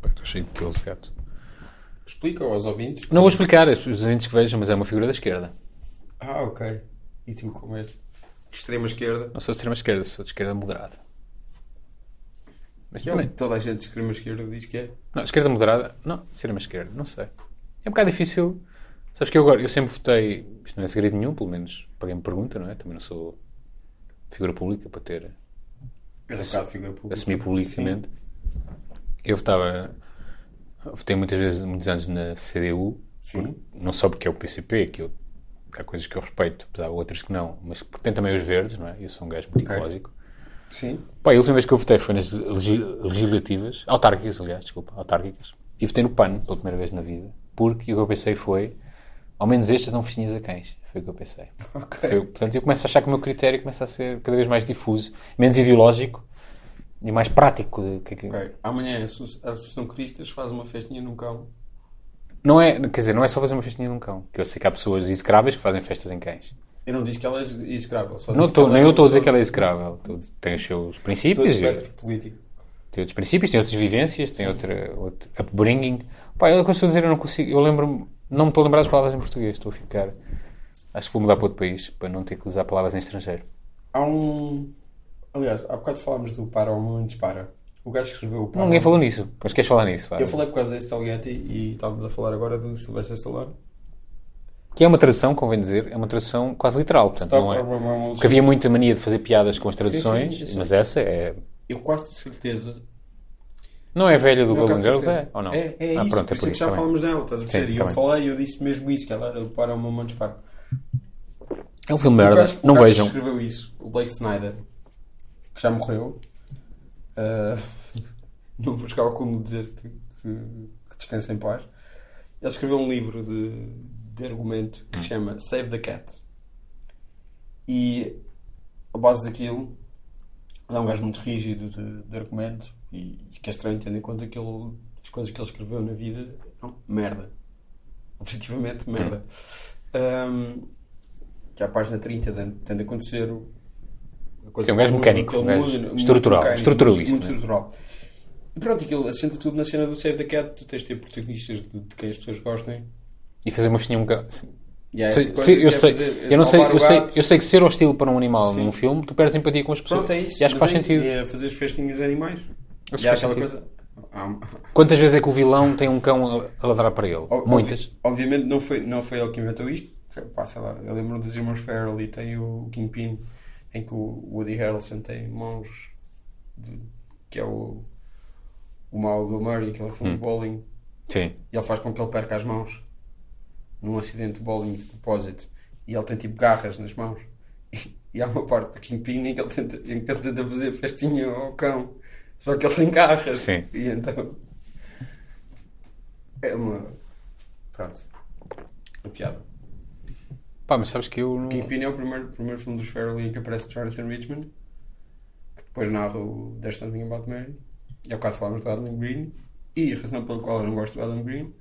Pá, Estou cheio de pelos de gato.
Explica aos ouvintes.
Não vou explicar os ouvintes que vejam, mas é uma figura da esquerda.
Ah, ok. E tu como és? Extrema esquerda.
Não sou de extrema esquerda, sou de esquerda moderada. Mas
Que é o
também.
que toda a gente de extrema esquerda diz que é.
Não, esquerda moderada. Não, ser uma esquerda, não sei. É um bocado difícil. Sabes que eu agora, eu sempre votei. Isto não é segredo nenhum, pelo menos para quem me pergunta, não é? Também não sou figura pública para ter.
És um bocado figura pública.
assumir publicamente. Eu votava. Votei muitas vezes, muitos anos na CDU,
Sim.
não só porque é o PCP, que eu, há coisas que eu respeito, apesar de outras que não, mas porque tem também os verdes, não é? Eu sou um gajo muito ecológico.
Sim.
Pá, e a última vez que eu votei foi nas legi- legislativas, autárquicas, aliás, desculpa, autárquicas. E votei no PAN pela primeira vez na vida, porque o que eu pensei foi, ao menos estas dão festinhas a cães. Foi o que eu pensei.
Ok.
Eu- portanto, eu começo a achar que o meu critério começa a ser cada vez mais difuso, menos ideológico e mais prático. de que é que-
Ok. Amanhã a Asso- a Associação Cristas faz uma festinha num cão.
Não é, quer dizer, não é só fazer uma festinha num cão. Que eu sei que há pessoas execráveis que fazem festas em cães.
Eu não disse que ela é escrava. Só
Não
disse
tô-
que
nem eu estou a dizer é que
pessoa
ela é execrável. Tu- Tem os seus
de todo
princípios,
espectro político.
tem outros princípios, tem outras vivências, tem outra, outro upbringing. Pá, eu estou a dizer, eu não consigo. Eu lembro-me, não me estou a lembrar das palavras em português. Estou a ficar. Acho que vou mudar para outro país para não ter que usar palavras em estrangeiro.
Há um. Aliás, há bocado falámos do para ou não dispara. O gajo que escreveu o para.
Ninguém falou nisso, mas queres falar nisso? vá.
Eu falei por causa desse Talghetti e estávamos a falar agora do Sylvester Stallone.
Que é uma tradução, convém dizer, é uma tradução quase literal. Portanto,
Stop
não é.
or Mammals.
Porque havia muita mania de fazer piadas com as traduções,
sim, eu sei.
mas essa é.
Eu quase de certeza.
Não é velha do
eu
Golden
quase de
Girls,
certeza.
é? Ou não?
É, é
ah, pronto,
isso. por
é
isso
por
é que
isso.
já
tá bem.
falámos dela, estás a perceber?
Sim,
E
tá
eu
bem.
falei e eu disse mesmo isso, que ela era do para ou não dispara.
É um filme
O
merda,
gajo- o
não
gajo que
vejam.
escreveu isso, o Blake Snyder, que já morreu. Ah, [laughs] não vou chegar ao cúmulo de dizer que, que, que descansa em paz. Ele escreveu um livro de, de argumento que se chama Save the Cat. E a base daquilo ele é um gajo muito rígido de, de argumento e, e que é estranho tendo em conta que ele, as coisas que ele escreveu na vida eram merda. [laughs] Objetivamente, merda. Ahm, que é a página 30 de- tende a acontecer o- a coisa
Sim, um gajo
que
mecânico,
ele
um gajo
muda, muito
estrutural,
mecânico,
estruturalista,
muito
né?
estrutural. E pronto, aquilo assenta tudo na cena do Save the Cat, tu tens de ter protagonistas de, de quem as pessoas gostem.
E fazer uma festinha um bocado. sim.
E há essa
Sei-
coisa
sei-
que
eu
é
sei,
fazer- é
eu não sei,
salvar o
eu sei,
gato.
eu sei que ser hostil para um animal
Sim.
num filme, tu perdes empatia com as pessoas.
Pronto, é isso.
E acho que
mas
faz
é isso,
sentido.
É fazer festinhas de animais.
Acho que
E há
faz
aquela
sentido.
coisa. há- um,
Quantas vezes é que o vilão tem um cão a- a ladrar para ele?
Ob-
Muitas.
obvi- obviamente não foi, não foi ele que inventou isto. Pá, sei lá, eu lembro dos irmãos Farrell e tem o Kingpin, em que o Woody Harrelson tem mãos, de- que é o, o mau do Murray, aquele filme de é um bowling,
Sim.
e ele faz com que ele perca as mãos num acidente de bowling de propósito. E ele tem tipo garras nas mãos. [laughs] E, há uma parte do Kingpin em que ele tenta, em que ele tenta fazer festinha ao cão, só que ele tem garras.
Sim.
E então. É uma. Pronto. Uma piada.
Pá, mas sabes que eu não.
Kingpin é o primeiro, primeiro filme dos Farrelly em que aparece Jonathan Richmond, que depois narra o There's Something About Mary, e ao bocado falámos do Adam Green, e a razão pela qual eu não gosto do Adam Green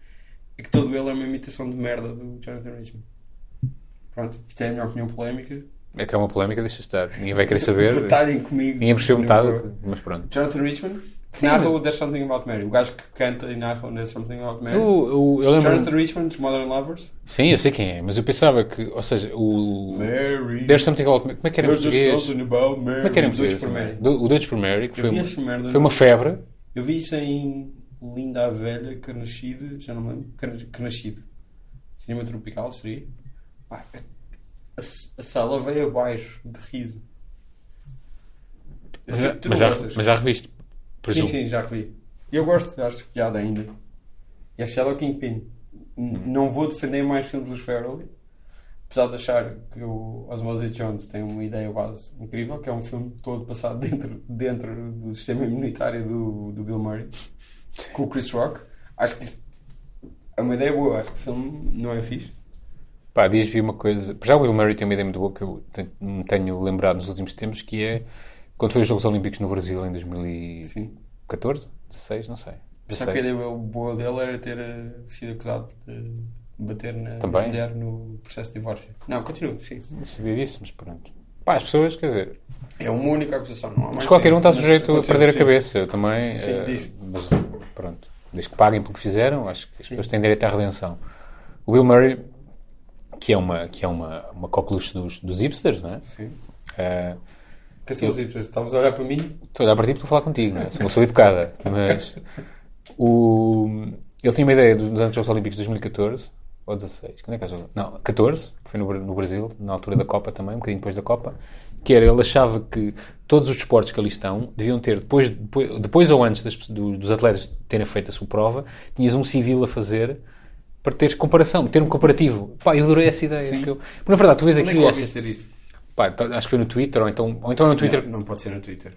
é que todo ele é uma imitação de merda do Jonathan Richmond. Pronto, isto é a minha opinião polémica.
É que é uma polémica, deixa estar. Ninguém vai
[laughs]
querer saber.
Detalhem comigo.
Ninguém percebeu
No-
metade, mas pronto.
Jonathan Richmond que
Sim,
narra
mas-
o There's Something About Mary, o gajo que canta e narra o There's Something About Mary.
Eu, eu, eu lembro.
Jonathan Richmond dos Modern Lovers.
Sim, eu sei quem é, mas eu pensava que. Ou seja, o.
Mary.
There's something about. Como é que era em
There's
português?
something about Mary.
Como é que era em
Os dois
português?
por Mary.
Do- O Doidos por Mary, que
Eu
foi
vi
uma,
essa merda.
foi uma febre.
Eu vi isso em Linda a Velha, Carnascide, já não me lembro. Carna- Carnascide. Cinema Tropical, seria? Pá, a, a sala veio abaixo, de riso. Eu
Mas
sei
já,
que tu
mas,
não
já,
gostas.
mas já reviste.
Sim,
Presumo.
sim, já vi. Eu gosto, acho que piada ainda. E acho que ela é o Kingpin. N-
Uhum.
Não vou defender mais filmes dos Farrelly, apesar de achar que o Osmosis Jones tem uma ideia base incrível, que é um filme todo passado [laughs] dentro, dentro do sistema imunitário do, do Bill Murray, com o Chris Rock. Acho que isso é uma ideia boa, acho que o filme não é fixe.
Pá, diz vi uma coisa. Já o Will Murray tem uma ideia muito boa que eu te- me tenho lembrado nos últimos tempos, que é quando foi os Jogos Olímpicos no Brasil em 2014,
Sim.
16, não sei.
Só que a ideia boa dele era ter eh, sido acusado de bater na
Também.
mulher no processo de divórcio. Não, continua, sim.
Não sabia disso, mas pronto. Pá, as pessoas, quer dizer,
É uma única acusação, não há mais.
mas qualquer um está
Mas assim.
sujeito a
aconteceu,
perder a
sim.
cabeça. Eu também.
Sim,
eh,
diz.
mas pronto. Desde que paguem pelo que fizeram, acho que as pessoas têm direito à redenção. O Bill Murray, que é uma, que é uma, uma coqueluche dos, dos hipsters, não é?
Sim.
Eh,
Que são os hipsters? Estavas a olhar para mim?
Estou a olhar para ti porque estou a falar contigo, não é? Sou uma pessoa educada. Mas o... ele tinha uma ideia dos dos anos dos Jogos Olímpicos de 2014 ou 16, quando é que é Jogos- Não, 14, que foi no, Bra- no Brasil, na altura da Copa também, um bocadinho depois da Copa, que era, ele achava que todos os desportos que ali estão deviam ter, depois, depois, depois ou antes das pe- do- dos atletas terem feito a sua prova, tinhas um civil a fazer para teres comparação, ter um comparativo. Pá, eu adorei essa ideia. porque eu- Porque, na verdade, tu vês
Onde é que
aquilo e
eu ouvi
achas...
dizer isso?
Pá, tá- acho que foi no Twitter, ou então, ou então no Twitter
Não, não pode ser no Twitter.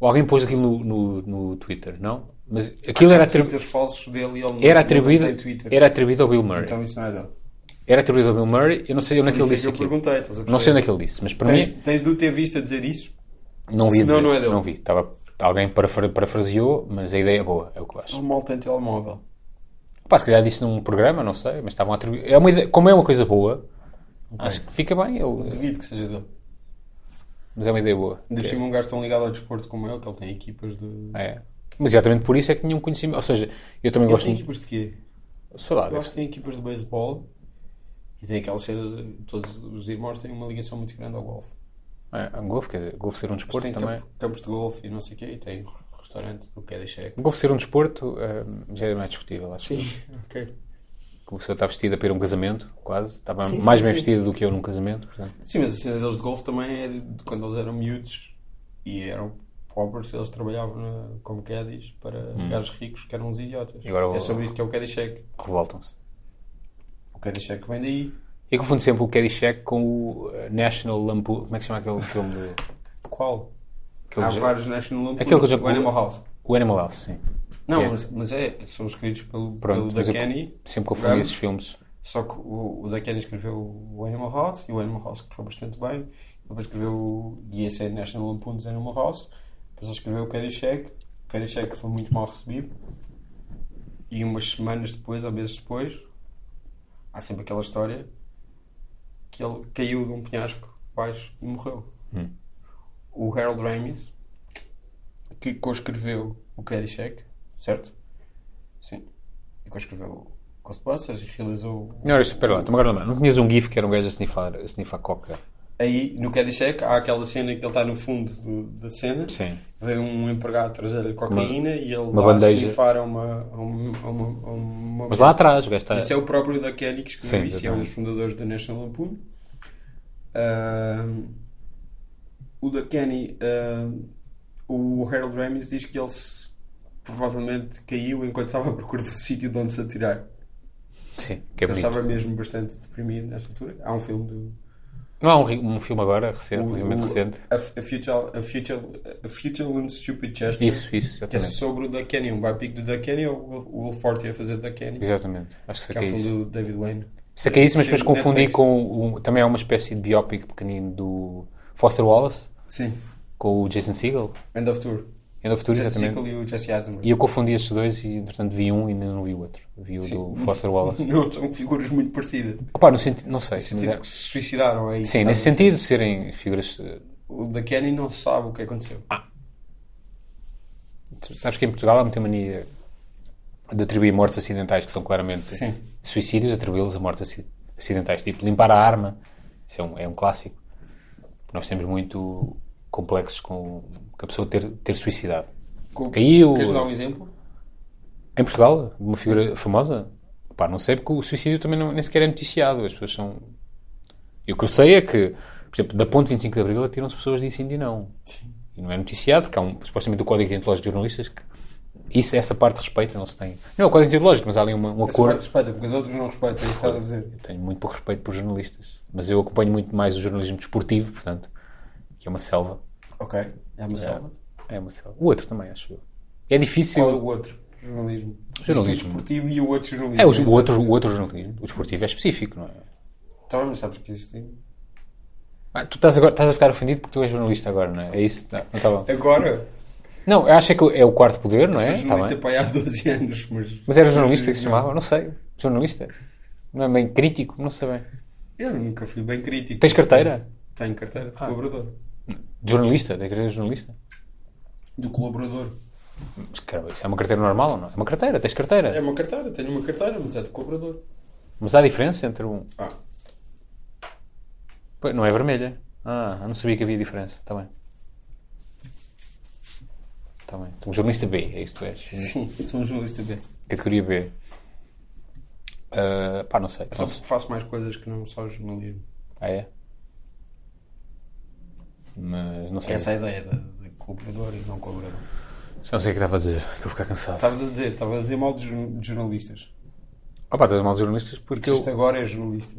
ou alguém pôs aquilo no, no, no Twitter, não? Mas aquilo era, atri-
Twitters falsos dele e ele não-
era,
ele
atribuído,
não tem Twitter.
era atribuído ao Bill Murray.
Então isso não é dele.
Era atribuído ao Bill Murray, eu não sei onde é que ele
Isso é que
disse
eu
aquilo.
perguntei. estás a
Não sei
perceber?
onde é que ele disse, mas para mim,
Tens, tens de o ter visto a dizer isso?
não vi.
senão
dizer,
não é dele.
vi. Estava, alguém parafra- parafraseou, mas a ideia é boa, é o que eu acho.
O mal tem telemóvel.
Pá, se calhar disse num programa, não sei, mas estavam a atribuir. É uma ideia- como é uma coisa boa, acho que fica bem, ele-
Duvido que seja dele.
mas é uma ideia boa.
Ainda por cima um gajo tão ligado ao desporto como ele, que ele tem equipas de...
É. Mas exatamente por isso é que tinha um conhecimento. Ou seja, eu também
Ele
gosto
tem
muito.
equipas de quê?
Sei lá,
Eu
deve-
acho que tem equipas de beisebol e tem aquelas cenas... Todos os irmãos têm uma ligação muito grande ao golfe.
é, um golfe, quer dizer, golfe ser um desporto
Tem
também.
campo- campos de golfe e não sei o quê e tem um restaurante do que é deixar aqui.
Golfe ser um desporto eh, já é mais discutível, acho. que
Ok.
A pessoa está vestida para ir a um casamento, quase. Estava mais bem vestida do que eu num casamento, portanto.
Sim, mas a cena deles de golfe também é de quando eles eram miúdos e eram pobres, eles trabalhavam na, como caddies para gajos ricos que eram uns idiotas.
Hum. E agora vou-
É sobre isso que é o caddy check.
Revoltam-se.
O caddy check vem daí.
Eu confundo sempre o Caddyshack com o eh, National Lampoon... Como é que se chama aquele filme? de-
Qual?
Aquele
Há
de-
vários National Lampoons.
Aquele que já-
O Animal House.
O Animal House, sim.
Não,
Yeah.
mas, mas é, são escritos pelo,
Pronto,
pelo
mas eu
da Kenny.
sempre confundi esses filmes.
Só que o, o da Kenny escreveu o Animal House e o Animal House correu bastante bem. Depois escreveu o ISA National Lampoon's Animal House. Depois ele escreveu o Caddyshack. O Caddyshack foi muito mal recebido. E umas semanas depois, ou meses depois, há sempre aquela história que ele caiu de um penhasco baixo e morreu.
Hum.
O Harold Ramis, que coescreveu o Caddyshack, certo? Sim. E coescreveu Ghostbusters e realizou
Não, era- espera lá, estou-me agora a lembrar. Não tinhas um gif que era um gajo a snifar, a snifar coca?
Aí no Caddyshack há aquela cena que ele está no fundo do- da cena,
Sim.
vem um empregado trazer-lhe cocaína e ele
uma
dá
bandeja.
a sniffar a uma, a uma, a uma, a uma-
Mas lá atrás, o gajo tá- está...
Isso é o próprio da Kenny que escreveu
Sim,
isso, e é um
exatamente.
dos fundadores do National Lampoon. Ahm, o da Kenny, ahm, o Harold Ramis diz que ele se- provavelmente caiu enquanto estava à procura do [laughs] sítio de onde se atirar.
Sim, que é
ele
bonito.
estava mesmo bastante deprimido nessa altura. Há um filme do,
Não há um, ri- um filme agora, recente,
O-
relativamente
o-
recente?
A, a, Futile, a, Futile, a Futile and Stupid Gesture.
Isso, isso,
Que é
exatamente.
sobre o da Kenny, um biopic do da Kenny ou o Will- o Will Forte a fazer da Kenny.
Exatamente. Acho que
Que é
saquei
o
isso.
filme do David Wayne.
Saquei é isso, mas depois
Sim,
confundi
Netflix.
com. o- também há uma espécie de biopic pequenino do Foster Wallace
Sim.
com o Jason Segel.
End of Tour.
End of Tour,
Jesse
exatamente.
Sickle e o Jesse Eisenberg.
E eu confundi esses dois e, entretanto, vi um e ainda não vi o outro. Vi o do Foster Wallace.
[laughs] Não, são figuras muito parecidas. No
Opa, no sentido. Não sei. mas
sentido
é-
que se suicidaram aí.
Sim, nesse sentido, serem figuras. eh,
O da Kenny não sabe o que aconteceu.
Ah, tu Sabes que em Portugal há muita mania de atribuir mortes acidentais, que são claramente
Sim.
suicídios, atribuí-los a mortes aci- acidentais. Tipo, limpar a arma. Isso é um, é um clássico. Nós temos muito complexos com, com a pessoa ter, ter suicidado.
Com-
Caiu.
Queres dar um exemplo?
Em Portugal, uma figura famosa? Pá, não sei, porque o suicídio também não- nem sequer é noticiado. As pessoas são. E o que eu sei é que, por exemplo, da Ponte 25 de Abril atiram-se pessoas de incêndio e não. E não é noticiado, porque há um, supostamente o Código Deontológico de Jornalistas que. Isso, essa parte respeita, não se tem. Não, é o Código Deontológico, mas há ali uma, um
Essa parte
acordo.
respeita, porque os outros não respeitam. é Isso que estás a dizer.
Eu tenho muito pouco respeito por jornalistas. Mas eu acompanho muito mais o jornalismo desportivo, portanto, que é uma selva.
Ok. É uma salva.
É uma selva. O outro também, acho eu. É difícil.
Qual é o outro? Jornalismo.
Jornalismo.
O desportivo e o outro jornalismo.
É, o,
Isso
o,
é
outro, o outro jornalismo. O desportivo é específico, não é?
Tá, mas sabes que existem.
Ah, tu estás, agora, estás a ficar ofendido porque tu és jornalista agora, não é? É isso? Não, não está Tá, então bom.
Agora?
Não, eu acho que é o quarto poder, não é?
Sou
Tá
jornalista
bem.
pai há 12 anos, mas.
Mas era jornalista que se chamava? Não sei. Jornalista? Não é bem crítico? Não sei bem.
Eu nunca fui bem crítico.
Tens carteira?
Tenho carteira de colaborador.
De jornalista? Da igreja de jornalista?
Do colaborador.
Mas caramba, isso é uma carteira normal ou não? É uma carteira, tens carteira.
É uma carteira, tenho uma carteira, mas é de colaborador.
Mas há diferença entre um.
Ah,
Pois, Não é vermelha. Ah, eu não sabia que havia diferença. Está bem. Está bem. Então, jornalista B, é isso que tu és.
sim, sou um jornalista B.
Categoria B. Ah, pá, não sei.
Só faço mais coisas que não só jornalismo.
Ah, é? Mas não sei.
Essa é a ideia de, de colaborador e não colaborador.
Já não sei o que estava a dizer. Estou a ficar cansado.
Estavas a dizer, estavas a dizer mal de, jorn- de jornalistas.
Ah, pá, estás mal dos jornalistas porque eu,
Isto agora é jornalista.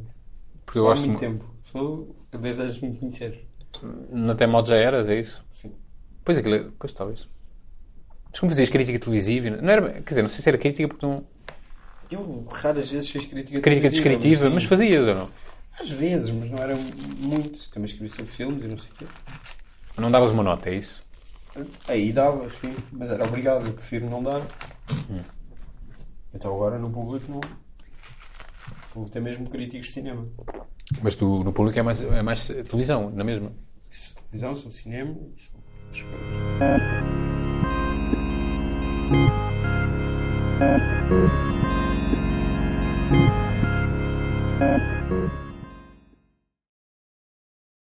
porque eu
Sou há
gosto.
muito
mu-
tempo. Sou desde anos muito sinceros.
Não tem modo já eras, é isso?
Sim.
Pois aquilo é, pois talvez. Mas como fazias crítica televisiva, e não não era, bem- quer dizer, não sei se era crítica porque não.
Eu raras vezes fiz crítica
Crítica descritiva, mas
sim.
fazias ou não?
Às vezes, mas não era muito. Também escrevi sobre filmes e não sei o quê.
Não davas uma nota, é isso?
Aí dava, sim, mas era obrigado, eu prefiro não dar. Então agora no público não. O público é mesmo críticos de cinema.
Mas tu, no público é mais, é mais televisão, é na mesma.
Visão sobre cinema e sobre as coisas.